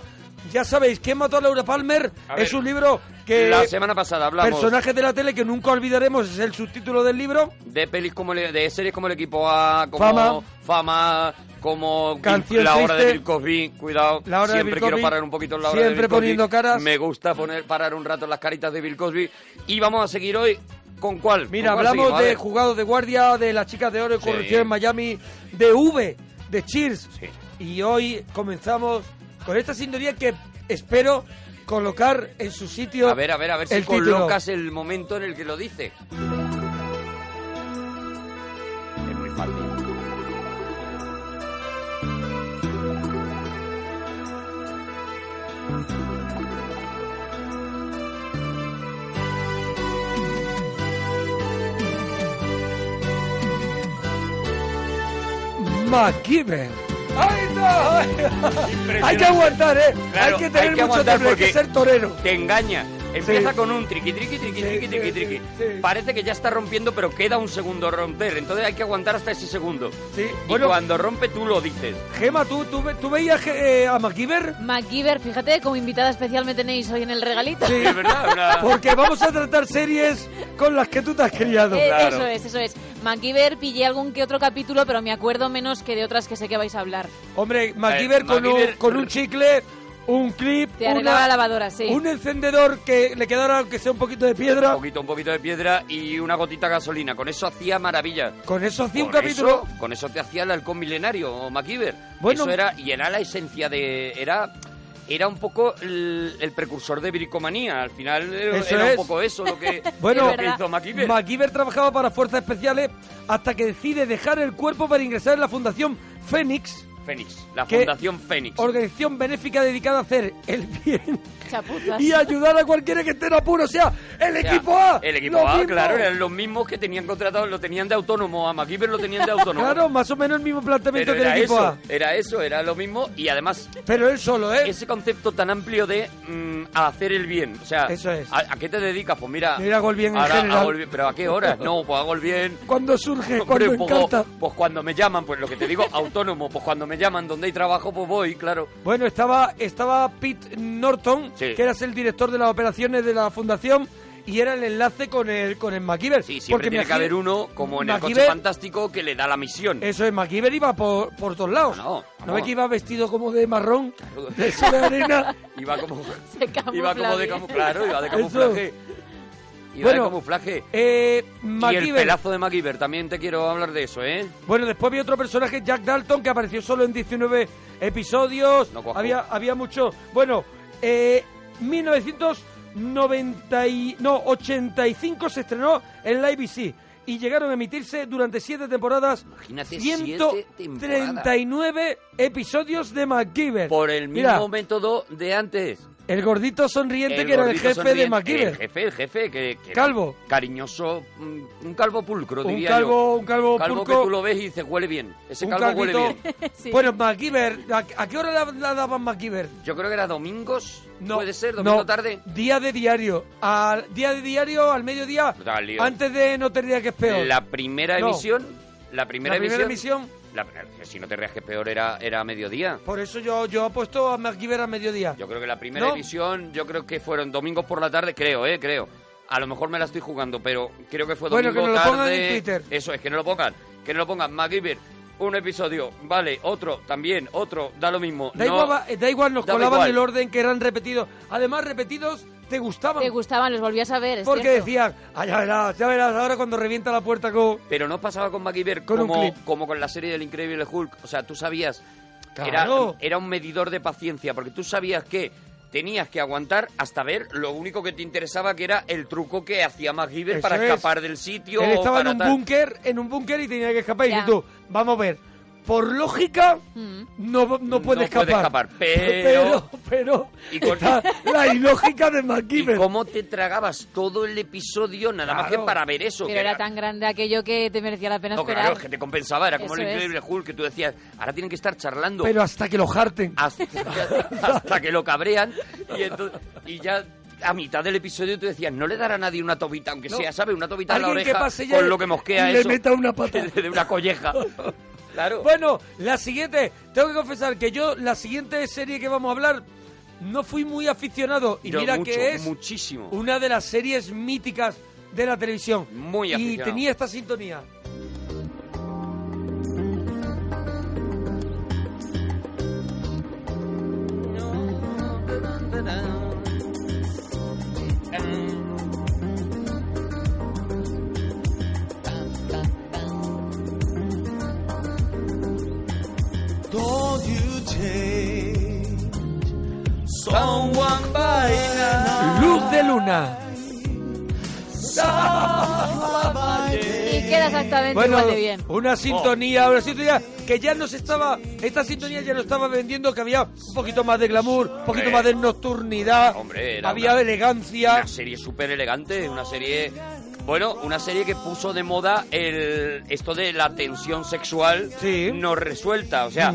Speaker 2: Ya sabéis, ¿Quién mató a Laura Palmer?
Speaker 5: A
Speaker 2: es
Speaker 5: ver,
Speaker 2: un libro que
Speaker 5: la semana pasada hablamos
Speaker 2: personajes de la tele que nunca olvidaremos, es el subtítulo del libro.
Speaker 5: de pelis como el- de series como el equipo A, como
Speaker 2: Fama.
Speaker 5: Fama, como
Speaker 2: Canción
Speaker 5: la hora de
Speaker 2: triste.
Speaker 5: Bill Cosby, cuidado,
Speaker 2: La hora de
Speaker 5: siempre
Speaker 2: Bill
Speaker 5: quiero
Speaker 2: Cosby.
Speaker 5: parar un poquito en la hora de
Speaker 2: Siempre
Speaker 5: Bill Cosby.
Speaker 2: poniendo caras.
Speaker 5: Me gusta poner parar un rato en las caritas de Bill Cosby y vamos a seguir hoy con cuál?
Speaker 2: Mira,
Speaker 5: ¿Con cuál
Speaker 2: hablamos
Speaker 5: seguimos? A
Speaker 2: de
Speaker 5: ver.
Speaker 2: jugados de guardia, de las chicas de oro y
Speaker 5: Sí.
Speaker 2: corrupción en Miami, de V, de Cheers. Y hoy comenzamos con esta sintonía que espero colocar en su sitio.
Speaker 5: A ver, a ver, a ver si
Speaker 2: el título.
Speaker 5: colocas el momento en el que lo dice. Es muy fácil.
Speaker 2: MacGyver. ¡Ay, no! hay que aguantar, ¿eh?
Speaker 5: Claro,
Speaker 2: hay que tener mucho
Speaker 5: aguantar
Speaker 2: temple, hay que
Speaker 5: porque
Speaker 2: ser torero.
Speaker 5: Te engaña. Empieza
Speaker 2: Sí.
Speaker 5: con un triqui, triqui, triqui, triqui, triqui, triqui. Parece que ya está rompiendo, pero queda un segundo romper. Entonces hay que aguantar hasta ese segundo. y
Speaker 2: bueno.
Speaker 5: cuando rompe tú lo dices.
Speaker 2: Gema, ¿tú, tú, ve- tú veías eh, a MacGyver?
Speaker 3: MacGyver, fíjate, como invitada especial me tenéis hoy en el regalito.
Speaker 2: Sí, es
Speaker 5: verdad,
Speaker 2: Porque vamos a tratar series con las que tú te has criado.
Speaker 3: Eh, Eso es, eso es. MacGyver pillé algún que otro capítulo, pero me acuerdo menos que de otras que sé que vais a hablar.
Speaker 2: Hombre, MacGyver,
Speaker 5: Eh,
Speaker 2: con, un-
Speaker 5: MacGyver-
Speaker 2: con un chicle, un clip,
Speaker 3: Te arreglaba
Speaker 2: una-
Speaker 3: la lavadora, sí.
Speaker 2: un encendedor que le quedara aunque sea un poquito de
Speaker 5: Un
Speaker 2: piedra.
Speaker 5: poquito, un poquito de piedra y una gotita de gasolina. Con eso hacía maravilla.
Speaker 2: Con eso hacía un
Speaker 5: Con
Speaker 2: capítulo.
Speaker 5: eso- con eso te hacía el halcón milenario o MacGyver.
Speaker 2: Bueno.
Speaker 5: Eso era, y era la esencia de... Era, era un poco el, el precursor de bricomanía. Al final era
Speaker 2: Eso
Speaker 5: era un
Speaker 2: es.
Speaker 5: poco eso lo que,
Speaker 2: Bueno,
Speaker 5: lo que hizo MacGyver.
Speaker 2: MacGyver trabajaba para fuerzas especiales hasta que decide dejar el cuerpo para ingresar en la Fundación Fénix,
Speaker 5: Fénix, la
Speaker 2: ¿Qué?
Speaker 5: Fundación Fénix.
Speaker 2: organización benéfica dedicada a hacer el bien
Speaker 3: Chapuzas.
Speaker 2: y ayudar a cualquiera que esté en apuro. O sea, el
Speaker 5: O sea,
Speaker 2: equipo A.
Speaker 5: El equipo
Speaker 2: lo
Speaker 5: A,
Speaker 2: mismo.
Speaker 5: Ah, claro, eran los mismos que tenían contratado, lo tenían de autónomo, a MacGyver lo tenían de autónomo.
Speaker 2: Claro, más o menos el mismo planteamiento
Speaker 5: pero
Speaker 2: que el
Speaker 5: era
Speaker 2: equipo
Speaker 5: eso,
Speaker 2: A.
Speaker 5: era eso, era lo mismo y además...
Speaker 2: Pero él solo, ¿eh?
Speaker 5: Ese concepto tan amplio de mm, a hacer el bien, o sea...
Speaker 2: Eso es.
Speaker 5: ¿a, a qué te dedicas? Pues mira...
Speaker 2: Mira, hago el bien en
Speaker 5: ahora
Speaker 2: general.
Speaker 5: hago el bien- ¿Pero a qué hora? No, pues hago el bien...
Speaker 2: Cuando surge,
Speaker 5: Hombre,
Speaker 2: cuando
Speaker 5: pues,
Speaker 2: encanta.
Speaker 5: pues cuando me llaman, pues lo que te digo, autónomo, pues cuando me llaman, donde hay trabajo, pues voy, claro.
Speaker 2: Bueno, estaba, estaba Pete Norton, que era el director de las operaciones de la fundación y era el enlace con el, con el MacGyver. Sí,
Speaker 5: Siempre tiene que haber uno, como en el coche fantástico, que le da la misión.
Speaker 2: Eso es, MacGyver iba por, por todos lados. No,
Speaker 5: vamos.
Speaker 2: ve que iba vestido como de marrón, de eso de arena.
Speaker 5: Iba como...
Speaker 3: Iba
Speaker 5: Iba como de camuflaje, claro, iba de
Speaker 2: Eso.
Speaker 5: camuflaje. Iba
Speaker 2: Bueno,
Speaker 5: de camuflaje.
Speaker 2: Eh,
Speaker 5: Y el
Speaker 2: MacGyver.
Speaker 5: pelazo de MacGyver, también te quiero hablar de eso, ¿eh?
Speaker 2: Bueno, después había otro personaje, Jack Dalton, que apareció solo en 19 episodios.
Speaker 5: cuajó.
Speaker 2: había, había mucho. Bueno, eh, 1990 y- no, 85 se estrenó en la ABC y llegaron a emitirse durante siete temporadas
Speaker 5: Imagínate, siete
Speaker 2: 139 episodios de MacGyver. Por
Speaker 5: El mismo método de antes.
Speaker 2: el gordito sonriente
Speaker 5: El
Speaker 2: que era el
Speaker 5: gordito
Speaker 2: jefe de
Speaker 5: sonriente, El
Speaker 2: MacGyver.
Speaker 5: jefe, el jefe, que... que era
Speaker 2: Calvo.
Speaker 5: Cariñoso, mm, un calvo pulcro,
Speaker 2: Un
Speaker 5: diría
Speaker 2: calvo,
Speaker 5: yo.
Speaker 2: un calvo
Speaker 5: que
Speaker 2: pulcro.
Speaker 5: tú lo ves y dices, huele bien. Ese
Speaker 2: Un
Speaker 5: calvo huele
Speaker 2: calvito.
Speaker 5: bien.
Speaker 2: Bueno, MacGyver, ¿a, a qué hora la, la daban MacGyver?
Speaker 5: Yo creo que era domingos,
Speaker 2: No,
Speaker 5: puede ser, domingo
Speaker 2: no,
Speaker 5: tarde.
Speaker 2: Día de diario. Al día de diario, al mediodía.
Speaker 5: Total lío.
Speaker 2: Antes de no tendría que es peor.
Speaker 5: La primera
Speaker 2: No.
Speaker 5: emisión... La primera,
Speaker 2: La primera
Speaker 5: emisión La- si no te rías que peor era, era a mediodía.
Speaker 2: Por eso yo, yo apuesto a MacGyver a mediodía.
Speaker 5: Yo creo que la primera
Speaker 2: No.
Speaker 5: edición, yo creo que fueron domingos por la tarde, creo, eh, creo. A lo mejor me la estoy jugando, pero creo que fue
Speaker 2: Bueno,
Speaker 5: domingo
Speaker 2: que nos lo pongan
Speaker 5: tarde.
Speaker 2: en Twitter.
Speaker 5: Eso es, que no lo pongan. Que no lo pongan. MacGyver, un episodio, vale, otro, también, otro, da lo mismo.
Speaker 2: Da,
Speaker 5: no,
Speaker 2: igual, va- eh, da igual, nos
Speaker 5: daba
Speaker 2: colaban
Speaker 5: igual.
Speaker 2: el orden que eran repetidos. Además, repetidos te gustaban.
Speaker 3: Te gustaban, los volvías a ver. es
Speaker 2: porque
Speaker 3: cierto.
Speaker 2: decían, ah, ya verás, ya verás, ahora cuando revienta la puerta con...
Speaker 5: Pero no pasaba con MacGyver
Speaker 2: Con un
Speaker 5: como,
Speaker 2: clip.
Speaker 5: como con la serie del Increíble Hulk. O sea, tú sabías.
Speaker 2: Claro.
Speaker 5: Era, era un medidor de paciencia, porque tú sabías que tenías que aguantar hasta ver lo único que te interesaba, que era el truco que hacía MacGyver
Speaker 2: Eso
Speaker 5: para
Speaker 2: es.
Speaker 5: escapar del sitio.
Speaker 2: Él
Speaker 5: o
Speaker 2: estaba en
Speaker 5: para
Speaker 2: un
Speaker 5: tal.
Speaker 2: búnker, en un búnker y tenía que escapar. Y
Speaker 5: Ya. Mm.
Speaker 2: tú, vamos a ver, por lógica, no, no puede
Speaker 5: puede
Speaker 2: escapar.
Speaker 5: escapar,
Speaker 2: pero...
Speaker 5: pero-
Speaker 2: pero
Speaker 5: Y con-
Speaker 2: está la ilógica de MacGyver.
Speaker 5: ¿Y cómo te tragabas todo el episodio nada más que para ver eso?
Speaker 3: Pero
Speaker 5: que
Speaker 3: era tan grande aquello que te merecía la pena
Speaker 5: No,
Speaker 3: esperar.
Speaker 5: claro, es que te compensaba, era como
Speaker 3: Eso
Speaker 5: el
Speaker 3: es.
Speaker 5: increíble Hulk que tú decías, ahora tienen que estar charlando.
Speaker 2: Pero hasta que lo jarten.
Speaker 5: Hasta, hasta que lo cabrean y, ento- y ya a mitad del episodio tú decías, no le dará a nadie una tobita, aunque
Speaker 2: No.
Speaker 5: sea, ¿sabes? Una tobita en la
Speaker 2: Alguien que
Speaker 5: oreja
Speaker 2: pase ya
Speaker 5: con
Speaker 2: y-
Speaker 5: lo que mosquea
Speaker 2: y le
Speaker 5: eso.
Speaker 2: meta una pata.
Speaker 5: de una colleja. Claro.
Speaker 2: Bueno, la siguiente, tengo que confesar que yo, la siguiente serie que vamos a hablar, no fui muy aficionado. Y
Speaker 5: Yo
Speaker 2: mira
Speaker 5: mucho,
Speaker 2: que es
Speaker 5: muchísimo.
Speaker 2: una de las series míticas de la televisión.
Speaker 5: Muy
Speaker 2: Y
Speaker 5: aficionado.
Speaker 2: tenía esta sintonía.
Speaker 1: Don't you change someone by now?
Speaker 2: Luz de luna.
Speaker 1: Someone by
Speaker 3: Y queda exactamente
Speaker 2: Bueno,
Speaker 3: igual de bien.
Speaker 2: una sintonía, una sintonía que ya nos estaba, esta sintonía ya nos estaba vendiendo que había un poquito más de glamour, un poquito
Speaker 5: Hombre.
Speaker 2: más de nocturnidad,
Speaker 5: Hombre, era
Speaker 2: había
Speaker 5: una-
Speaker 2: elegancia.
Speaker 5: Una serie súper elegante, una serie... Bueno, una serie que puso de moda el esto de la tensión sexual no resuelta. O sea,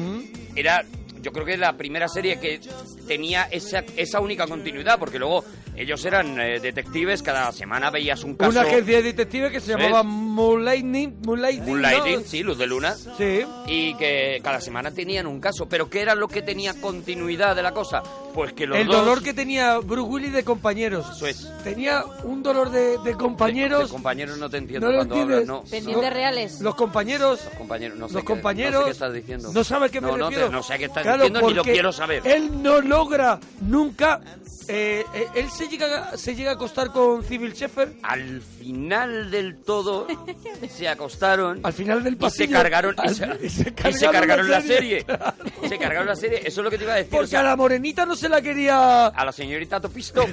Speaker 5: era yo creo que la primera serie que tenía esa, esa única continuidad, porque luego ellos eran eh, detectives, cada semana veías un caso...
Speaker 2: Una agencia de detectives que se
Speaker 5: Eso
Speaker 2: llamaba
Speaker 5: es.
Speaker 2: Moonlighting. Moonlighting,
Speaker 5: Un
Speaker 2: ¿no?
Speaker 5: lighting, sí, luz de luna.
Speaker 2: Sí.
Speaker 5: Y que cada semana tenían un caso. Pero ¿qué era lo que tenía continuidad de la cosa? Pues que los
Speaker 2: El
Speaker 5: dos...
Speaker 2: dolor que tenía Bruce Willis de compañeros.
Speaker 5: Eso es.
Speaker 2: Tenía un dolor de, de compañeros.
Speaker 5: De compañeros no te entiendo
Speaker 2: no lo
Speaker 5: cuando
Speaker 2: entiendes.
Speaker 5: hablas, no.
Speaker 3: Pendientes reales.
Speaker 2: Los compañeros.
Speaker 5: compañeros, no sé
Speaker 2: los
Speaker 5: qué-
Speaker 2: compañeros.
Speaker 5: no sé qué estás diciendo.
Speaker 2: No sabe a qué me
Speaker 5: No, no
Speaker 2: refiero.
Speaker 5: te- no sé a qué estás
Speaker 2: Claro,
Speaker 5: diciendo ni lo
Speaker 2: porque
Speaker 5: quiero saber.
Speaker 2: Él no logra nunca. eh, eh, él se llega, se llega a acostar con Civil Sheffer.
Speaker 5: Al final del todo se acostaron.
Speaker 2: Al final del
Speaker 5: Y se
Speaker 2: pasillo.
Speaker 5: cargaron, y
Speaker 2: Al-
Speaker 5: se,
Speaker 2: y se
Speaker 5: y se
Speaker 2: cargaron la
Speaker 5: cargaron la
Speaker 2: serie,
Speaker 5: serie. Se cargaron la serie. Eso es lo que te iba a decir. o
Speaker 2: Porque
Speaker 5: sea,
Speaker 2: a la morenita no se la quería.
Speaker 5: a la señorita Topisto.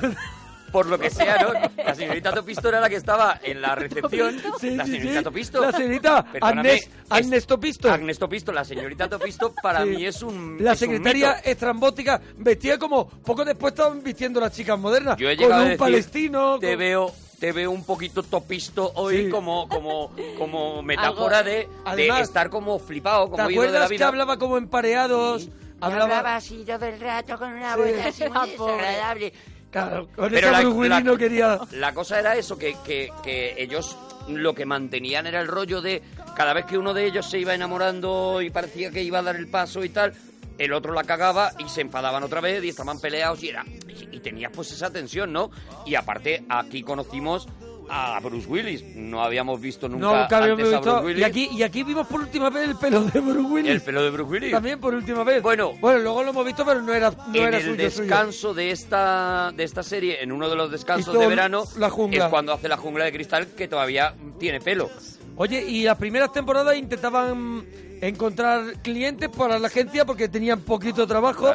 Speaker 5: Por lo que sea, ¿no? La señorita Topisto era la que estaba en la recepción.
Speaker 2: Sí,
Speaker 5: la
Speaker 2: sí,
Speaker 5: señorita
Speaker 2: sí.
Speaker 5: Topisto.
Speaker 2: La señorita
Speaker 5: Perdóname,
Speaker 2: Agnes,
Speaker 5: es-
Speaker 2: Agnes Topisto.
Speaker 5: Agnes Topisto, la señorita Topisto, para
Speaker 2: Sí.
Speaker 5: mí es un.
Speaker 2: La
Speaker 5: es un
Speaker 2: secretaria
Speaker 5: mito.
Speaker 2: estrambótica vestía como poco después estaban vistiendo las chicas modernas.
Speaker 5: Yo he
Speaker 2: con
Speaker 5: llegado
Speaker 2: un
Speaker 5: a decir,
Speaker 2: palestino.
Speaker 5: Te
Speaker 2: con-
Speaker 5: veo, te veo un poquito topisto hoy
Speaker 2: Sí.
Speaker 5: como, como, como metáfora
Speaker 2: Algo.
Speaker 5: de, de
Speaker 2: Además,
Speaker 5: estar como flipado, como
Speaker 2: ¿Te
Speaker 5: ido de la
Speaker 2: acuerdas que
Speaker 5: vida.
Speaker 2: hablaba como en pareados? Hablaba.
Speaker 5: así todo el rato con una
Speaker 1: Sí.
Speaker 5: voz así muy
Speaker 1: Ah, pobre.
Speaker 5: desagradable.
Speaker 2: Claro, con
Speaker 5: Pero
Speaker 2: esa
Speaker 5: la-
Speaker 2: Bruce Willis
Speaker 5: la-
Speaker 2: no quería.
Speaker 5: La cosa era eso, que, que, que ellos lo que mantenían era el rollo de cada vez que uno de ellos se iba enamorando y parecía que iba a dar el paso y tal, el otro la cagaba y se enfadaban otra vez y estaban peleados y era y tenías pues esa tensión, ¿no? Y aparte aquí conocimos a Bruce Willis, no habíamos visto nunca,
Speaker 2: No, nunca habíamos
Speaker 5: antes a Bruce
Speaker 2: visto.
Speaker 5: Willis.
Speaker 2: Y aquí, y aquí vimos por última vez el pelo de Bruce Willis.
Speaker 5: el pelo de Bruce Willis.
Speaker 2: También por última vez. Bueno, bueno, luego lo hemos visto, pero no era, no
Speaker 5: en
Speaker 2: era
Speaker 5: el
Speaker 2: suyo. suyo.
Speaker 5: descanso de esta de esta serie, en uno de los descansos
Speaker 2: Hizo
Speaker 5: de verano,
Speaker 2: la jungla.
Speaker 5: es cuando hace la jungla de cristal que todavía tiene pelo.
Speaker 2: Oye, y las primeras temporadas intentaban encontrar clientes para la agencia porque tenían poquito trabajo.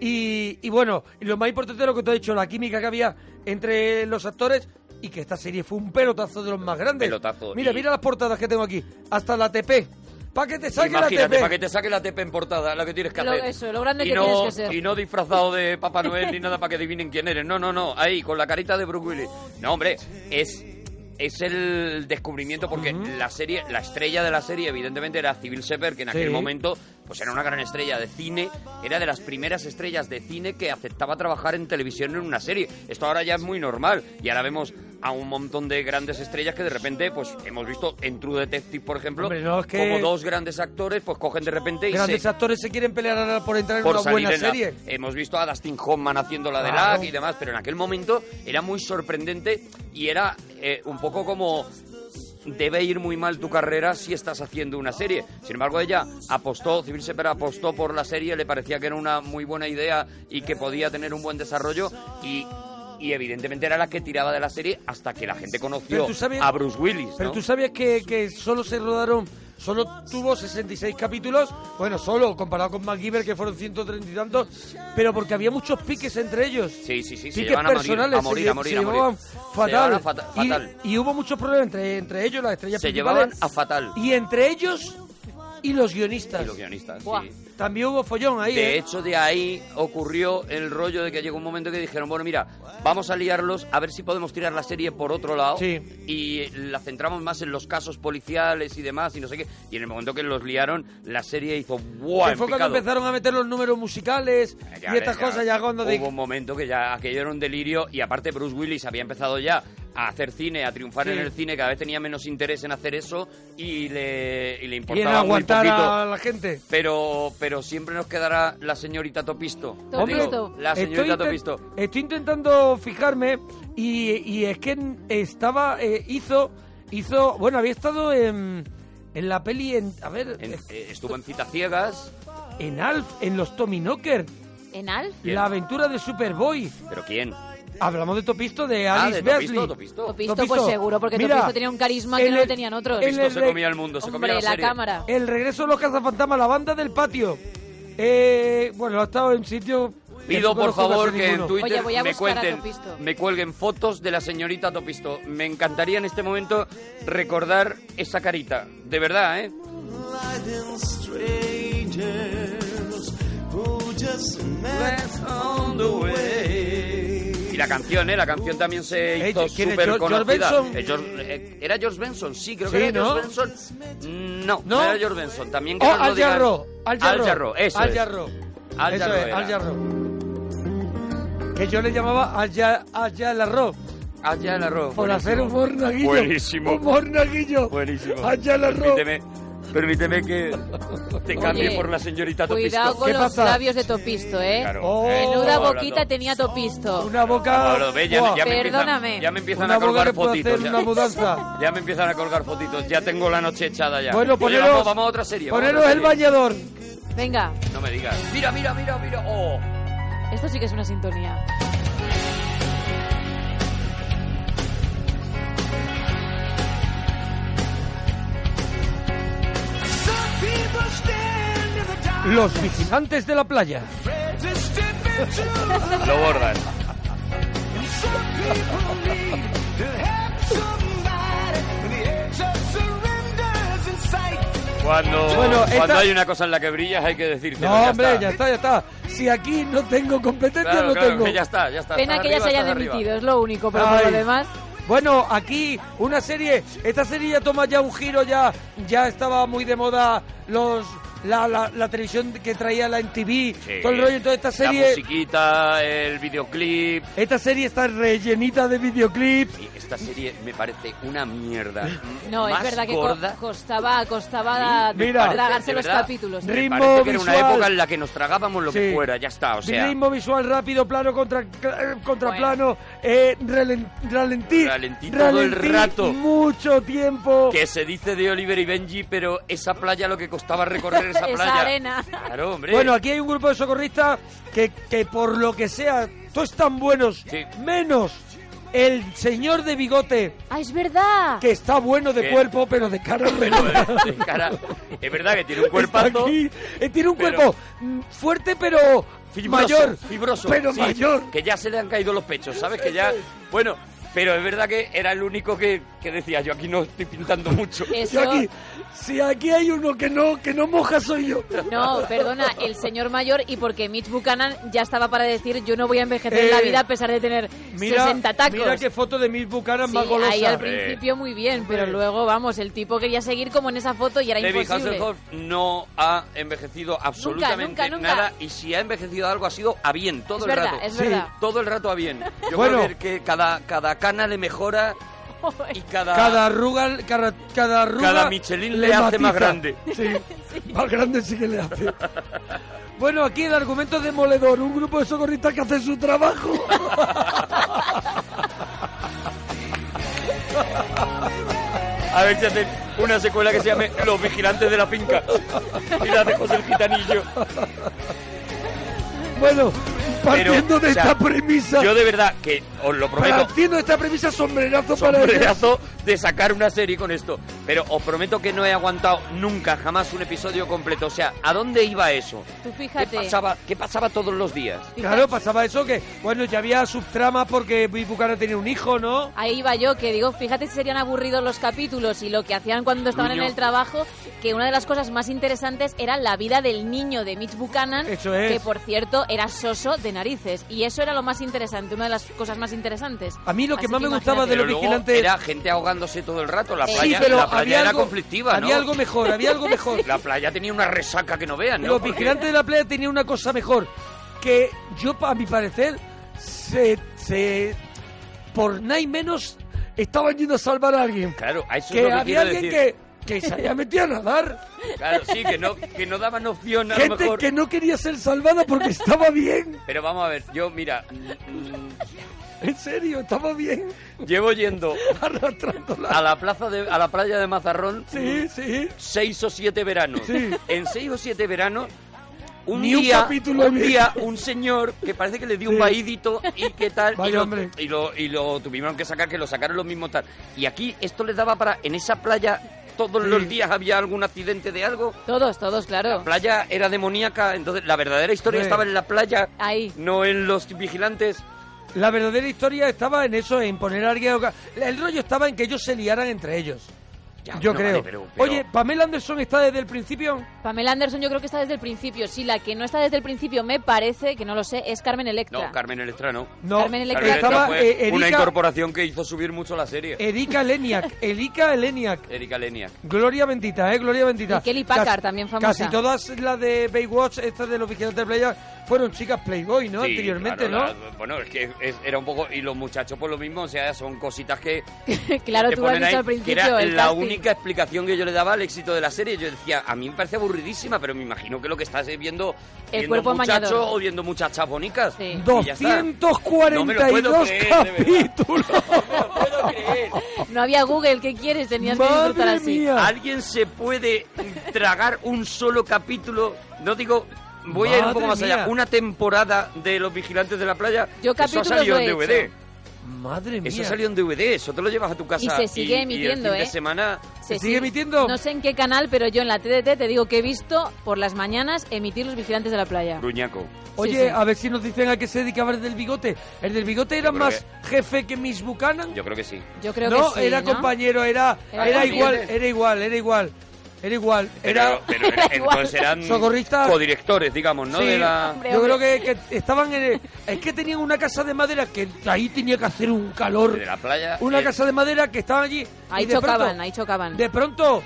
Speaker 2: Y, y bueno, y lo más importante es lo que te he dicho, la química que había entre los actores y que esta serie fue un pelotazo de los más grandes.
Speaker 5: Pelotazo.
Speaker 2: Mira,
Speaker 5: Y-
Speaker 2: mira las portadas que tengo aquí. Hasta la TP. Para que te saque la
Speaker 5: Imagínate,
Speaker 2: TP.
Speaker 5: para que te saque la tepe en portada, lo que tienes que
Speaker 2: Lo-
Speaker 5: hacer.
Speaker 2: eso, lo grande
Speaker 5: y
Speaker 2: que
Speaker 5: no,
Speaker 2: tienes que ser.
Speaker 5: Y no disfrazado de Papá Noel ni nada para que adivinen quién eres. No, no, no, ahí, con la carita de Bruce Willis. No, hombre, es, es el descubrimiento porque la serie, la estrella de la serie, evidentemente, era Civil Shepherd, que en aquel
Speaker 2: Sí.
Speaker 5: momento pues era una gran estrella de cine, era de las primeras estrellas de cine que aceptaba trabajar en televisión en una serie. Esto ahora ya es muy normal y ahora vemos a un montón de grandes estrellas que de repente, pues hemos visto en True Detective, por ejemplo,
Speaker 2: Hombre, no, es que-
Speaker 5: como dos grandes actores, pues cogen de repente y
Speaker 2: Grandes
Speaker 5: se...
Speaker 2: actores se quieren pelear ahora por entrar en
Speaker 5: por
Speaker 2: una
Speaker 5: salir
Speaker 2: buena
Speaker 5: en la-
Speaker 2: serie.
Speaker 5: Hemos visto a Dustin Hoffman haciendo la de
Speaker 2: Claro.
Speaker 5: Lack y demás, pero en aquel momento era muy sorprendente y era eh, un poco como debe ir muy mal tu carrera si estás haciendo una serie. Sin embargo, ella apostó, Civil Sepera apostó por la serie, le parecía que era una muy buena idea y que podía tener un buen desarrollo y y evidentemente era la que tiraba de la serie hasta que la gente conoció
Speaker 2: Pero tú sabías-
Speaker 5: a Bruce Willis.
Speaker 2: Pero
Speaker 5: ¿no?
Speaker 2: tú sabías que, que solo se rodaron, solo tuvo 66 capítulos, bueno, solo comparado con MacGyver que fueron 130 y tantos, pero porque había muchos piques entre ellos.
Speaker 5: Sí, sí, sí, se
Speaker 2: piques
Speaker 5: llevan a morir,
Speaker 2: personales,
Speaker 5: a morir,
Speaker 2: se,
Speaker 5: a morir,
Speaker 2: se
Speaker 5: a morir.
Speaker 2: llevaban
Speaker 5: Se
Speaker 2: fatal.
Speaker 5: llevaban a fata-
Speaker 2: Y-
Speaker 5: fatal.
Speaker 2: Y, hubo muchos problemas entre, entre ellos, las estrellas
Speaker 5: Se
Speaker 2: principales,
Speaker 5: llevaban a fatal.
Speaker 2: Y entre ellos y los guionistas.
Speaker 5: Y los guionistas,
Speaker 2: Buah,
Speaker 5: sí.
Speaker 2: También hubo follón ahí,
Speaker 5: De
Speaker 2: ¿eh?
Speaker 5: hecho, de ahí ocurrió el rollo de que llegó un momento que dijeron, bueno, mira, vamos a liarlos, a ver si podemos tirar la serie por otro lado
Speaker 2: Sí.
Speaker 5: y la centramos más en los casos policiales y demás y no sé qué. Y en el momento que los liaron, la serie hizo ¡buah!
Speaker 2: que
Speaker 5: en
Speaker 2: fue cuando
Speaker 5: picado".
Speaker 2: empezaron a meter los números musicales
Speaker 5: Ya,
Speaker 2: y estas
Speaker 5: ya,
Speaker 2: cosas ya cuando
Speaker 5: Hubo
Speaker 2: de-
Speaker 5: un momento que ya aquello era un delirio y aparte Bruce Willis había empezado ya a hacer cine, a triunfar
Speaker 2: Sí.
Speaker 5: en el cine, cada vez tenía menos interés en hacer eso y le, y le
Speaker 2: y en
Speaker 5: importaba muy
Speaker 2: aguantar
Speaker 5: poquito.
Speaker 2: a la gente.
Speaker 5: Pero, pero siempre nos quedará la señorita Topisto.
Speaker 2: Hombre,
Speaker 5: Digo, la señorita
Speaker 2: estoy, inten-
Speaker 5: Topisto.
Speaker 2: estoy intentando fijarme y, y es que estaba eh, hizo hizo bueno había estado en, en la peli en a ver
Speaker 5: En- eh, estuvo en citas ciegas.
Speaker 2: en Alf en los Tommy Knocker
Speaker 3: ¿En Alf?
Speaker 2: la aventura de Superboy
Speaker 5: ¿Pero quién?
Speaker 2: hablamos de Topisto de
Speaker 5: Ah,
Speaker 2: Alice
Speaker 5: de Topisto,
Speaker 2: Beasley.
Speaker 5: Topisto.
Speaker 3: Topisto, pues seguro, porque
Speaker 2: Mira,
Speaker 3: Topisto tenía un carisma que
Speaker 2: en
Speaker 3: no lo
Speaker 2: el-
Speaker 3: tenían otros.
Speaker 2: en el
Speaker 5: se
Speaker 2: re-
Speaker 5: comía el mundo, se
Speaker 3: Hombre,
Speaker 5: comía la,
Speaker 3: la
Speaker 5: serie.
Speaker 3: cámara.
Speaker 2: El regreso de los cazafantasmas, la banda del patio. Eh, bueno, ha estado en sitio.
Speaker 5: Pido por favor que en
Speaker 2: en
Speaker 5: Twitter
Speaker 3: Oye, voy a
Speaker 5: me
Speaker 3: buscar a
Speaker 5: cuenten,
Speaker 3: Topisto.
Speaker 5: me cuelguen fotos de la señorita Topisto. Me encantaría en este momento recordar esa carita, de verdad, ¿eh? Y la canción, ¿eh? La canción también se hizo
Speaker 2: ¿quién es?
Speaker 5: súper
Speaker 2: George-
Speaker 5: conocida.
Speaker 2: George Benson?
Speaker 5: Eh, George- eh, ¿Era George Benson? Sí, creo
Speaker 2: Sí,
Speaker 5: que era
Speaker 2: ¿no?
Speaker 5: George Benson. No, no, era George Benson. También que
Speaker 2: Oh,
Speaker 5: nos lo
Speaker 2: Al
Speaker 5: digan.
Speaker 2: Jarro. Al Jarro.
Speaker 5: Al Jarro, eso
Speaker 2: Al
Speaker 5: es.
Speaker 2: Jarro.
Speaker 5: Al
Speaker 2: Eso
Speaker 5: Jarro
Speaker 2: es,
Speaker 5: era.
Speaker 2: Al Jarro. Que yo le llamaba Allá, allá el arroz.
Speaker 5: Allá el arroz.
Speaker 2: Por
Speaker 5: buenísimo.
Speaker 2: hacer humor naguillo.
Speaker 5: Buenísimo.
Speaker 2: Humor naguillo.
Speaker 5: Buenísimo.
Speaker 2: Allá el arroz.
Speaker 5: Permíteme, permíteme que te cambie
Speaker 3: Oye,
Speaker 5: por la señorita Topisto.
Speaker 3: Cuidado con los labios de Topisto, ¿eh?
Speaker 5: Claro.
Speaker 2: Oh.
Speaker 3: Menuda
Speaker 5: Hablando.
Speaker 3: boquita tenía Topisto.
Speaker 2: Una boca.
Speaker 5: Pablo, ve, ya,
Speaker 2: Buah.
Speaker 5: ya me
Speaker 3: Perdóname.
Speaker 5: Empiezan, ya me empiezan
Speaker 2: Una
Speaker 5: a
Speaker 2: boca que
Speaker 5: colgar
Speaker 2: puede
Speaker 5: fotitos.
Speaker 2: hacer
Speaker 5: ya.
Speaker 2: una mudanza.
Speaker 5: Ya me empiezan a colgar fotitos. Ya tengo la noche echada ya.
Speaker 2: Bueno,
Speaker 5: Oye,
Speaker 2: poneros,
Speaker 5: vamos, vamos a otra serie. vamos a
Speaker 2: poneros
Speaker 5: otra
Speaker 2: el
Speaker 5: serie.
Speaker 2: bañador.
Speaker 3: Venga,
Speaker 5: No me digas. Mira, mira, mira, mira. Oh.
Speaker 3: esto sí que es una sintonía.
Speaker 2: Los vigilantes de la playa.
Speaker 5: Lo bordan. Cuando,
Speaker 2: Bueno, esta-
Speaker 5: cuando hay una cosa en la que brillas hay que decirte.
Speaker 2: No, hombre, ya está, ya está. Si aquí no tengo competencia,
Speaker 5: Claro,
Speaker 2: no
Speaker 5: claro,
Speaker 2: tengo.
Speaker 5: que ya está, ya está.
Speaker 3: Pena
Speaker 5: estás
Speaker 3: que ya
Speaker 5: arriba,
Speaker 3: se hayan
Speaker 5: estás arriba.
Speaker 3: emitido, es lo único, pero por
Speaker 2: Ay.
Speaker 3: lo demás,
Speaker 2: Bueno, aquí una serie, esta serie ya toma ya un giro, ya, ya estaba muy de moda los la, la, la televisión que traía la MTV, todo el rollo, entonces esta
Speaker 5: La
Speaker 2: serie,
Speaker 5: musiquita, el videoclip.
Speaker 2: esta serie está rellenita de videoclips.
Speaker 5: Y Esta serie me parece una mierda.
Speaker 3: no, es
Speaker 5: Más
Speaker 3: verdad que co-
Speaker 5: gorda.
Speaker 3: costaba, costaba
Speaker 5: Me
Speaker 2: Mira.
Speaker 5: parece,
Speaker 3: tragarse
Speaker 5: de
Speaker 3: los
Speaker 5: verdad,
Speaker 3: capítulos.
Speaker 5: me
Speaker 3: ¿eh?
Speaker 5: parece que era una
Speaker 2: visual.
Speaker 5: época en la que nos tragábamos lo que
Speaker 2: Sí.
Speaker 5: fuera, ya está, o sea.
Speaker 2: Ritmo visual rápido, plano contra, cl- contra plano, eh, ralen- ralentí,
Speaker 5: Ralentí todo el
Speaker 2: ralentí
Speaker 5: rato.
Speaker 2: mucho tiempo.
Speaker 5: Que se dice de Oliver y Benji, pero esa playa, lo que costaba recorrer esa
Speaker 3: Esa
Speaker 5: playa.
Speaker 3: arena.
Speaker 5: Claro, hombre.
Speaker 2: Bueno, aquí hay un grupo de socorristas que, que por lo que sea, todos están buenos, menos el señor de bigote,
Speaker 3: ¡Ah, es verdad!
Speaker 2: que está bueno de
Speaker 5: Que-
Speaker 2: cuerpo, pero de cara menuda.
Speaker 5: De cara- es verdad que tiene un
Speaker 2: Está
Speaker 5: cuerpazo.
Speaker 2: aquí. Eh, tiene un
Speaker 5: pero-
Speaker 2: cuerpo mm, fuerte, pero
Speaker 5: Fibroso,
Speaker 2: mayor.
Speaker 5: fibroso,
Speaker 2: Pero
Speaker 5: sí,
Speaker 2: mayor.
Speaker 5: Que ya se le han caído los pechos, ¿sabes? Que ya. Bueno, pero es verdad que era el único que que decía, yo aquí no estoy pintando mucho.
Speaker 3: Eso-
Speaker 5: Yo aquí,
Speaker 2: si aquí hay uno que no, que no moja soy yo.
Speaker 3: No, perdona, el señor mayor y porque Mitch Buchanan ya estaba para decir yo no voy a envejecer en la
Speaker 2: Eh,
Speaker 3: vida a pesar de tener
Speaker 2: Mira,
Speaker 3: 60 tacos.
Speaker 2: mira qué foto de Miss Buchanan
Speaker 3: Sí,
Speaker 2: más golosa.
Speaker 3: ahí al principio muy bien, pero luego, vamos, el tipo quería seguir como en esa foto y era
Speaker 5: Eh. David
Speaker 3: imposible.
Speaker 5: Hasselhoff no ha envejecido absolutamente
Speaker 3: nunca, nunca.
Speaker 5: nada y si ha envejecido algo ha sido a bien todo
Speaker 3: Es
Speaker 5: el
Speaker 3: verdad,
Speaker 5: rato.
Speaker 3: es Sí. verdad.
Speaker 5: Todo el rato a bien. Yo
Speaker 2: Bueno.
Speaker 5: creo que que cada, cada cana le mejora y cada...
Speaker 2: Cada arruga, cada, cada arruga
Speaker 5: Cada Michelin le hace más grande.
Speaker 2: Sí, más grande sí que le hace. Bueno, aquí el argumento es demoledor, un grupo de socorristas que hace su trabajo.
Speaker 5: A ver si hacen una secuela que se llame Los vigilantes de la finca. Y la de José el Gitanillo.
Speaker 2: Bueno, partiendo
Speaker 5: Pero,
Speaker 2: de
Speaker 5: o sea,
Speaker 2: esta premisa,
Speaker 5: Yo de verdad que os lo prometo.
Speaker 2: partiendo de esta premisa sombrerazo, para ellos.
Speaker 5: sombrerazo de sacar una serie con esto. Pero os prometo que no he aguantado nunca, jamás un episodio completo. O sea, ¿a dónde iba eso?
Speaker 3: Tú
Speaker 5: ¿Qué
Speaker 3: fíjate.
Speaker 5: pasaba, qué pasaba todos los días?
Speaker 2: Claro, pasaba eso que, bueno, ya había subtramas porque Miss Buchanan tenía un hijo, ¿no?
Speaker 3: Ahí iba yo, que digo, fíjate si serían aburridos los capítulos y lo que hacían cuando estaban
Speaker 2: Niño.
Speaker 3: en el trabajo, que una de las cosas más interesantes era la vida del niño de Mitch Buchanan,
Speaker 2: Eso es.
Speaker 3: que por cierto era soso de narices. Y eso era lo más interesante, una de las cosas más interesantes.
Speaker 2: A mí lo que
Speaker 3: Así
Speaker 2: más me
Speaker 3: imagínate.
Speaker 2: gustaba de
Speaker 5: Pero
Speaker 2: los
Speaker 5: luego
Speaker 2: vigilantes...
Speaker 5: Era gente ahogándose todo el rato. La
Speaker 2: Sí,
Speaker 5: playa,
Speaker 2: pero
Speaker 5: la playa
Speaker 2: había
Speaker 5: era
Speaker 2: algo-
Speaker 5: conflictiva, ¿no?
Speaker 2: había algo mejor, había algo mejor.
Speaker 5: La playa tenía una resaca que no vean, ¿no?
Speaker 2: Los
Speaker 5: Porque-
Speaker 2: vigilantes de la playa tenían una cosa mejor, que yo, a mi parecer, se, se por nada y menos estaban yendo a salvar a alguien.
Speaker 5: Claro, a eso
Speaker 2: que
Speaker 5: es lo que
Speaker 2: había
Speaker 5: quiero
Speaker 2: alguien
Speaker 5: decir.
Speaker 2: que, que se había metido a nadar.
Speaker 5: Claro, sí, que no, que no daban opción a lo
Speaker 2: Gente
Speaker 5: mejor.
Speaker 2: que no quería ser salvada porque estaba bien.
Speaker 5: Pero vamos a ver, yo, mira, mm,
Speaker 2: En serio, estaba bien.
Speaker 5: mm, llevo yendo a la plaza de, a la playa de Mazarrón
Speaker 2: Sí, sí.
Speaker 5: seis o siete veranos. En seis o siete veranos, un
Speaker 2: Ni un
Speaker 5: día,
Speaker 2: capítulo
Speaker 5: un
Speaker 2: bien.
Speaker 5: día, un señor que parece que le dio
Speaker 2: Sí.
Speaker 5: un vaídito y qué tal,
Speaker 2: Vaya
Speaker 5: y, lo,
Speaker 2: hombre.
Speaker 5: y lo- y lo tuvieron que sacar, que lo sacaron los mismos tal. Y aquí esto les daba para, en esa playa todos
Speaker 3: Sí.
Speaker 5: los días había algún accidente de algo.
Speaker 3: Todos, todos, claro.
Speaker 5: La playa era demoníaca, entonces la verdadera historia
Speaker 2: Sí.
Speaker 5: estaba en la playa,
Speaker 3: Ahí.
Speaker 5: no en los vigilantes.
Speaker 2: La verdadera historia estaba en eso, en poner a alguien... El rollo estaba en que ellos se liaran entre ellos. yo creo.
Speaker 5: no, vale, pero- pero-
Speaker 2: Oye, Pamela Anderson está desde el principio.
Speaker 3: Pamela Anderson yo creo que está desde el principio. Sí, la que no está desde el principio, me parece, que no lo sé, es Carmen Electra.
Speaker 5: No, Carmen Electra no.
Speaker 2: No,
Speaker 3: Carmen Electra.
Speaker 5: Carmen
Speaker 2: estaba,
Speaker 5: fue
Speaker 2: eh, Erika-
Speaker 5: una incorporación que hizo subir mucho la serie.
Speaker 2: Erika Leniak. Erika Leniak.
Speaker 5: Erika Leniak.
Speaker 2: Gloria bendita, eh, gloria bendita.
Speaker 3: Y Kelly Packard,
Speaker 2: Casi-
Speaker 3: también famosa.
Speaker 2: Casi todas las de Baywatch, estas de los vigilantes de playa, fueron chicas Playboy, ¿no?
Speaker 5: Sí,
Speaker 2: Anteriormente,
Speaker 5: claro,
Speaker 2: ¿no?
Speaker 5: la- bueno, es que es- era un poco. Y los muchachos, por lo mismo, o sea, son cositas que.
Speaker 3: claro,
Speaker 5: que
Speaker 3: tú lo has
Speaker 5: ponen
Speaker 3: dicho
Speaker 5: ahí,
Speaker 3: al
Speaker 5: que
Speaker 3: principio.
Speaker 5: era
Speaker 3: el
Speaker 5: la
Speaker 3: casting.
Speaker 5: única explicación que yo le daba al éxito de la serie. Yo decía, a mí me parece aburridísima, pero me imagino que lo que estás es viendo.
Speaker 3: El
Speaker 5: viendo
Speaker 3: cuerpo
Speaker 5: muchachos
Speaker 3: amañador.
Speaker 5: o viendo muchachas bonitas. Y ya está. No me lo puedo
Speaker 2: 242
Speaker 5: creer, de verdad.
Speaker 2: capítulos.
Speaker 3: No había Google, ¿qué quieres? Tenías que disfrutar
Speaker 5: Madre
Speaker 3: así.
Speaker 5: mía. ¿Alguien se puede tragar un solo capítulo? No digo, voy a ir un
Speaker 2: Madre
Speaker 5: poco más allá.
Speaker 2: mía.
Speaker 5: Una temporada de Los Vigilantes de la Playa.
Speaker 3: Yo
Speaker 5: que eso ha
Speaker 3: capítulos
Speaker 5: salido
Speaker 3: lo
Speaker 5: en
Speaker 3: he
Speaker 5: DVD.
Speaker 3: hecho.
Speaker 2: Madre mía.
Speaker 5: Eso salió en DVD, eso te lo llevas a tu casa.
Speaker 3: Y se sigue emitiendo,
Speaker 5: y el fin
Speaker 3: ¿eh?
Speaker 5: de semana...
Speaker 3: Sí, sí. No sé en qué canal, pero yo en la TDT te digo que he visto por las mañanas emitir Los Vigilantes de la Playa.
Speaker 5: Bruñaco.
Speaker 2: Oye,
Speaker 3: sí.
Speaker 2: a ver si nos dicen a qué se dedicaba el del bigote. El del bigote era
Speaker 5: Yo creo
Speaker 2: más jefe que Miss Buchanan.
Speaker 5: Yo creo que sí.
Speaker 3: Yo creo
Speaker 2: no,
Speaker 3: que sí,
Speaker 2: era
Speaker 3: ¿no?
Speaker 2: compañero, era,
Speaker 3: Era
Speaker 2: era,
Speaker 3: compañero.
Speaker 2: igual, era igual, era igual, era igual, era...
Speaker 5: Pero, pero entonces eran
Speaker 2: Socorristas.
Speaker 5: codirectores, digamos, ¿no?
Speaker 2: Sí,
Speaker 5: de la...
Speaker 2: yo creo que, que estaban en... Es que tenían una casa de madera que ahí tenía que hacer un calor.
Speaker 5: de la playa.
Speaker 2: Una
Speaker 5: Eh,
Speaker 2: casa de madera que estaban allí.
Speaker 3: Ahí
Speaker 2: y de
Speaker 3: chocaban,
Speaker 2: pronto-
Speaker 3: ahí chocaban.
Speaker 2: De pronto...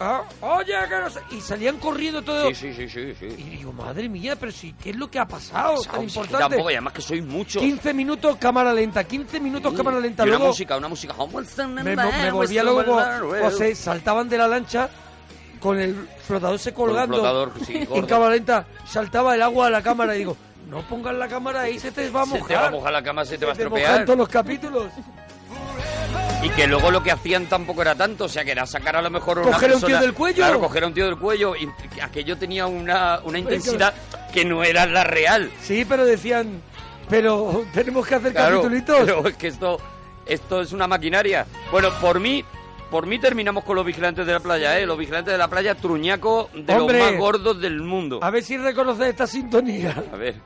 Speaker 2: ah, Oye, que no sé- Y salían corriendo todo.
Speaker 5: Sí, sí, sí, sí. sí.
Speaker 2: Y digo, madre mía, pero si, ¿qué es lo que ha pasado?
Speaker 5: Pesado,
Speaker 2: Tan
Speaker 5: sí, que
Speaker 2: importante.
Speaker 5: tampoco, y además que soy mucho. Mm.
Speaker 2: 15 minutos cámara lenta, 15 minutos cámara lenta.
Speaker 5: Y una
Speaker 2: Luego
Speaker 5: música, una música.
Speaker 2: me,
Speaker 3: pues,
Speaker 2: me volvía luego, como- o
Speaker 3: eh.
Speaker 2: se saltaban de la lancha con el flotador se
Speaker 5: el
Speaker 2: colgando.
Speaker 5: flotador, sí, gordo.
Speaker 2: en cámara lenta saltaba el agua a la cámara y digo, no pongas la cámara ahí, se te va a
Speaker 5: Se
Speaker 2: mojar.
Speaker 5: te va a mojar la cama, se te va a
Speaker 2: Se te mojan
Speaker 5: estropear.
Speaker 2: todos los capítulos.
Speaker 5: Y que luego lo que hacían tampoco era tanto, o sea, que era sacar a lo mejor a una
Speaker 2: Coger a un tío
Speaker 5: persona-
Speaker 2: del cuello.
Speaker 5: Claro, coger a un tío del cuello. Y aquello tenía una, una intensidad que no era la real.
Speaker 2: Sí, pero decían, pero tenemos que hacer
Speaker 5: Claro,
Speaker 2: capítulitos.
Speaker 5: pero es que esto, esto es una maquinaria. Bueno, por mí, por mí terminamos con los vigilantes de la playa, ¿eh? Los vigilantes de la playa, truñaco de
Speaker 2: Hombre.
Speaker 5: los más gordos del mundo.
Speaker 2: A ver si reconoces esta sintonía.
Speaker 5: A ver.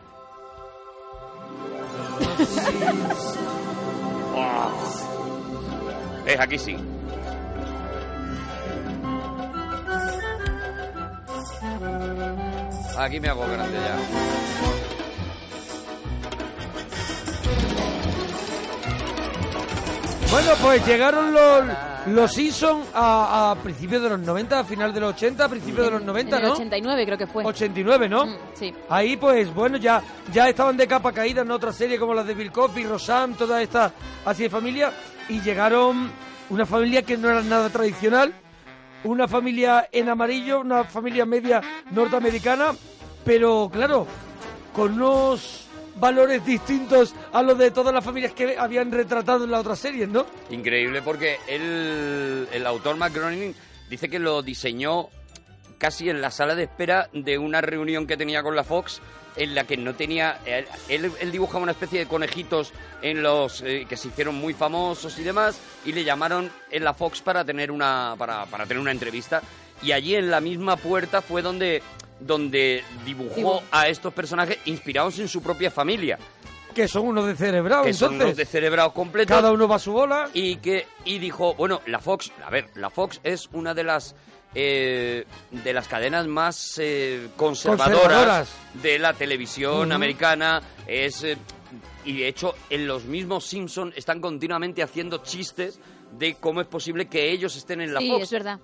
Speaker 5: Es aquí sí. Aquí me hago grande ya.
Speaker 2: Bueno, pues llegaron los, los Simpson a, a principios de los 90, a final de los 80, a principios de los 90,
Speaker 3: En el
Speaker 2: ¿no?
Speaker 3: 89 creo que fue.
Speaker 2: 89, ¿no?
Speaker 3: Mm, sí.
Speaker 2: Ahí pues bueno, ya, ya estaban de capa caída en otras series como las de Bill Cosby, Rosam, todas estas así de familia. Y llegaron una familia que no era nada tradicional, una familia en amarillo, una familia media norteamericana, pero claro, con unos valores distintos a los de todas las familias que habían retratado en las otras series, ¿no?
Speaker 5: Increíble porque él, el autor Matt Groening dice que lo diseñó casi en la sala de espera de una reunión que tenía con la Fox en la que no tenía... Él, él- él dibujaba una especie de conejitos en los eh, que se hicieron muy famosos y demás y le llamaron en la Fox para tener una, para, para tener una entrevista y allí en la misma puerta fue donde, donde dibujó
Speaker 2: Dibu-
Speaker 5: a estos personajes inspirados en su propia familia
Speaker 2: Que son unos de cerebrado,
Speaker 5: que son
Speaker 2: entonces.
Speaker 5: los descerebrados completos.
Speaker 2: Cada uno va a su bola.
Speaker 5: Y que y dijo, bueno, la Fox, a ver, la Fox es una de las eh, de las cadenas más eh, conservadoras,
Speaker 2: Conservadoras.
Speaker 5: de la televisión
Speaker 2: Ujú.
Speaker 5: americana. Es eh, y de hecho en los mismos Simpson están continuamente haciendo chistes de cómo es posible que ellos estén en la
Speaker 3: sí,
Speaker 5: Fox.
Speaker 3: es verdad.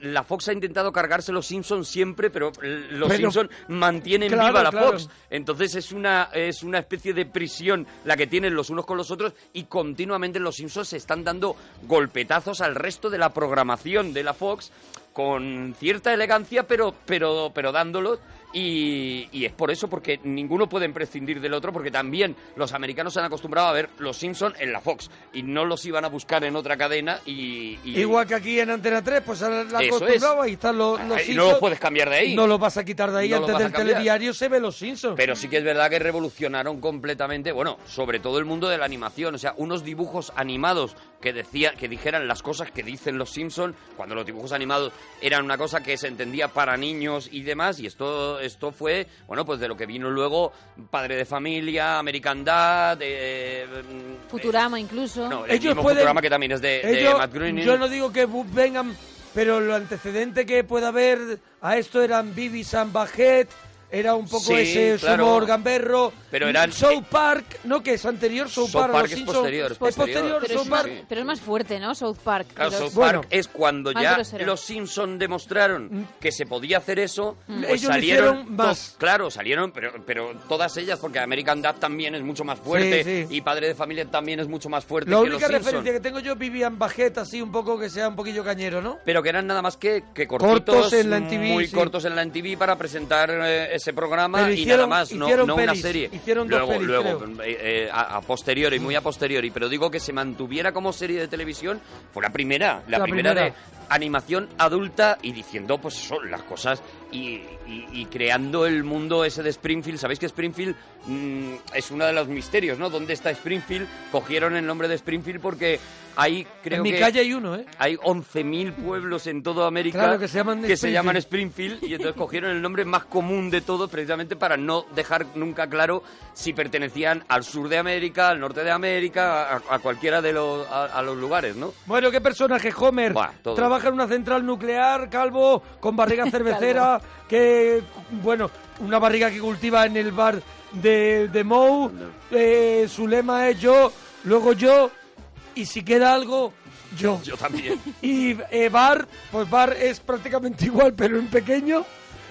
Speaker 5: La Fox ha intentado cargarse los Simpson siempre, pero l- los
Speaker 2: Pero-
Speaker 5: Simpson mantienen
Speaker 2: Claro,
Speaker 5: viva la
Speaker 2: claro.
Speaker 5: Fox. Entonces es una, es una especie de prisión la que tienen los unos con los otros y continuamente los Simpsons se están dando golpetazos al resto de la programación de la Fox con cierta elegancia, pero, pero, pero dándolos. Y, y es por eso, porque ninguno puede prescindir del otro, porque también los americanos se han acostumbrado a ver los Simpson en la Fox y no los iban a buscar en otra cadena. Y, y-
Speaker 2: Igual que aquí en Antena 3, pues ahora la
Speaker 5: Eso
Speaker 2: acostumbraba y están los, los
Speaker 5: Ah, y no
Speaker 2: Simpsons.
Speaker 5: los puedes cambiar de ahí.
Speaker 2: No los vas a quitar de ahí.
Speaker 5: No los
Speaker 2: Antes
Speaker 5: vas a
Speaker 2: del
Speaker 5: cambiar.
Speaker 2: telediario se ve los Simpsons.
Speaker 5: Pero sí que es verdad que revolucionaron completamente, bueno, sobre todo el mundo de la animación, o sea, unos dibujos animados que decía, que dijeran las cosas que dicen los Simpson, cuando los dibujos animados eran una cosa que se entendía para niños y demás, y esto, esto fue, bueno, pues de lo que vino luego Padre de Familia, American Dad, eh, mm,
Speaker 3: Futurama incluso.
Speaker 5: no, el mismo Futurama que también es de, Eh, de
Speaker 2: Ellos-
Speaker 5: Matt Groening.
Speaker 2: Yo no digo que bu- vengan, pero lo antecedente que pueda haber a esto eran Bibi Sambajet, era un poco
Speaker 5: Sí,
Speaker 2: ese
Speaker 5: claro.
Speaker 2: humor gamberro.
Speaker 5: Pero eran- eh,
Speaker 2: South Park, no, que es anterior, South,
Speaker 5: South
Speaker 2: Park, a
Speaker 5: Park
Speaker 2: los
Speaker 5: es
Speaker 2: Simpsons.
Speaker 5: posterior, es posterior.
Speaker 3: pero,
Speaker 2: South
Speaker 3: es más,
Speaker 2: Park.
Speaker 3: pero es más fuerte, ¿no? South Park.
Speaker 5: Claro,
Speaker 3: Los-
Speaker 5: South Park es cuando
Speaker 3: Más
Speaker 5: ya
Speaker 3: grosero.
Speaker 5: los Simpson demostraron que se podía hacer eso,
Speaker 2: Mm.
Speaker 5: pues
Speaker 2: Ellos
Speaker 5: salieron
Speaker 2: hicieron más.
Speaker 5: to- claro, salieron, pero, pero todas ellas, porque American Dad también es mucho más fuerte
Speaker 2: Sí,
Speaker 5: y Padre de Familia también es mucho más fuerte
Speaker 2: La
Speaker 5: que
Speaker 2: única
Speaker 5: los Simpson.
Speaker 2: referencia que tengo yo es Bibi Sambajet, así un poco que sea un poquillo cañero, ¿no?
Speaker 5: Pero que eran nada más que, que cortitos,
Speaker 2: Cortos en la NTV,
Speaker 5: muy
Speaker 2: sí.
Speaker 5: cortos en la NTV para presentar eh, ese programa
Speaker 2: Pero
Speaker 5: y
Speaker 2: hicieron-
Speaker 5: nada más, no,
Speaker 2: hicieron
Speaker 5: no una
Speaker 2: pelis,
Speaker 5: serie.
Speaker 2: hicieron dos
Speaker 5: luego,
Speaker 2: pelis,
Speaker 5: luego eh, eh, a, a posteriori, muy a posteriori, pero digo que se mantuviera como serie de televisión fue la primera, la,
Speaker 2: La
Speaker 5: primera,
Speaker 2: primera.
Speaker 5: de animación adulta y diciendo pues son las cosas y, y- y creando el mundo ese de Springfield. Sabéis que Springfield mm, es uno de los misterios, ¿no? ¿Dónde está Springfield? Cogieron el nombre de Springfield porque ahí creo
Speaker 2: en
Speaker 5: que
Speaker 2: mi calle hay uno, ¿eh?
Speaker 5: hay 11.000 pueblos en toda América
Speaker 2: Claro, que se llaman
Speaker 5: que se
Speaker 2: Springfield.
Speaker 5: llaman Springfield y entonces cogieron el nombre más común de todos precisamente para no dejar nunca claro si pertenecían al sur de América, al norte de América, a, a cualquiera de los, a, a los lugares, ¿no?
Speaker 2: Bueno, qué personaje, Homer.
Speaker 5: todo.
Speaker 2: Trabaja en una central nuclear, calvo, con barriga cervecera, que, bueno, una barriga que cultiva en el bar de, de Moe. Eh, su lema es yo, luego yo, y si queda algo, yo.
Speaker 5: Yo también.
Speaker 2: Y eh, bar, pues bar es prácticamente igual, pero en pequeño,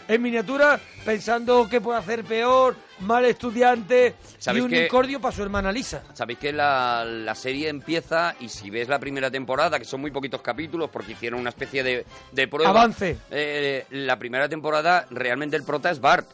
Speaker 2: en miniatura, pensando que puede hacer peor, mal estudiante, y
Speaker 5: ¿Sabéis
Speaker 2: un
Speaker 5: que-
Speaker 2: unicornio para su hermana Lisa.
Speaker 5: Sabéis que la, la serie empieza y si ves la primera temporada, que son muy poquitos capítulos porque hicieron una especie de, de prueba.
Speaker 2: Avance.
Speaker 5: Eh, la primera temporada realmente el prota es Bart.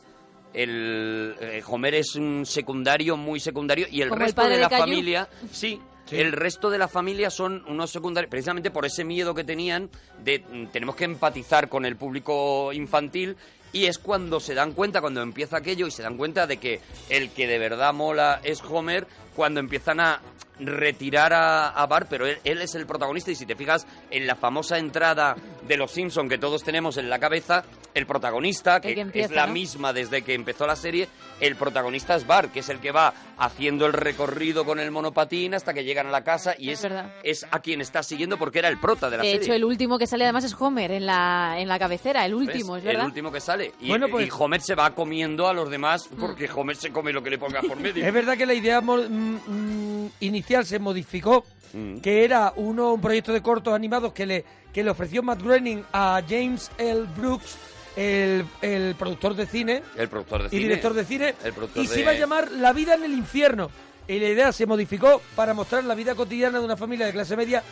Speaker 5: El, eh, Homer es un secundario muy secundario y el
Speaker 3: Como el
Speaker 5: resto
Speaker 3: padre
Speaker 5: de
Speaker 3: de
Speaker 5: la
Speaker 3: Caillou.
Speaker 5: familia, sí, el resto de la familia son unos secundarios, precisamente por ese miedo que tenían de mm, tenemos que empatizar con el público infantil y es cuando se dan cuenta, cuando empieza aquello y se dan cuenta de que el que de verdad mola es Homer, cuando empiezan a retirar a, a Bart, pero él, él es el protagonista y si te fijas en la famosa entrada de los Simpson que todos tenemos en la cabeza, el protagonista, que,
Speaker 3: que empieza,
Speaker 5: es la
Speaker 3: ¿no?
Speaker 5: misma desde que empezó la serie, el protagonista es Bart, que es el que va haciendo el recorrido con el monopatín hasta que llegan a la casa y es,
Speaker 3: verdad.
Speaker 5: es a quien está siguiendo porque era el prota de la
Speaker 3: De
Speaker 5: serie.
Speaker 3: hecho, el último que sale además es Homer en la, en la cabecera, el
Speaker 5: ¿Ves?
Speaker 3: último, es
Speaker 5: El
Speaker 3: verdad.
Speaker 5: último que sale. Y,
Speaker 2: Bueno, pues-
Speaker 5: y Homer se va comiendo a los demás
Speaker 3: Mm.
Speaker 5: porque Homer se come lo que le pongas por medio.
Speaker 2: Es verdad que la idea mo- mm, mm, inicial se modificó,
Speaker 5: Mm.
Speaker 2: que era uno, un proyecto de cortos animados que le, que le ofreció Matt Groening a James L. Brooks, el, el productor de cine
Speaker 5: El productor de
Speaker 2: y
Speaker 5: cine.
Speaker 2: director de cine,
Speaker 5: El productor
Speaker 2: y se
Speaker 5: de-
Speaker 2: iba a llamar La vida en el infierno. Y la idea se modificó para mostrar la vida cotidiana de una familia de clase media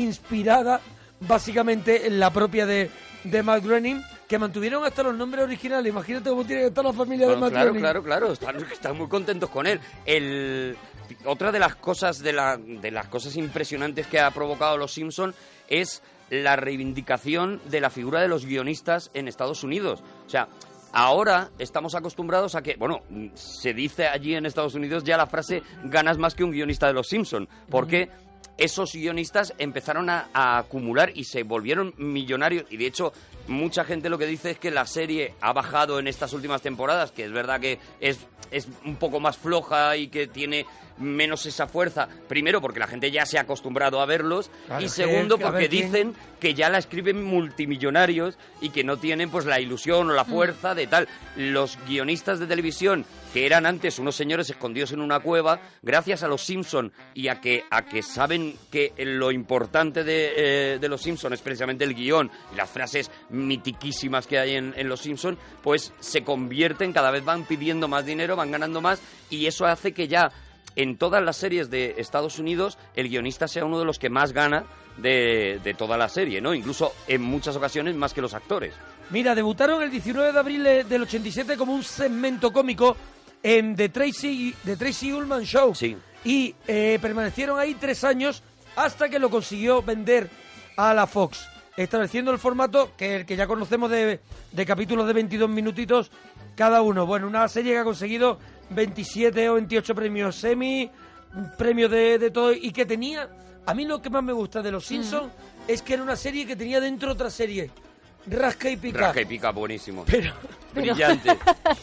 Speaker 2: inspirada básicamente en la propia de, de Matt Groening, que mantuvieron hasta los nombres originales. Imagínate cómo tiene que estar la familia de
Speaker 5: Bueno,
Speaker 2: Matt
Speaker 5: claro,
Speaker 2: Groening.
Speaker 5: claro, claro, están, están muy contentos con él. El, otra de las cosas de, la- de las cosas impresionantes que ha provocado los Simpson es la reivindicación de la figura de los guionistas en Estados Unidos. O sea, ahora estamos acostumbrados a que, bueno, se dice allí en Estados Unidos ya la frase ganas más que un guionista de los Simpson, porque esos guionistas empezaron a, a acumular y se volvieron millonarios. Y de hecho, mucha gente lo que dice es que la serie ha bajado en estas últimas temporadas, que es verdad que es, es un poco más floja y que tiene menos esa fuerza. Primero, porque la gente ya se ha acostumbrado a verlos.
Speaker 2: Claro,
Speaker 5: y
Speaker 2: es que-
Speaker 5: segundo,
Speaker 2: que a ver
Speaker 5: porque
Speaker 2: quién-
Speaker 5: dicen que ya la escriben multimillonarios y que no tienen pues la ilusión o la fuerza de tal. Los guionistas de televisión que eran antes unos señores escondidos en una cueva, gracias a los Simpson y a que a que saben que lo importante de, eh, de los Simpson es precisamente el guión y las frases mitiquísimas que hay en, en los Simpson, pues se convierten cada vez van pidiendo más dinero, van ganando más y eso hace que ya en todas las series de Estados Unidos el guionista sea uno de los que más gana de, de toda la serie, ¿no? Incluso en muchas ocasiones más que los actores.
Speaker 2: Mira, debutaron el 19 de abril eh, del 87 como un segmento cómico en The Tracy, The Tracy Ullman Show. Y eh, permanecieron ahí tres años hasta que lo consiguió vender a la Fox, estableciendo el formato que el que ya conocemos de, de capítulos de 22 minutitos cada uno. Bueno, una serie que ha conseguido 27 o 28 premios semi, premios de, de todo y que tenía... A mí lo que más me gusta de Los Simpsons es que era una serie que tenía dentro otra serie. Rasca y pica.
Speaker 5: Rasca y pica, buenísimo.
Speaker 2: pero-
Speaker 5: Brillante.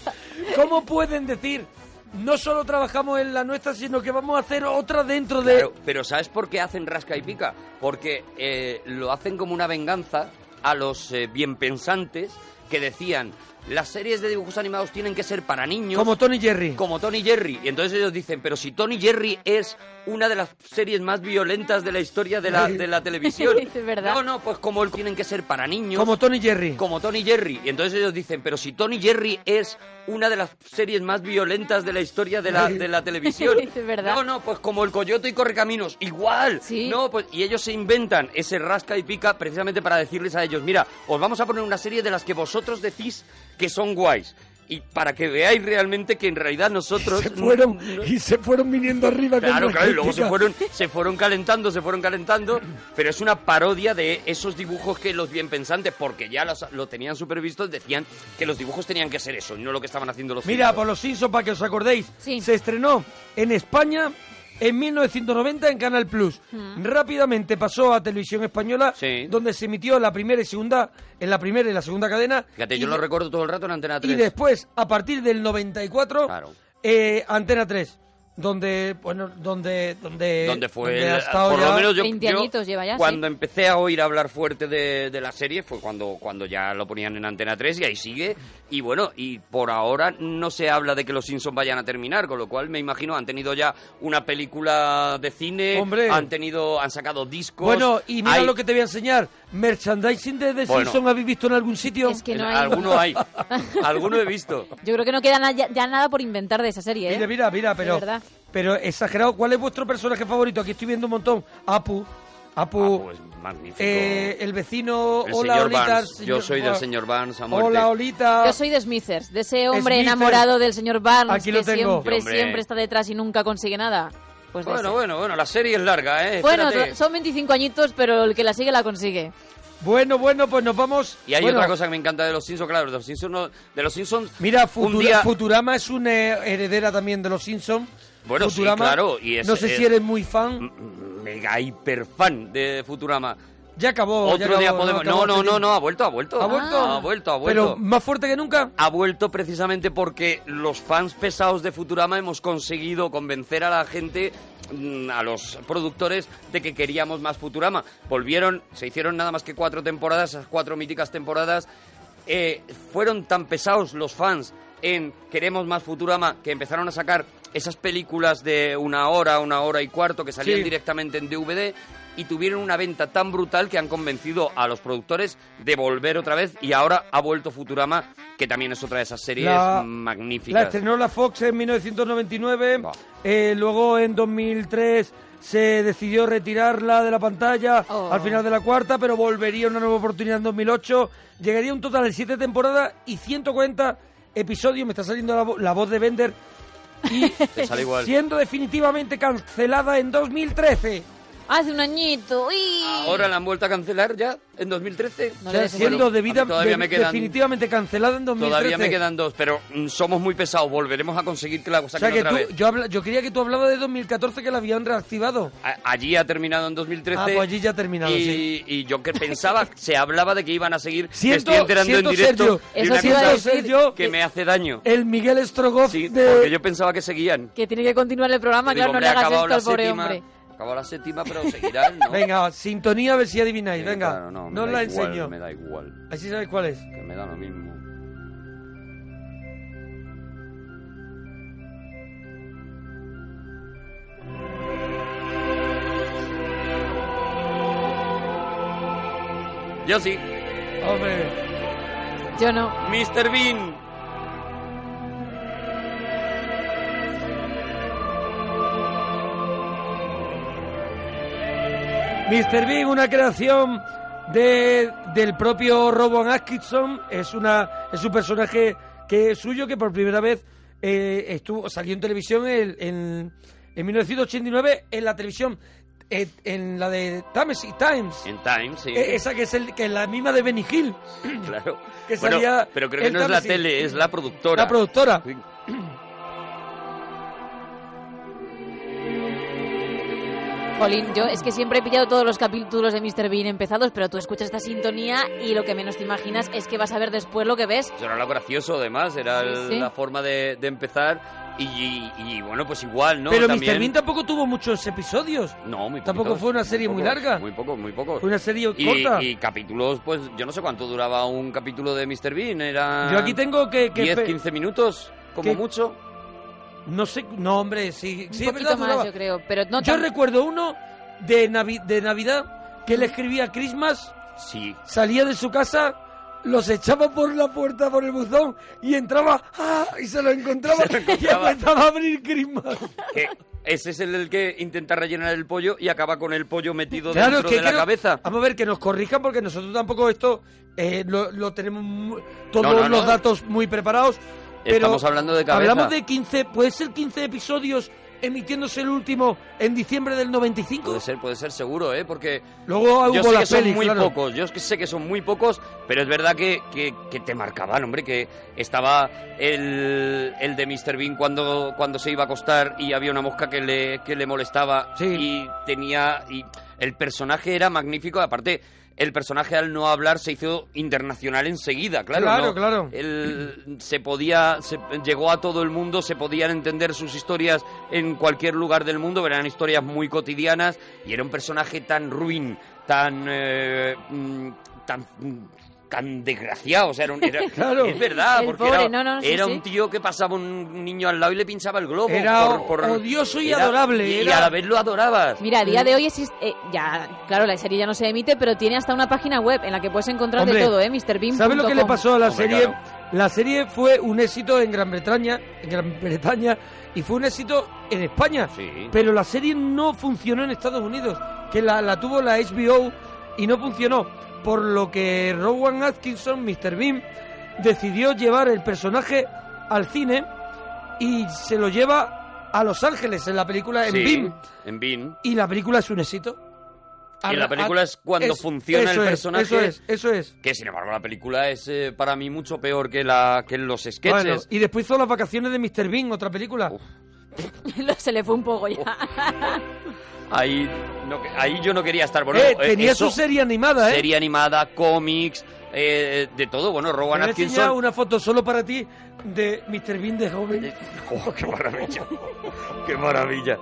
Speaker 2: ¿Cómo pueden decir, no solo trabajamos en la nuestra, sino que vamos a hacer otra dentro de...
Speaker 5: Claro, pero ¿sabes por qué hacen rasca y pica? Porque eh, lo hacen como una venganza a los eh, bienpensantes que decían las series de dibujos animados tienen que ser para niños.
Speaker 2: Como Tony Jerry.
Speaker 5: Como Tony Jerry. Y entonces ellos dicen, pero si Tony Jerry es una de las series más violentas de la historia de la, de la televisión.
Speaker 3: Es verdad.
Speaker 5: No, no, pues como el- tienen que ser para niños.
Speaker 2: Como Tony Jerry.
Speaker 5: Como Tony Jerry. Y entonces ellos dicen, pero si Tony Jerry es una de las series más violentas de la historia de la, de la televisión.
Speaker 3: Es verdad.
Speaker 5: No, no, pues como el Coyote y Correcaminos, igual. No, pues, y ellos se inventan ese rasca y pica precisamente para decirles a ellos, mira, os vamos a poner una serie de las que vosotros decís que son guays. Y para que veáis realmente que en realidad nosotros...
Speaker 2: y se fueron viniendo arriba. con
Speaker 5: Claro,
Speaker 2: rasca
Speaker 5: claro, y
Speaker 2: y
Speaker 5: luego se
Speaker 2: pica.
Speaker 5: fueron, se fueron calentando, se fueron calentando, pero es una parodia de esos dibujos que los bien pensantes, porque ya los- lo tenían supervistos, decían que los dibujos tenían que ser eso, y no lo que estaban haciendo los
Speaker 2: Mira,
Speaker 5: Simpsons.
Speaker 2: por los Simpsons, para que os acordéis, se estrenó en España en 1990 en Canal Plus.
Speaker 3: Mm.
Speaker 2: Rápidamente pasó a Televisión Española, donde se emitió la primera y segunda, en la primera y la segunda cadena.
Speaker 5: Fíjate,
Speaker 2: y
Speaker 5: yo lo
Speaker 2: de-
Speaker 5: recuerdo todo el rato en Antena 3.
Speaker 2: Y después, a partir del 94, eh, Antena 3, donde, bueno, donde, donde,
Speaker 5: donde fue
Speaker 2: donde
Speaker 5: el-
Speaker 2: ha estado
Speaker 5: por lo
Speaker 2: ya-
Speaker 5: menos yo,
Speaker 3: 20
Speaker 5: yo
Speaker 3: añitos lleva ya, sí.
Speaker 5: cuando empecé a oír hablar fuerte de, de la serie fue cuando cuando ya lo ponían en Antena 3 y ahí sigue y bueno y por ahora no se habla de que los Simpsons vayan a terminar con lo cual me imagino han tenido ya una película de cine
Speaker 2: Hombre.
Speaker 5: han tenido han sacado discos
Speaker 2: Bueno, y mira
Speaker 5: hay-
Speaker 2: lo que te voy a enseñar. Merchandising de The
Speaker 5: Bueno.
Speaker 2: Simpsons, ¿habéis visto en algún sitio?
Speaker 3: Es que no hay.
Speaker 5: alguno hay alguno he visto
Speaker 3: Yo creo que no queda na- ya, ya nada por inventar de esa serie, ¿eh?
Speaker 2: Mira, mira, mira,
Speaker 3: De
Speaker 2: pero,
Speaker 3: verdad.
Speaker 2: pero exagerado. ¿Cuál es vuestro personaje favorito? Aquí estoy viendo un montón. Apu. Apu.
Speaker 5: magnífico
Speaker 2: eh, el vecino.
Speaker 5: El
Speaker 2: hola,
Speaker 5: señor
Speaker 2: Olita.
Speaker 5: Barnes.
Speaker 2: señor-
Speaker 5: yo soy del señor Barnes a muerte
Speaker 2: Hola, Olita.
Speaker 3: Yo soy de Smithers, de ese hombre
Speaker 2: Smithers.
Speaker 3: enamorado del señor Barnes
Speaker 2: Aquí lo
Speaker 3: que
Speaker 2: tengo.
Speaker 3: siempre,
Speaker 5: Sí, hombre.
Speaker 3: siempre está detrás y nunca consigue nada. Pues de
Speaker 5: bueno
Speaker 3: ese.
Speaker 5: bueno bueno la serie es larga eh
Speaker 3: Bueno,
Speaker 5: Espérate.
Speaker 3: to- son 25 añitos, pero el que la sigue la consigue.
Speaker 2: Bueno, bueno, pues nos vamos.
Speaker 5: y hay
Speaker 2: bueno,
Speaker 5: otra cosa que me encanta de los Simpsons, claro, de los Simpsons, no- de los Simpsons
Speaker 2: Mira, Futura-
Speaker 5: un día-
Speaker 2: Futurama es una eh, heredera también de los Simpsons.
Speaker 5: Bueno, sí,
Speaker 2: Futurama,
Speaker 5: claro, y es-
Speaker 2: no sé
Speaker 5: es-
Speaker 2: si eres muy fan.
Speaker 5: mega hiper fan de Futurama.
Speaker 2: Ya acabó. ya
Speaker 5: Otro día
Speaker 2: acabó,
Speaker 5: Podemos.
Speaker 2: acabó
Speaker 5: No, no,
Speaker 2: el
Speaker 5: no,
Speaker 2: fin.
Speaker 5: no, ha vuelto, ha vuelto.
Speaker 2: ¿Ha vuelto?
Speaker 5: Ha vuelto, ha
Speaker 2: Pero
Speaker 5: vuelto.
Speaker 2: más fuerte que nunca.
Speaker 5: Ha vuelto precisamente porque los fans pesados de Futurama hemos conseguido convencer a la gente, mm, a los productores, de que queríamos más Futurama. Volvieron, se hicieron nada más que cuatro temporadas, esas cuatro míticas temporadas. Eh, fueron tan pesados los fans en Queremos más Futurama que empezaron a sacar esas películas de una hora, una hora y cuarto que salían
Speaker 2: Sí.
Speaker 5: directamente en DVD y tuvieron una venta tan brutal que han convencido a los productores de volver otra vez y ahora ha vuelto Futurama, que también es otra de esas series
Speaker 2: La- La
Speaker 5: magníficas.
Speaker 2: estrenó la Fox en 1999. eh, luego en 2003 se decidió retirarla de la pantalla al final de la cuarta, pero volvería una nueva oportunidad en 2008. Llegaría un total de siete temporadas y 140 episodios. Me está saliendo la, vo- la voz de Bender. Y
Speaker 5: sale igual.
Speaker 2: siendo definitivamente cancelada en 2013.
Speaker 3: Hace un añito. ¡Uy!
Speaker 5: Ahora la han vuelto a cancelar ya en 2013.
Speaker 2: O sea, siendo
Speaker 5: Bueno,
Speaker 2: debida,
Speaker 5: a mí todavía
Speaker 2: de-
Speaker 5: me quedan
Speaker 2: definitivamente cancelada en 2013.
Speaker 5: todavía me quedan dos, pero mm, somos muy pesados, volveremos a conseguir que la
Speaker 2: O
Speaker 5: saquen
Speaker 2: sea que
Speaker 5: otra vez.
Speaker 2: tú, yo, habla- yo quería que tú hablabas de 2014 que la habían reactivado.
Speaker 5: A- Allí ha terminado en 2013.
Speaker 2: Ah, pues allí ya ha terminado,
Speaker 5: y,
Speaker 2: sí.
Speaker 5: y yo que pensaba, se hablaba de que iban a seguir.
Speaker 2: Siento-
Speaker 5: me estoy enterando
Speaker 2: siento,
Speaker 5: en directo
Speaker 2: Sergio,
Speaker 5: de
Speaker 2: eso
Speaker 5: una
Speaker 2: te iba a
Speaker 5: cosa
Speaker 2: decir, Sergio,
Speaker 5: que me hace daño.
Speaker 2: El Miguel Strogoff
Speaker 5: Porque
Speaker 2: de...
Speaker 5: yo pensaba que seguían.
Speaker 3: Que tiene que continuar el programa,
Speaker 5: Digo,
Speaker 3: claro, no
Speaker 5: hombre,
Speaker 3: le
Speaker 5: ha
Speaker 3: hagas
Speaker 5: acabado
Speaker 3: esto al
Speaker 5: la
Speaker 3: pobre
Speaker 5: séptima,
Speaker 3: hombre.
Speaker 5: Acabó la séptima, pero seguirán, ¿no?
Speaker 2: Venga, sintonía a ver si adivináis,
Speaker 5: Sí,
Speaker 2: venga.
Speaker 5: claro, no, me
Speaker 2: no os
Speaker 5: da
Speaker 2: la
Speaker 5: igual,
Speaker 2: enseño.
Speaker 5: Me da igual,
Speaker 2: Así sabéis cuál es.
Speaker 5: que me da lo mismo. Yo sí.
Speaker 2: Hombre.
Speaker 3: Yo no.
Speaker 5: Mr. Bean.
Speaker 2: Mr. Bean, una creación de, del propio Robin Atkinson. Es, una, es un personaje que es suyo que por primera vez eh, estuvo, salió en televisión en, en, en 1989 en la televisión, eh, en la de Times. Times.
Speaker 5: En Time, sí.
Speaker 2: Eh, Esa que es, el, que es la misma de Benny Hill.
Speaker 5: Claro.
Speaker 2: que
Speaker 5: Bueno,
Speaker 2: salía
Speaker 5: pero creo que
Speaker 2: el
Speaker 5: no es la
Speaker 2: Támesis.
Speaker 5: tele, es la productora.
Speaker 2: La productora.
Speaker 5: Sí.
Speaker 3: Jolín, yo es que siempre he pillado todos los capítulos de Mr. Bean empezados, pero tú escuchas esta sintonía y lo que menos te imaginas es que vas a ver después lo que ves.
Speaker 5: Eso era lo gracioso, además, era el-
Speaker 3: sí.
Speaker 5: la forma de, de empezar. Y, y- y, bueno, pues igual, ¿no?
Speaker 2: Pero
Speaker 5: También-
Speaker 2: Mr. Bean tampoco tuvo muchos episodios.
Speaker 5: No, muy
Speaker 2: Tampoco
Speaker 5: poquitos,
Speaker 2: fue una serie muy
Speaker 5: pocos,
Speaker 2: larga.
Speaker 5: Muy poco, muy poco.
Speaker 2: Fue una serie
Speaker 5: y,
Speaker 2: corta.
Speaker 5: y capítulos, pues yo no sé cuánto duraba un capítulo de Mr. Bean. Era.
Speaker 2: Yo aquí tengo que- que
Speaker 5: 10,
Speaker 2: pe-
Speaker 5: 15 minutos, como
Speaker 2: que-
Speaker 5: mucho.
Speaker 2: No sé, no, hombre, sí, sí,
Speaker 3: un
Speaker 2: es
Speaker 3: poquito
Speaker 2: verdad,
Speaker 3: más,
Speaker 2: duraba.
Speaker 3: yo creo. Pero no
Speaker 2: Yo
Speaker 3: tan-
Speaker 2: recuerdo uno de, Navi- de Navidad que le escribía a Christmas,
Speaker 5: Sí.
Speaker 2: salía de su casa, los echaba por la puerta, por el buzón, y entraba ¡ah! y se lo encontraba,
Speaker 5: Se lo encontraba.
Speaker 2: y empezaba a abrir Christmas.
Speaker 5: Que ese es el, del que intenta rellenar el pollo y acaba con el pollo metido
Speaker 2: Claro,
Speaker 5: dentro
Speaker 2: que
Speaker 5: de la
Speaker 2: creo-
Speaker 5: cabeza.
Speaker 2: Vamos a ver, que nos corrijan porque nosotros tampoco esto eh, lo, lo tenemos mu- todos
Speaker 5: No, no,
Speaker 2: los
Speaker 5: no.
Speaker 2: datos muy preparados. Pero
Speaker 5: Estamos hablando de cabeza.
Speaker 2: Hablamos de 15, puede ser 15 episodios emitiéndose el último en diciembre del 95.
Speaker 5: Puede ser, puede ser seguro, ¿eh? Porque
Speaker 2: Luego
Speaker 5: yo
Speaker 2: hubo
Speaker 5: sé
Speaker 2: la
Speaker 5: que son
Speaker 2: peli,
Speaker 5: muy
Speaker 2: claro.
Speaker 5: pocos, yo es que sé que son muy pocos, pero es verdad que, que, que te marcaban, hombre, que estaba el, el de Mr. Bean cuando, cuando se iba a acostar y había una mosca que le, que le molestaba y tenía... Y el personaje era magnífico, aparte... El personaje al no hablar se hizo internacional enseguida, claro.
Speaker 2: Claro,
Speaker 5: ¿no?
Speaker 2: claro.
Speaker 5: El- se podía, se, llegó a todo el mundo, se podían entender sus historias en cualquier lugar del mundo, eran historias muy cotidianas y era un personaje tan ruin, tan, eh, mm, tan, mm, tan desgraciado, o sea, era, un- era-
Speaker 2: Claro.
Speaker 5: es verdad,
Speaker 2: El
Speaker 5: porque
Speaker 2: pobre,
Speaker 5: era,
Speaker 2: no, no, sí,
Speaker 5: era
Speaker 2: sí.
Speaker 5: un tío que pasaba un niño al lado y le pinchaba el globo.
Speaker 2: Era
Speaker 5: por- por-
Speaker 2: odioso y
Speaker 5: era-
Speaker 2: adorable,
Speaker 5: y- y
Speaker 2: era-
Speaker 5: a la vez lo adorabas.
Speaker 3: Mira, a día de hoy existe... eh, ya, claro, la serie ya no se emite, pero tiene hasta una página web en la que puedes encontrar
Speaker 2: Hombre,
Speaker 3: de todo, ¿eh? MrBean.com.
Speaker 2: ¿Sabes lo que le pasó a la
Speaker 5: Hombre,
Speaker 2: serie?
Speaker 5: claro.
Speaker 2: La serie fue un éxito en Gran Bretaña, en Gran Bretaña y fue un éxito en España. Pero la serie no funcionó en Estados Unidos, que la, la tuvo la HBO y no funcionó. Por lo que Rowan Atkinson, Mr. Bean, decidió llevar el personaje al cine y se lo lleva a Los Ángeles en la película en
Speaker 5: Sí,
Speaker 2: Beam.
Speaker 5: En Bean.
Speaker 2: Y la película es un éxito.
Speaker 5: Y
Speaker 2: Ar-
Speaker 5: la película
Speaker 2: ar-
Speaker 5: es cuando
Speaker 2: es-
Speaker 5: funciona el
Speaker 2: eso es,
Speaker 5: personaje.
Speaker 2: eso es, eso es.
Speaker 5: Que sin embargo la película es eh, para mí mucho peor que la que los sketches.
Speaker 2: Bueno, y después hizo Las vacaciones de Mr. Bean, otra película.
Speaker 3: se le fue un poco ya.
Speaker 5: Ahí, no que- ahí yo no quería estar. Bueno,
Speaker 2: Eh, tenía
Speaker 5: eso-
Speaker 2: su serie animada, ¿eh?
Speaker 5: Serie animada, cómics, eh, de todo. Bueno, Rowan
Speaker 2: Me han enseñado
Speaker 5: Atkinson.
Speaker 2: una foto solo para ti de Mr. Bean de joven.
Speaker 5: ¡Oh, qué maravilla! ¡Qué maravilla!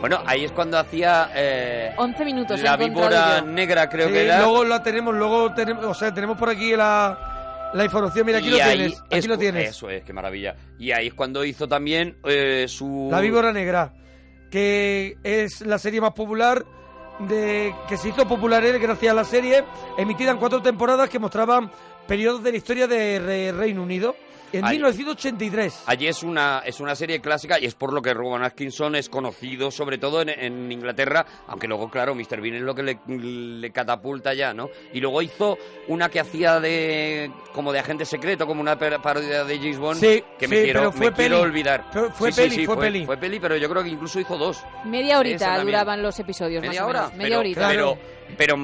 Speaker 5: Bueno, ahí es cuando hacía eh,
Speaker 3: 11 minutos.
Speaker 5: la
Speaker 3: he encontrado
Speaker 5: víbora
Speaker 3: yo.
Speaker 5: negra, creo
Speaker 2: Sí,
Speaker 5: que era.
Speaker 2: luego la tenemos, luego tenemos, o sea, tenemos por aquí la, la información. Mira, aquí
Speaker 5: Y
Speaker 2: lo
Speaker 5: ahí
Speaker 2: tienes,
Speaker 5: es
Speaker 2: aquí lo
Speaker 5: cu-
Speaker 2: tienes.
Speaker 5: Eso es, qué maravilla. Y ahí es cuando hizo también eh, su...
Speaker 2: La víbora negra, que es la serie más popular de que se hizo popular él gracias a la serie emitida en cuatro temporadas que mostraban periodos de la historia de Re- Reino Unido en
Speaker 5: Ahí.
Speaker 2: 1983.
Speaker 5: Allí es una, es una serie clásica y es por lo que Rowan Atkinson es conocido, sobre todo en, en Inglaterra, aunque luego, claro, Mr. Bean es lo que le, le catapulta ya, ¿no? Y luego hizo una que hacía de como de agente secreto, como una per- parodia de James Bond,
Speaker 2: Sí,
Speaker 5: que
Speaker 2: sí,
Speaker 5: me, quiero,
Speaker 2: pero fue
Speaker 5: me quiero
Speaker 2: peli.
Speaker 5: olvidar.
Speaker 2: Pero fue
Speaker 5: Sí, sí,
Speaker 2: peli,
Speaker 5: sí,
Speaker 2: fue peli.
Speaker 5: Fue peli, pero yo creo que incluso hizo dos.
Speaker 3: Media
Speaker 5: Esa
Speaker 3: horita
Speaker 5: también.
Speaker 3: duraban los episodios,
Speaker 5: ¿Media
Speaker 3: más o
Speaker 5: hora?
Speaker 3: menos. Media
Speaker 5: Pero-
Speaker 3: horita.
Speaker 5: Pero, pero,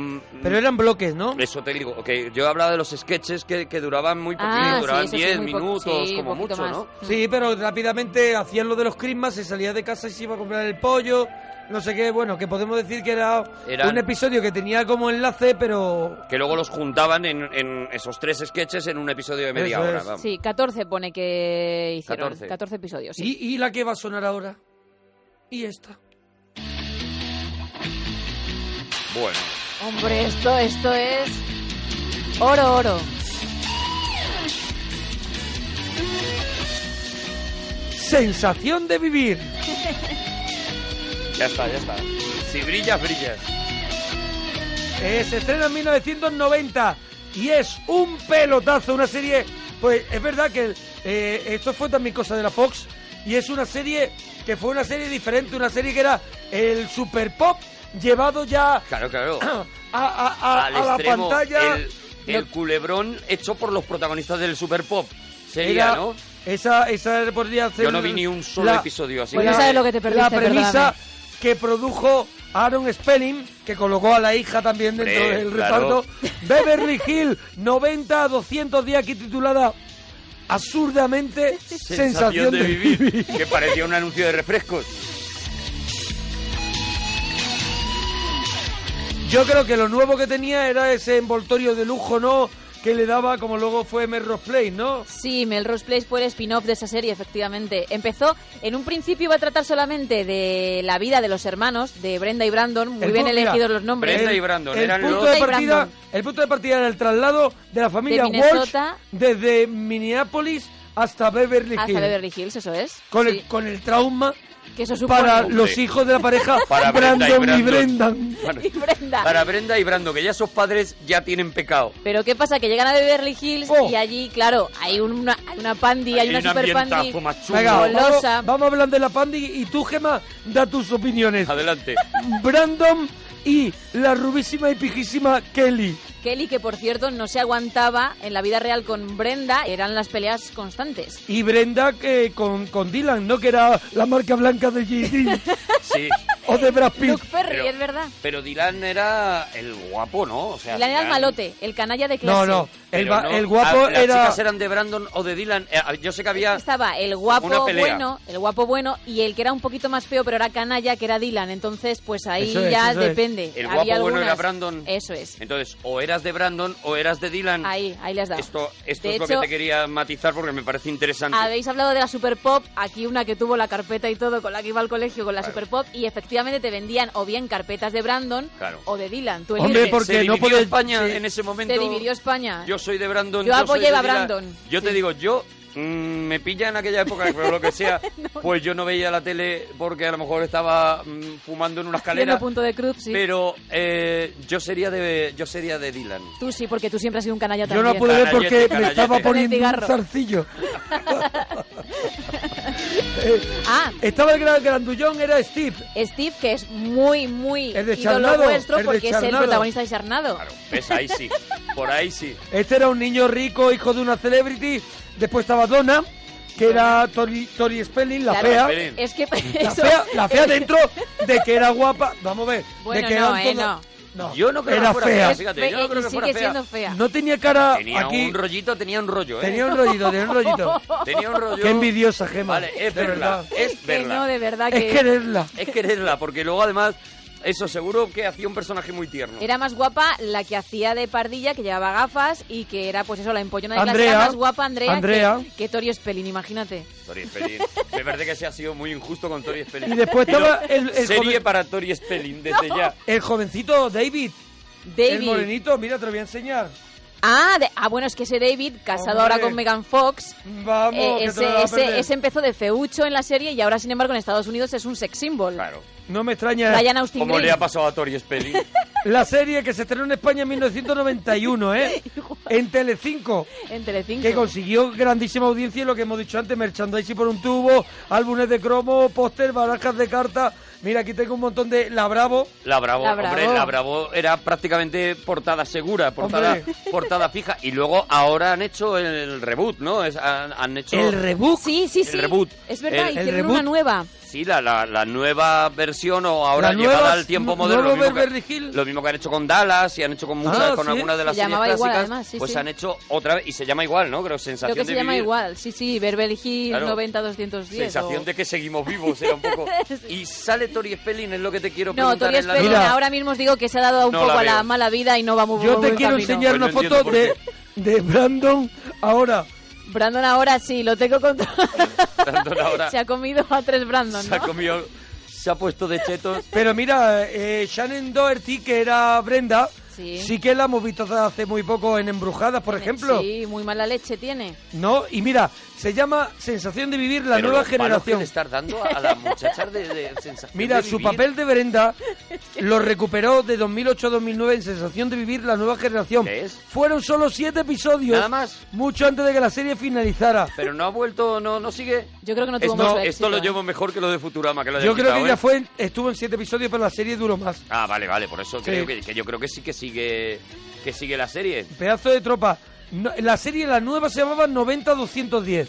Speaker 2: Pero eran bloques, ¿no?
Speaker 5: Eso te digo, que yo hablaba de los sketches que, que duraban muy poquito,
Speaker 2: Ah, sí,
Speaker 5: duraban
Speaker 2: eso sí,
Speaker 5: 10
Speaker 2: muy poco,
Speaker 5: minutos,
Speaker 2: sí,
Speaker 5: como
Speaker 2: un poquito
Speaker 5: mucho,
Speaker 2: más. mm.
Speaker 5: ¿no?
Speaker 2: Sí, pero rápidamente hacían lo de los crismas, se salía de casa y se iba a comprar el pollo, no sé qué, bueno, que podemos decir que era
Speaker 5: Eran-
Speaker 2: un episodio que tenía como enlace, pero
Speaker 5: Que luego los juntaban en, en esos tres sketches en un episodio de media
Speaker 2: Eso
Speaker 5: hora.
Speaker 2: es.
Speaker 5: vamos.
Speaker 3: Sí, 14 pone que hicieron.
Speaker 5: 14.
Speaker 3: 14, episodios. sí.
Speaker 2: ¿Y, y la que va a sonar ahora? Y esta.
Speaker 5: Bueno.
Speaker 3: Hombre, esto, esto es oro, oro.
Speaker 2: Sensación de vivir.
Speaker 5: Ya está, ya está. Si brillas, brillas.
Speaker 2: Eh, se estrena en 1990 y es un pelotazo, una serie... Pues es verdad que eh, esto fue también cosa de la Fox y es una serie que fue una serie diferente, una serie que era el super pop llevado ya
Speaker 5: Claro, claro.
Speaker 2: a, a- a-
Speaker 5: Al
Speaker 2: a la
Speaker 5: extremo,
Speaker 2: pantalla.
Speaker 5: El, el culebrón hecho por los protagonistas del Super Pop. Sería,
Speaker 2: Era-
Speaker 5: ¿no?
Speaker 2: Esa, esa podría ser.
Speaker 5: Yo no vi ni un solo episodio, así Pues
Speaker 2: que
Speaker 5: no que- sabes lo que te
Speaker 2: La
Speaker 5: perdiste,
Speaker 2: premisa
Speaker 5: perdóname.
Speaker 2: que produjo Aaron Spelling, que colocó a la hija también dentro
Speaker 5: Hombre,
Speaker 2: del
Speaker 5: claro.
Speaker 2: reparto. Beverly Hill, 90 a 200 días, aquí titulada absurdamente Sensación,
Speaker 5: de vivir. que parecía un anuncio de refrescos.
Speaker 2: Yo creo que lo nuevo que tenía era ese envoltorio de lujo, ¿no? Que le daba, como luego fue Melrose Place, ¿no?
Speaker 3: Sí, Melrose Place fue el spin-off de esa serie, efectivamente. Empezó, en un principio iba a tratar solamente de la vida de los hermanos, de Brenda y Brandon, muy
Speaker 2: El
Speaker 3: bien
Speaker 2: pu- mira,
Speaker 3: elegidos los nombres.
Speaker 5: Brenda y Brandon,
Speaker 2: el
Speaker 5: eran
Speaker 2: punto
Speaker 5: los-
Speaker 2: de
Speaker 5: Brenda y
Speaker 2: partida,
Speaker 5: Brandon.
Speaker 2: el punto de partida era el traslado de la familia
Speaker 3: De
Speaker 2: Walsh
Speaker 3: Minnesota.
Speaker 2: desde Minneapolis hasta Beverly
Speaker 3: Hasta
Speaker 2: Hills.
Speaker 3: Beverly Hills, eso es.
Speaker 2: Con,
Speaker 3: Sí.
Speaker 2: el, con el trauma
Speaker 3: Que eso supone.
Speaker 2: para
Speaker 5: Hombre.
Speaker 2: los hijos de la pareja
Speaker 5: Para Brenda y
Speaker 2: Brandon y
Speaker 5: Brandon.
Speaker 2: Brendan.
Speaker 5: Bueno,
Speaker 3: Y Brenda.
Speaker 5: para Brenda y Brando, que ya esos padres ya tienen pecado.
Speaker 3: Pero ¿qué pasa? Que llegan a Beverly Hills y allí, claro, hay una, hay una pandi, hay,
Speaker 5: Hay
Speaker 3: una
Speaker 5: Oh. un
Speaker 3: super pandi
Speaker 5: ambientazo más chulo.
Speaker 2: Venga, vamos,
Speaker 3: golosa.
Speaker 2: vamos a hablar de la pandi y tú, Gema, da tus opiniones.
Speaker 5: Adelante.
Speaker 2: Brandon y la rubísima y pijísima Kelly.
Speaker 3: Kelly, que por cierto no se aguantaba en la vida real con Brenda, eran las peleas constantes.
Speaker 2: Y Brenda que con, con Dylan, ¿no? Que era la marca blanca de JD
Speaker 5: Sí.
Speaker 2: o de Brad Pitt.
Speaker 3: Luke Perry,
Speaker 5: Pero-
Speaker 3: es verdad.
Speaker 5: Pero Dylan era el guapo, ¿no? O sea,
Speaker 3: Dylan era el malote, el canalla de clase.
Speaker 2: No, no, el,
Speaker 5: Pero
Speaker 2: va-
Speaker 5: no,
Speaker 2: el guapo
Speaker 5: ah, las
Speaker 2: era...
Speaker 5: chicas eran de Brandon o de Dylan. Eh, ah, Yo sé que había.
Speaker 3: Estaba el guapo
Speaker 5: Una pelea.
Speaker 3: bueno, el guapo bueno y el que era un poquito más feo, pero era canalla, que era Dylan. Entonces, pues ahí
Speaker 5: Eso es,
Speaker 3: ya
Speaker 5: eso es.
Speaker 3: depende.
Speaker 5: El
Speaker 3: Había
Speaker 5: guapo bueno
Speaker 3: algunas-
Speaker 5: era Brandon.
Speaker 3: Eso es.
Speaker 5: Entonces, o eras de Brandon o eras de Dylan.
Speaker 3: Ahí, ahí les da.
Speaker 5: Esto, esto
Speaker 3: De
Speaker 5: es lo
Speaker 3: hecho,
Speaker 5: que te quería matizar porque me parece interesante.
Speaker 3: Habéis hablado de la Super Pop, aquí una que tuvo la carpeta y todo, con la que iba al colegio, con la Super Pop, y efectivamente te vendían o bien carpetas de Brandon
Speaker 5: Claro.
Speaker 3: o de Dylan. Tú
Speaker 2: Hombre,
Speaker 3: eliges.
Speaker 2: porque
Speaker 5: Se
Speaker 2: no
Speaker 5: dividió
Speaker 2: podía-
Speaker 5: España en ese momento.
Speaker 3: Se dividió España.
Speaker 5: Yo soy de Brandon.
Speaker 3: Yo
Speaker 5: soy
Speaker 3: apoyé
Speaker 5: de
Speaker 3: a
Speaker 5: Dylan.
Speaker 3: Brandon,
Speaker 5: Yo te digo, yo mm, me pilla en aquella época, por lo que sea, pues yo no veía la tele porque a lo mejor estaba mm, fumando en una
Speaker 3: Pleno
Speaker 5: escalera.
Speaker 3: punto de cruz, sí.
Speaker 5: Pero eh, yo sería de yo sería de Dylan.
Speaker 3: Tú sí, porque tú siempre has sido un canalla
Speaker 2: Yo
Speaker 3: también.
Speaker 2: no pude ver porque
Speaker 5: Canallete,
Speaker 2: me estaba
Speaker 5: canallete.
Speaker 2: poniendo
Speaker 3: Con el
Speaker 2: un
Speaker 3: cigarro.
Speaker 2: zarcillo. Eh, Estaba el gran grandullón, era Steve.
Speaker 3: Ah, Steve, que es muy, muy
Speaker 2: Es de
Speaker 3: ídolo
Speaker 2: Charnado,
Speaker 3: vuestro,
Speaker 2: es de
Speaker 3: porque es el
Speaker 2: Charnado.
Speaker 3: protagonista de Charnado.
Speaker 5: ¿Ves? Ahí sí. Por ahí sí.
Speaker 2: Este era un niño rico, hijo de una celebrity. Después estaba Donna, que era Tori, Tori Spelling, la
Speaker 3: Claro,
Speaker 2: fea.
Speaker 3: Es que
Speaker 2: La
Speaker 3: eso-
Speaker 2: fea, la fea dentro de que era guapa. Vamos a ver.
Speaker 3: Bueno,
Speaker 2: de que
Speaker 3: no,
Speaker 2: eran
Speaker 3: eh,
Speaker 2: todas- no.
Speaker 5: Yo no creo
Speaker 2: era
Speaker 5: que fuera
Speaker 2: fea.
Speaker 5: fea, fíjate, yo no creo
Speaker 3: y
Speaker 5: que fuera
Speaker 3: sigue
Speaker 5: fea.
Speaker 3: siendo fea.
Speaker 2: No tenía cara
Speaker 5: Tenía
Speaker 2: aquí.
Speaker 5: un rollito, tenía un rollo, ¿eh?
Speaker 2: Tenía un rollito, tenía un rollito.
Speaker 5: Tenía un rollo.
Speaker 2: Qué envidiosa, Gema.
Speaker 5: Vale, es
Speaker 2: de
Speaker 5: verla.
Speaker 2: verdad.
Speaker 5: Es
Speaker 3: Que
Speaker 5: verla.
Speaker 3: no, de verdad
Speaker 2: Es
Speaker 3: que...
Speaker 2: quererla.
Speaker 5: Es quererla, porque luego además Eso seguro que hacía un personaje muy tierno.
Speaker 3: Era más guapa la que hacía de pardilla, que llevaba gafas y que era, pues eso, la empollona de clase.
Speaker 5: Andrea.
Speaker 3: Era más guapa Andrea,
Speaker 5: Andrea.
Speaker 3: Que, que Tori Spelling, imagínate.
Speaker 5: Tori Spelling. Me parece que se ha sido muy injusto con Tori Spelling.
Speaker 2: Y después
Speaker 5: Pero
Speaker 2: estaba el- el
Speaker 5: serie
Speaker 2: joven-
Speaker 5: para Tori Spelling desde
Speaker 3: No.
Speaker 5: ya.
Speaker 2: El jovencito David. El
Speaker 3: David.
Speaker 2: morenito, mira, te lo voy a enseñar.
Speaker 3: Ah, de- ah, bueno, es que ese David, casado
Speaker 2: Hombre.
Speaker 3: ahora con Megan Fox,
Speaker 2: Vamos,
Speaker 3: eh,
Speaker 2: que te lo
Speaker 3: ese,
Speaker 2: vas a
Speaker 3: ese,
Speaker 2: perder.
Speaker 3: ese empezó de feucho en la serie y ahora, sin embargo, en Estados Unidos es un sex symbol.
Speaker 5: Claro.
Speaker 2: No me extraña.
Speaker 3: Brian Austin
Speaker 5: Como
Speaker 3: Green.
Speaker 5: le ha pasado a Tori Spelling.
Speaker 2: La serie que se estrenó en España en 1991, ¿eh? en Telecinco.
Speaker 3: En Telecinco.
Speaker 2: Que consiguió grandísima audiencia y lo que hemos dicho antes, merchandising por un tubo, álbumes de cromo, póster, barajas de cartas. Mira, aquí tengo un montón de La Bravo.
Speaker 5: La Bravo,
Speaker 2: La
Speaker 5: hombre,
Speaker 2: Bravo.
Speaker 5: la Bravo era prácticamente portada segura, portada, portada fija. Y luego ahora han hecho el reboot, ¿no? Es- han, han hecho
Speaker 2: ¿El reboot?
Speaker 3: Sí, sí,
Speaker 5: El
Speaker 3: sí.
Speaker 5: reboot.
Speaker 3: Es verdad,
Speaker 5: El- el
Speaker 3: hicieron
Speaker 5: reboot.
Speaker 3: una nueva.
Speaker 5: Sí, la, la, la nueva versión o ahora
Speaker 2: La
Speaker 5: llevada
Speaker 2: nueva-
Speaker 5: al tiempo
Speaker 2: nu-
Speaker 5: moderno.
Speaker 2: nuevo
Speaker 5: lo, mismo
Speaker 2: Beverly
Speaker 5: que, lo mismo que han hecho con Dallas y han hecho con muchas,
Speaker 2: Ah,
Speaker 5: con
Speaker 2: sí.
Speaker 5: algunas de las
Speaker 3: Se
Speaker 5: series
Speaker 3: llamaba igual,
Speaker 5: clásicas.
Speaker 3: además, sí,
Speaker 5: pues
Speaker 3: sí.
Speaker 5: han hecho otra vez y se llama igual, ¿no? Creo sensación
Speaker 3: Creo que se
Speaker 5: de
Speaker 3: llama
Speaker 5: vivir.
Speaker 3: igual. Sí, sí, Beverly Hill
Speaker 5: Claro.
Speaker 3: 90-210.
Speaker 5: Sensación
Speaker 3: o-
Speaker 5: de que seguimos vivos, era un poco. Y sale Tori Spelling, es lo que te quiero
Speaker 3: No,
Speaker 5: preguntar.
Speaker 3: Tori
Speaker 5: en la
Speaker 3: Spelling
Speaker 5: nueva-
Speaker 3: ahora mismo os digo que se ha dado un
Speaker 5: No
Speaker 3: poco
Speaker 5: la
Speaker 3: a la
Speaker 5: veo.
Speaker 3: mala vida y no va muy
Speaker 2: Yo
Speaker 3: muy
Speaker 2: te
Speaker 3: buen
Speaker 2: quiero
Speaker 3: camino.
Speaker 5: Pues
Speaker 2: enseñar una foto de, de Brandon ahora.
Speaker 3: Brandon ahora sí, lo tengo contra...
Speaker 5: Brandon ahora
Speaker 3: Se ha comido a tres Brandon,
Speaker 5: se ha
Speaker 3: ¿no?
Speaker 5: comido, se ha puesto de chetos.
Speaker 2: Pero mira, eh, Shannon Doherty, que era Brenda,
Speaker 3: Sí.
Speaker 2: sí. que la hemos visto hace muy poco en Embrujadas, por ejemplo.
Speaker 3: Sí, muy mala leche tiene.
Speaker 2: ¿No? Y mira, se llama Sensación de Vivir la
Speaker 5: Pero
Speaker 2: Nueva
Speaker 5: los palos que
Speaker 2: Generación.
Speaker 5: le estás dando a las muchachas de, de sensación
Speaker 2: Mira,
Speaker 5: de
Speaker 2: su
Speaker 5: vivir.
Speaker 2: papel de Brenda lo recuperó de 2008 a 2009 en Sensación de Vivir la Nueva Generación. Fueron solo siete episodios.
Speaker 5: Nada más.
Speaker 2: Mucho antes de que la serie finalizara.
Speaker 5: Pero no ha vuelto, no, no sigue.
Speaker 3: Yo creo que no
Speaker 5: esto, esto lo
Speaker 3: ¿eh?
Speaker 5: llevo mejor que lo de Futurama, que lo haya
Speaker 2: Yo creo
Speaker 5: quitado,
Speaker 2: que ya
Speaker 5: ¿eh?
Speaker 2: fue, en- estuvo en siete episodios, pero la serie duró más.
Speaker 5: Ah, vale, vale, por eso
Speaker 2: Sí.
Speaker 5: creo que, que yo creo que sí que sigue que sigue la serie.
Speaker 2: Pedazo de tropa. No- la serie, la nueva, se llamaba 90-210.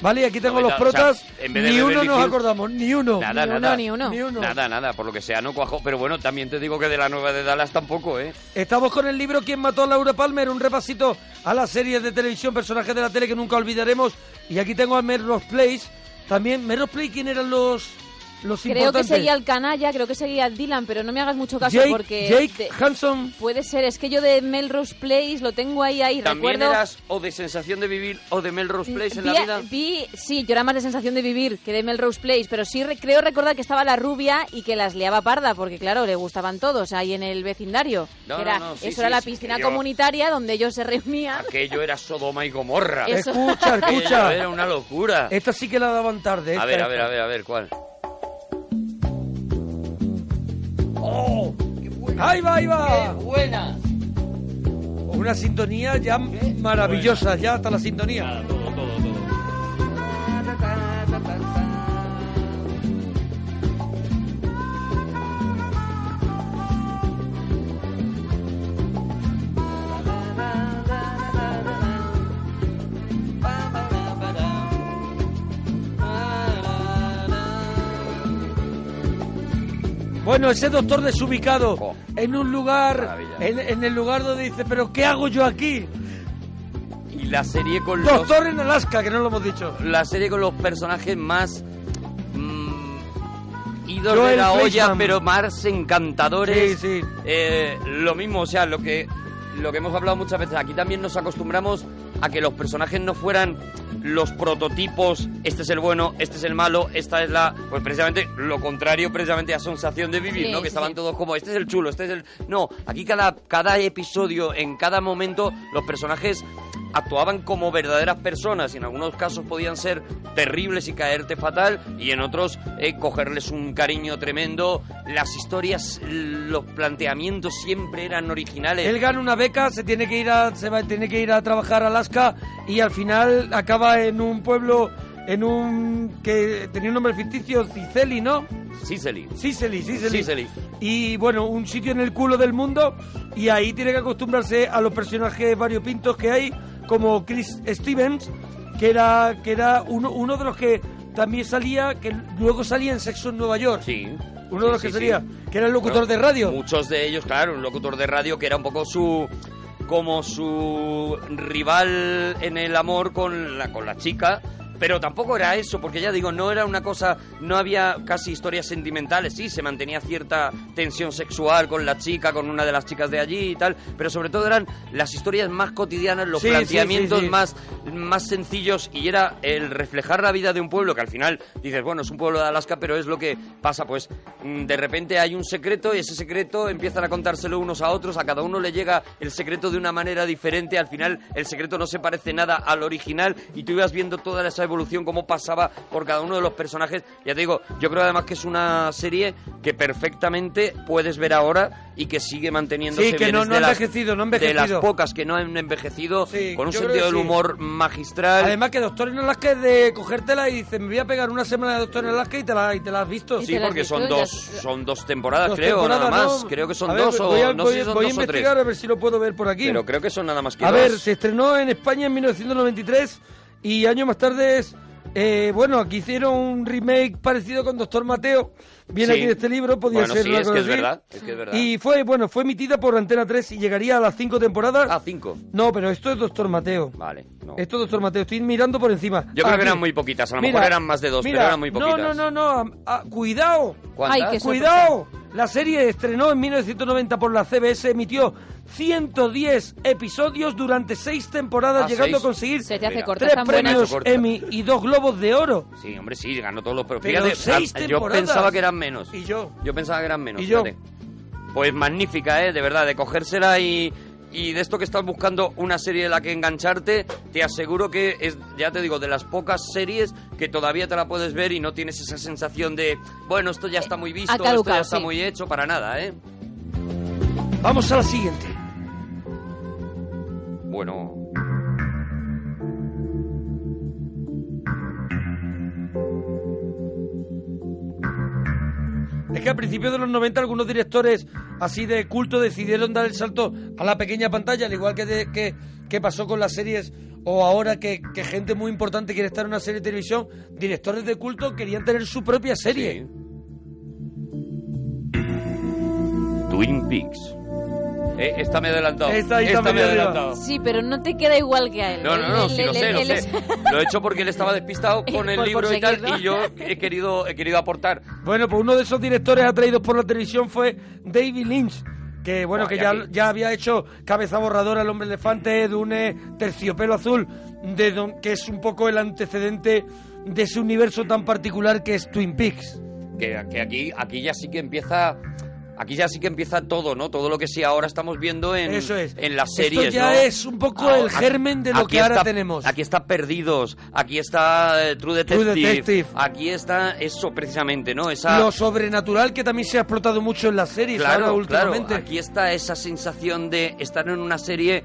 Speaker 2: Vale, y aquí tengo los
Speaker 5: 90, Mm. o sea,
Speaker 2: protas.
Speaker 5: en vez de
Speaker 2: ni uno
Speaker 5: Beverly
Speaker 2: nos
Speaker 5: Hills-
Speaker 2: acordamos, ni uno.
Speaker 5: Nada, nada.
Speaker 2: Ni uno.
Speaker 5: Nada, nada, por lo que sea, no cuajó. Pero bueno, también te digo que de la nueva de Dallas tampoco, ¿eh?
Speaker 2: Estamos con el libro ¿Quién mató a Laura Palmer? Un repasito a las series de televisión, personajes de la tele que nunca olvidaremos. Y aquí tengo a Melrose Place. También, Melrose Place, ¿quién eran los, los
Speaker 3: Creo que
Speaker 2: importantes?
Speaker 3: seguía al canalla, creo que seguía al Dylan, pero no me hagas mucho caso
Speaker 2: Jake,
Speaker 3: porque...
Speaker 2: Jake
Speaker 3: te-
Speaker 2: Hanson.
Speaker 3: Puede ser, es que yo de Melrose Place lo tengo ahí, ahí,
Speaker 5: También
Speaker 3: recuerdo... Mm,
Speaker 5: eras o de Sensación de Vivir o de Melrose Place en
Speaker 3: vi,
Speaker 5: la vida.
Speaker 3: vi- sí, yo era más de sensación de vivir que de Melrose Place, pero sí re- creo recordar que estaba la rubia y que las liaba parda, porque claro, le gustaban todos ahí en el vecindario.
Speaker 5: No,
Speaker 3: Que era,
Speaker 5: no, no, sí,
Speaker 3: eso
Speaker 5: sí,
Speaker 3: era la
Speaker 5: sí,
Speaker 3: piscina
Speaker 5: que yo-
Speaker 3: comunitaria donde ellos se reunían.
Speaker 5: Aquello era Sodoma y Gomorra.
Speaker 3: Eso. Escucha,
Speaker 5: Aquello
Speaker 2: escucha. Eh,
Speaker 5: Era una locura.
Speaker 2: Esta sí que la daban tarde. esta,
Speaker 5: A ver, a
Speaker 2: esta.
Speaker 5: ver, a ver, a ver, ¿cuál?
Speaker 2: ¡Oh! ¡Ahí va, ahí va!
Speaker 4: ¡Qué buena!
Speaker 2: Una sintonía ya maravillosa, ya hasta la sintonía. todo, todo, todo. Bueno, ese doctor desubicado en un lugar, en, en el lugar donde dice, pero ¿qué hago yo aquí?
Speaker 5: Y la serie con los...
Speaker 2: Doctor en Alaska, que no lo hemos dicho.
Speaker 5: la serie con los personajes más mm, idos de
Speaker 2: Joel
Speaker 5: la olla,
Speaker 2: Fleischman.
Speaker 5: pero más encantadores.
Speaker 2: Sí, sí.
Speaker 5: Eh, lo mismo, o sea, lo que lo que hemos hablado muchas veces. Aquí también nos acostumbramos a que los personajes no fueran los prototipos. Este es el bueno, este es el malo, esta es la. Pues precisamente lo contrario, precisamente a sensación de vivir,
Speaker 2: Sí,
Speaker 5: ¿no? Que
Speaker 2: sí,
Speaker 5: estaban
Speaker 2: sí.
Speaker 5: todos como este es el chulo, este es el. No, aquí cada cada episodio, en cada momento, los personajes actuaban como verdaderas personas y en algunos casos podían ser terribles y caerte fatal y en otros eh, cogerles un cariño tremendo. Las historias, los planteamientos siempre eran originales.
Speaker 2: Él gana una beca, se tiene que ir a, se va, tiene que ir a trabajar a Alaska y al final acaba en un pueblo, en un que tenía un nombre ficticio, Ciceli, ¿no?
Speaker 5: Sicily.
Speaker 2: Sicily, Sicily.
Speaker 5: Sicily.
Speaker 2: Y bueno, un sitio en el culo del mundo y ahí tiene que acostumbrarse a los personajes variopintos que hay, como Chris Stevens, que era, que era uno, uno de los que también salía, que luego salía en Sexo en Nueva York.
Speaker 5: Sí.
Speaker 2: Uno de los que
Speaker 5: Sí, sí,
Speaker 2: salía,
Speaker 5: sí.
Speaker 2: que era el locutor
Speaker 5: Bueno,
Speaker 2: de radio.
Speaker 5: Muchos de ellos, claro, un locutor de radio que era un poco su como su rival en el amor con la con la chica Pero tampoco era eso, porque ya digo, no era una cosa, no había casi historias sentimentales, sí, se mantenía cierta tensión sexual con la chica, con una de las chicas de allí y tal, pero sobre todo eran las historias más cotidianas, los
Speaker 2: Sí, sí,
Speaker 5: planteamientos
Speaker 2: sí, sí.
Speaker 5: Más, más sencillos y era el reflejar la vida de un pueblo que al final dices, bueno, es un pueblo de Alaska, pero es lo que pasa, pues mm, de repente hay un secreto y ese secreto empiezan a contárselo unos a otros, a cada uno le llega el secreto de una manera diferente, al final el secreto no se parece nada al original y tú ibas viendo toda esa evolución, cómo pasaba por cada uno de los personajes. Ya te digo, yo creo además que es una serie que perfectamente puedes ver ahora y que sigue manteniéndose
Speaker 2: Sí, que
Speaker 5: bien.
Speaker 2: no-
Speaker 5: Es
Speaker 2: no
Speaker 5: de
Speaker 2: ha
Speaker 5: las-
Speaker 2: envejecido, no ha
Speaker 5: De las
Speaker 2: envejecido.
Speaker 5: pocas que no han envejecido, con un
Speaker 2: yo creo
Speaker 5: sentido
Speaker 2: que
Speaker 5: del
Speaker 2: sí.
Speaker 5: humor magistral.
Speaker 2: Además que Doctor en Alaska es de cogértela y dices, me voy a pegar una semana de Doctor en Alaska y te la, y te la has visto.
Speaker 5: Sí, porque son dos, son dos temporadas,
Speaker 2: Dos
Speaker 5: creo,
Speaker 2: temporadas,
Speaker 5: nada más.
Speaker 2: ¿no?
Speaker 5: Creo que son
Speaker 2: A ver,
Speaker 5: dos o
Speaker 2: voy a-
Speaker 5: no sé
Speaker 2: voy-
Speaker 5: si son
Speaker 2: voy a
Speaker 5: dos o tres.
Speaker 2: investigar a ver si lo puedo ver por aquí.
Speaker 5: Pero creo que son nada más que
Speaker 2: A
Speaker 5: dos.
Speaker 2: ver, se estrenó en España en 1993 y años más tarde es... eh, bueno, aquí hicieron un remake parecido con Doctor Mateo. Viene
Speaker 5: Sí.
Speaker 2: aquí de este libro, podía
Speaker 5: Bueno,
Speaker 2: ser
Speaker 5: sí,
Speaker 2: una
Speaker 5: es que
Speaker 2: cosa
Speaker 5: es
Speaker 2: así.
Speaker 5: verdad, es que es verdad.
Speaker 2: Y fue, bueno, fue emitida por Antena 3 y llegaría a las cinco temporadas.
Speaker 5: A cinco.
Speaker 2: No, pero esto es Doctor Mateo.
Speaker 5: Vale, no.
Speaker 2: Esto es Doctor Mateo, estoy mirando por encima.
Speaker 5: Yo creo que
Speaker 2: Aquí.
Speaker 5: eran muy poquitas, a lo
Speaker 2: Mira,
Speaker 5: mejor eran más de dos,
Speaker 2: mira,
Speaker 5: pero eran muy poquitas.
Speaker 2: No, no, no, no. ah, ah, cuidado.
Speaker 5: ¿Cuántas? Ay, qué sorpresa.
Speaker 2: cuidado. La serie estrenó en 1990 por la CBS, emitió 110 episodios durante seis temporadas,
Speaker 5: Ah,
Speaker 2: llegando
Speaker 5: seis.
Speaker 2: a conseguir
Speaker 5: Se te hace
Speaker 2: tres
Speaker 5: corta, es tan buena.
Speaker 2: premios
Speaker 5: Se me ha hecho corta.
Speaker 2: Emmy y dos Globos de Oro.
Speaker 5: Sí, hombre, sí, ganó todos los pero
Speaker 2: Pero
Speaker 5: fíjate,
Speaker 2: seis
Speaker 5: ah, yo
Speaker 2: temporadas.
Speaker 5: pensaba que eran menos.
Speaker 2: Y yo.
Speaker 5: Yo pensaba que eran menos.
Speaker 2: Y yo.
Speaker 5: fíjate. Pues magnífica, ¿eh? De verdad, de cogérsela y, y de esto que estás buscando una serie de la que engancharte, te aseguro que es, ya te digo, de las pocas series que todavía te la puedes ver y no tienes esa sensación de, bueno, esto ya está muy visto, esto
Speaker 2: Eh, caducado,
Speaker 5: ya está
Speaker 2: sí.
Speaker 5: muy hecho, para nada, ¿eh?
Speaker 2: Vamos a la siguiente.
Speaker 5: Bueno,
Speaker 2: Es que a principios de los 90 algunos directores así de culto decidieron dar el salto a la pequeña pantalla, al igual que, de- que, que pasó con las series o ahora que, que gente muy importante quiere estar en una serie de televisión, directores de culto querían tener su propia serie.
Speaker 5: Twin Peaks. Eh, esta me he adelantado.
Speaker 2: Esta- esta
Speaker 5: me he
Speaker 2: medio arriba.
Speaker 5: adelantado.
Speaker 3: Sí, pero no te queda igual que a él.
Speaker 5: No, no, no,
Speaker 3: Él-
Speaker 5: sí,
Speaker 3: él-
Speaker 5: lo sé,
Speaker 3: él-
Speaker 5: lo
Speaker 3: él es-
Speaker 5: sé. Lo he hecho porque él estaba despistado con
Speaker 2: Por-
Speaker 5: el
Speaker 2: por
Speaker 5: libro y tal,
Speaker 2: seguirlo.
Speaker 5: y yo he querido, he querido aportar.
Speaker 2: Bueno, pues uno de esos directores atraídos por la televisión fue David Lynch, que bueno,
Speaker 5: Buah,
Speaker 2: que ya,
Speaker 5: ya vi.
Speaker 2: ya había hecho Cabeza Borradora, El Hombre Elefante, Dune, Terciopelo Azul, de don- que es un poco el antecedente de ese universo tan particular que es Twin Peaks.
Speaker 5: Que, que aquí, aquí ya sí que empieza. Aquí ya sí que empieza todo, ¿no? Todo lo que sí ahora estamos viendo en,
Speaker 2: Eso es.
Speaker 5: en las
Speaker 2: Esto
Speaker 5: series.
Speaker 2: ya
Speaker 5: ¿no? Ah,
Speaker 2: es un poco el germen de lo
Speaker 5: aquí
Speaker 2: que ahora
Speaker 5: está-
Speaker 2: tenemos.
Speaker 5: Aquí está Perdidos, aquí está eh, True, Detective,
Speaker 2: True Detective.
Speaker 5: Aquí está eso precisamente, ¿no? Esa,
Speaker 2: Lo sobrenatural que también se ha explotado mucho en las series ahora
Speaker 5: Claro, claro.
Speaker 2: últimamente.
Speaker 5: Aquí está esa sensación de estar en una serie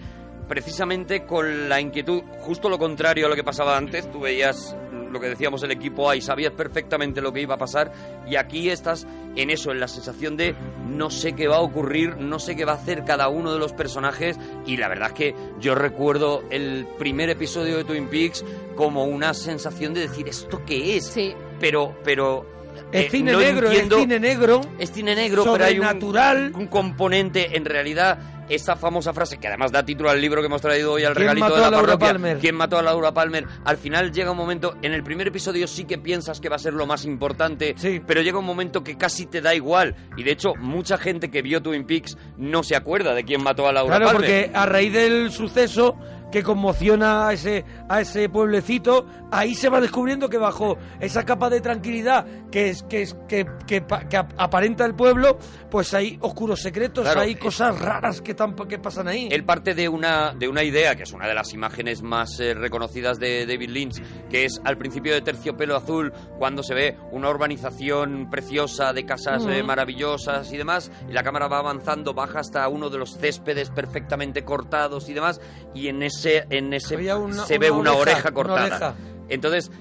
Speaker 5: precisamente con la inquietud, justo lo contrario a lo que pasaba antes. Tú veías lo que decíamos el equipo A y sabías perfectamente lo que iba a pasar. Y aquí estás en eso, en la sensación de no sé qué va a ocurrir, no sé qué va a hacer cada uno de los personajes. Y la verdad es que yo recuerdo el primer episodio de Twin Peaks como una sensación de decir, ¿esto qué es? Pero, pero.
Speaker 2: Es
Speaker 5: eh,
Speaker 2: cine
Speaker 5: no
Speaker 2: negro,
Speaker 5: entiendo-
Speaker 2: es cine negro.
Speaker 5: es cine negro, pero hay
Speaker 2: Sobrenatural.
Speaker 5: un, un componente, en realidad, esa famosa frase que además da título al libro que hemos traído hoy al
Speaker 2: ¿Quién
Speaker 5: regalito
Speaker 2: mató
Speaker 5: de la
Speaker 2: a Laura
Speaker 5: parroquia,
Speaker 2: Palmer?
Speaker 5: ¿Quién mató a Laura Palmer? Al final llega un momento, en el primer episodio sí que piensas que va a ser lo más importante, pero llega un momento que casi te da igual. Y de hecho, mucha gente que vio Twin Peaks no se acuerda de quién mató a Laura
Speaker 2: Claro,
Speaker 5: Palmer.
Speaker 2: porque a raíz del suceso que conmociona a ese, a ese pueblecito, ahí se va descubriendo que bajo esa capa de tranquilidad que, es, que, es, que, que pa- que ap- aparenta el pueblo, pues hay oscuros secretos,
Speaker 5: Claro, eh,
Speaker 2: hay
Speaker 5: es-
Speaker 2: cosas raras que, tan, que pasan ahí.
Speaker 5: Él parte de una, de una idea, que es una de las imágenes más eh, reconocidas de David Lynch, que es al principio de Terciopelo Azul, cuando se ve una urbanización preciosa de casas
Speaker 2: Ujú.
Speaker 5: eh, maravillosas y demás, y la cámara va avanzando, baja hasta uno de los céspedes perfectamente cortados y demás, y en ese, en ese
Speaker 2: Había una-
Speaker 5: se ve
Speaker 2: una
Speaker 5: una oreja,
Speaker 2: oreja, una
Speaker 5: cortada.
Speaker 2: oreja.
Speaker 5: Entonces,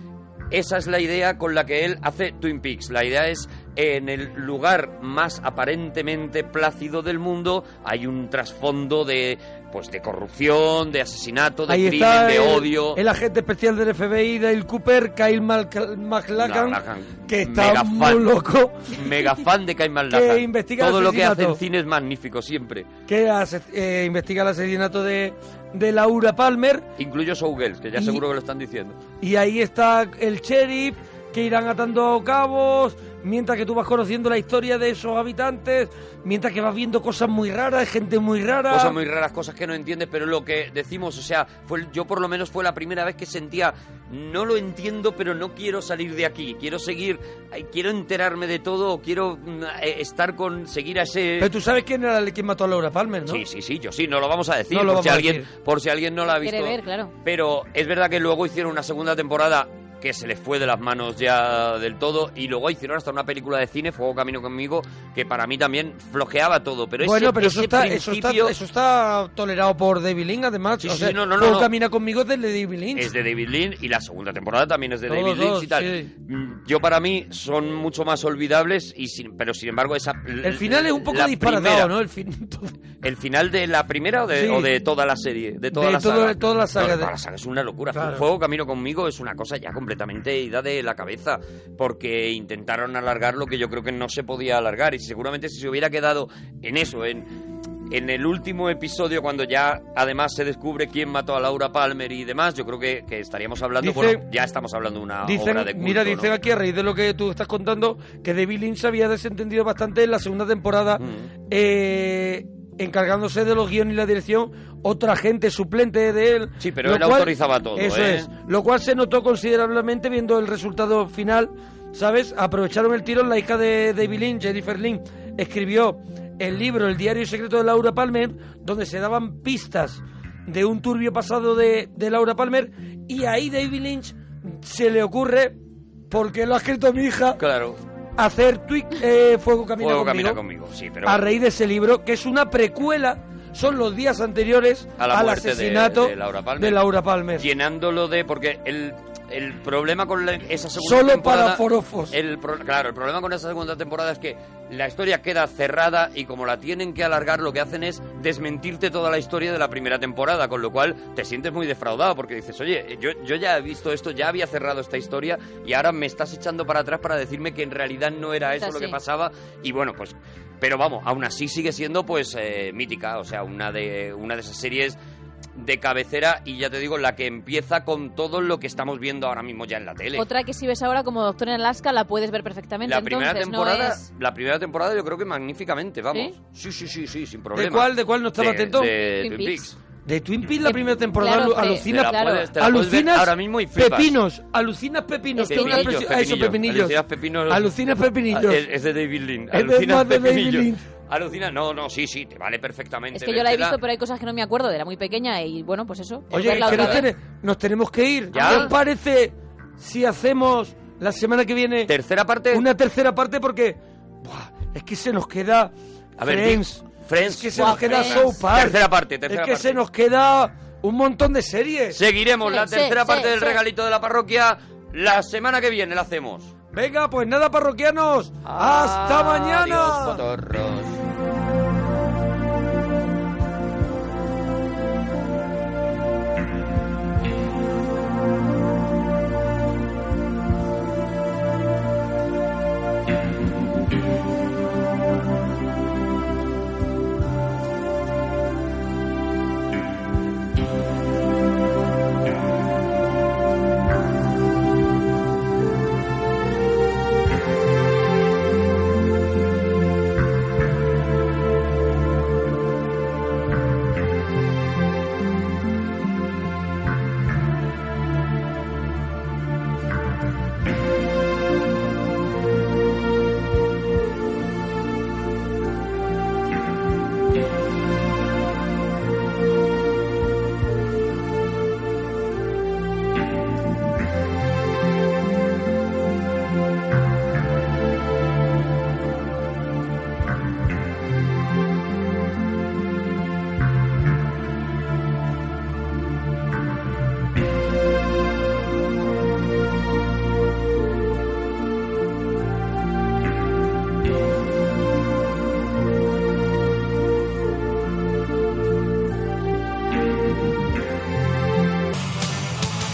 Speaker 5: esa es la idea con la que él hace Twin Peaks. La idea es en el lugar más aparentemente plácido del mundo hay un trasfondo de pues de corrupción, de asesinato, de
Speaker 2: Ahí
Speaker 5: crimen,
Speaker 2: está
Speaker 5: de
Speaker 2: el,
Speaker 5: odio.
Speaker 2: el agente especial del FBI, Dale Cooper, Kyle Malca- McLachlan,
Speaker 5: McLachlan.
Speaker 2: que está muy loco.
Speaker 5: Mega fan de Caimán
Speaker 2: Que
Speaker 5: Laja.
Speaker 2: investiga
Speaker 5: Todo lo que hace en
Speaker 2: asesinatos.
Speaker 5: cine es magnífico, siempre.
Speaker 2: que ase- eh, investiga el asesinato de, de Laura Palmer.
Speaker 5: Incluyo Showgirls, que ya
Speaker 2: Y-
Speaker 5: seguro que lo están diciendo.
Speaker 2: Y ahí está el sheriff, que irán atando cabos, mientras que tú vas conociendo la historia de esos habitantes, mientras que vas viendo cosas muy raras, gente muy rara.
Speaker 5: Cosas muy raras, cosas que no entiendes, pero lo que decimos, o sea, fue, yo por lo menos fue la primera vez que sentía, no lo entiendo, pero no quiero salir de aquí, quiero seguir, ay, quiero enterarme de todo, quiero mm, eh, estar con, seguir a ese...
Speaker 2: Pero tú sabes quién era el que mató a Laura Palmer, ¿no?
Speaker 5: Sí, sí, sí, yo sí, no lo vamos a decir,
Speaker 2: No lo
Speaker 5: por, si
Speaker 2: vamos a
Speaker 5: alguien, por si alguien no la ha visto.
Speaker 3: Quiere ver, claro.
Speaker 5: Pero es verdad que luego hicieron una segunda temporada que se les fue de las manos ya del todo y luego hicieron hasta una película de cine, Fuego Camino conmigo, que para mí también flojeaba todo. Pero
Speaker 2: bueno,
Speaker 5: ese-
Speaker 2: pero eso
Speaker 5: ese
Speaker 2: está, eso,
Speaker 5: principio
Speaker 2: está, eso está tolerado por David Lynch, además.
Speaker 5: Sí,
Speaker 2: O
Speaker 5: sí,
Speaker 2: sea,
Speaker 5: no, no, no,
Speaker 2: Fuego
Speaker 5: no.
Speaker 2: camina conmigo es de David Lynch.
Speaker 5: es de David Lynch y la segunda temporada también es de
Speaker 2: Todos
Speaker 5: David Lynch
Speaker 2: dos,
Speaker 5: y tal.
Speaker 2: sí.
Speaker 5: Mm, Yo para mí son mucho más olvidables, y sin- pero sin embargo esa...
Speaker 2: El final es un poco
Speaker 5: la
Speaker 2: disparatado,
Speaker 5: primera-
Speaker 2: ¿no? El fin-
Speaker 5: ¿El final de la primera o de,
Speaker 2: Sí.
Speaker 5: o de toda la serie? De toda
Speaker 2: De
Speaker 5: la
Speaker 2: todo-
Speaker 5: saga.
Speaker 2: de toda la saga
Speaker 5: No, de
Speaker 2: de-
Speaker 5: toda la saga es una locura.
Speaker 2: Claro.
Speaker 5: Fuego Camino conmigo es una cosa ya completamente ida de la cabeza. Porque intentaron alargar lo que yo creo que no se podía alargar. Y seguramente si se hubiera quedado en eso, en. En el último episodio, cuando ya además se descubre quién mató a Laura Palmer y demás, yo creo que, que estaríamos hablando,
Speaker 2: Dicen-
Speaker 5: bueno, ya estamos hablando de una
Speaker 2: Dicen,
Speaker 5: obra de culto,
Speaker 2: mira,
Speaker 5: ¿no?
Speaker 2: dicen aquí a raíz de lo que tú estás contando que David Lynch se había desentendido bastante en la segunda temporada,
Speaker 5: Mm.
Speaker 2: eh, encargándose de los guiones y la dirección, otra gente suplente de él.
Speaker 5: Sí, pero
Speaker 2: lo
Speaker 5: él autorizaba todo,
Speaker 2: Eso
Speaker 5: ¿eh?
Speaker 2: es. Lo cual se notó considerablemente viendo el resultado final, ¿sabes? Aprovecharon el tiro. La hija de David Lynch, Jennifer Lynch, escribió el libro El diario secreto de Laura Palmer, donde se daban pistas de un turbio pasado de, de Laura Palmer. Y ahí David Lynch se le ocurre, porque lo ha escrito mi hija,
Speaker 5: Claro.
Speaker 2: hacer tweet, eh, Fuego Camina
Speaker 5: Fuego
Speaker 2: conmigo.
Speaker 5: Camina conmigo, sí, pero.
Speaker 2: A raíz de ese libro, que es una precuela, son los días anteriores
Speaker 5: a la
Speaker 2: al
Speaker 5: muerte de-
Speaker 2: asesinato
Speaker 5: de, Laura Palmer.
Speaker 2: de Laura Palmer.
Speaker 5: Llenándolo de. Porque el, el problema con la- esa segunda
Speaker 2: Solo
Speaker 5: temporada.
Speaker 2: para forofos.
Speaker 5: El pro- claro, el problema con esa segunda temporada es que la historia queda cerrada y como la tienen que alargar, lo que hacen es desmentirte toda la historia de la primera temporada, con lo cual te sientes muy defraudado porque dices, oye, yo, yo ya he visto esto, ya había cerrado esta historia y ahora me estás echando para atrás para decirme que en realidad no era eso
Speaker 2: Es
Speaker 5: lo que
Speaker 2: así.
Speaker 5: pasaba y bueno, pues... Pero vamos, aún así sigue siendo pues eh, mítica, o sea, una de, una de esas series de cabecera y ya te digo, la que empieza con todo lo que estamos viendo ahora mismo ya en la tele.
Speaker 3: Otra que si ves ahora como Doctor en Alaska la puedes ver perfectamente.
Speaker 5: La primera
Speaker 3: entonces, no
Speaker 5: temporada,
Speaker 3: es-
Speaker 5: la primera temporada yo creo que magníficamente, vamos. Sí, sí, sí, sí, sin problema.
Speaker 2: cuál- de cuál no estaba
Speaker 5: De-
Speaker 2: atento?
Speaker 5: De
Speaker 2: Twin
Speaker 5: Twin
Speaker 2: Peaks.
Speaker 5: Peaks.
Speaker 2: De Twin Peaks la primera temporada
Speaker 5: claro,
Speaker 2: alu-
Speaker 5: te-
Speaker 2: alucinas,
Speaker 5: te la puedes- te la puedes ver
Speaker 2: alucinas
Speaker 5: ahora mismo y flipas.
Speaker 2: pepinos, alucinas pepinos, que es una
Speaker 5: Pepinillos,
Speaker 2: expresión- ah, eso, pepinillos.
Speaker 5: Alucinas pepinillos.
Speaker 2: Alucinas pepinillos.
Speaker 5: Ah, Es, es de David Lynn.
Speaker 2: Es de-
Speaker 5: Alucinas
Speaker 2: más de David Lynch.
Speaker 5: pepinillos. Alucinas, no, no, sí, sí, te vale perfectamente.
Speaker 3: Es que yo la he
Speaker 5: Te da-
Speaker 3: visto, pero hay cosas que no me acuerdo. Era muy pequeña y bueno, pues eso.
Speaker 2: Oye,
Speaker 3: verla
Speaker 2: que
Speaker 3: otra
Speaker 2: nos,
Speaker 3: vez.
Speaker 2: tene- nos tenemos que ir.
Speaker 5: ¿Ya?
Speaker 2: ¿Qué os parece si hacemos la semana que viene
Speaker 5: tercera parte?
Speaker 2: Una tercera parte porque buah, es que se nos queda
Speaker 5: A ver,
Speaker 2: Friends,
Speaker 5: di- Friends.
Speaker 2: es que se
Speaker 5: Buah,
Speaker 2: nos queda
Speaker 5: Friends.
Speaker 2: South Park.
Speaker 5: Tercera parte, tercera
Speaker 2: Es que
Speaker 5: parte.
Speaker 2: se nos queda un montón de series.
Speaker 5: Seguiremos la
Speaker 2: Sí,
Speaker 5: tercera
Speaker 2: sí,
Speaker 5: parte
Speaker 2: sí,
Speaker 5: del
Speaker 2: sí.
Speaker 5: regalito de la parroquia la semana que viene, la hacemos.
Speaker 2: Venga, pues nada, parroquianos. Hasta mañana.
Speaker 5: Adiós, cotorros.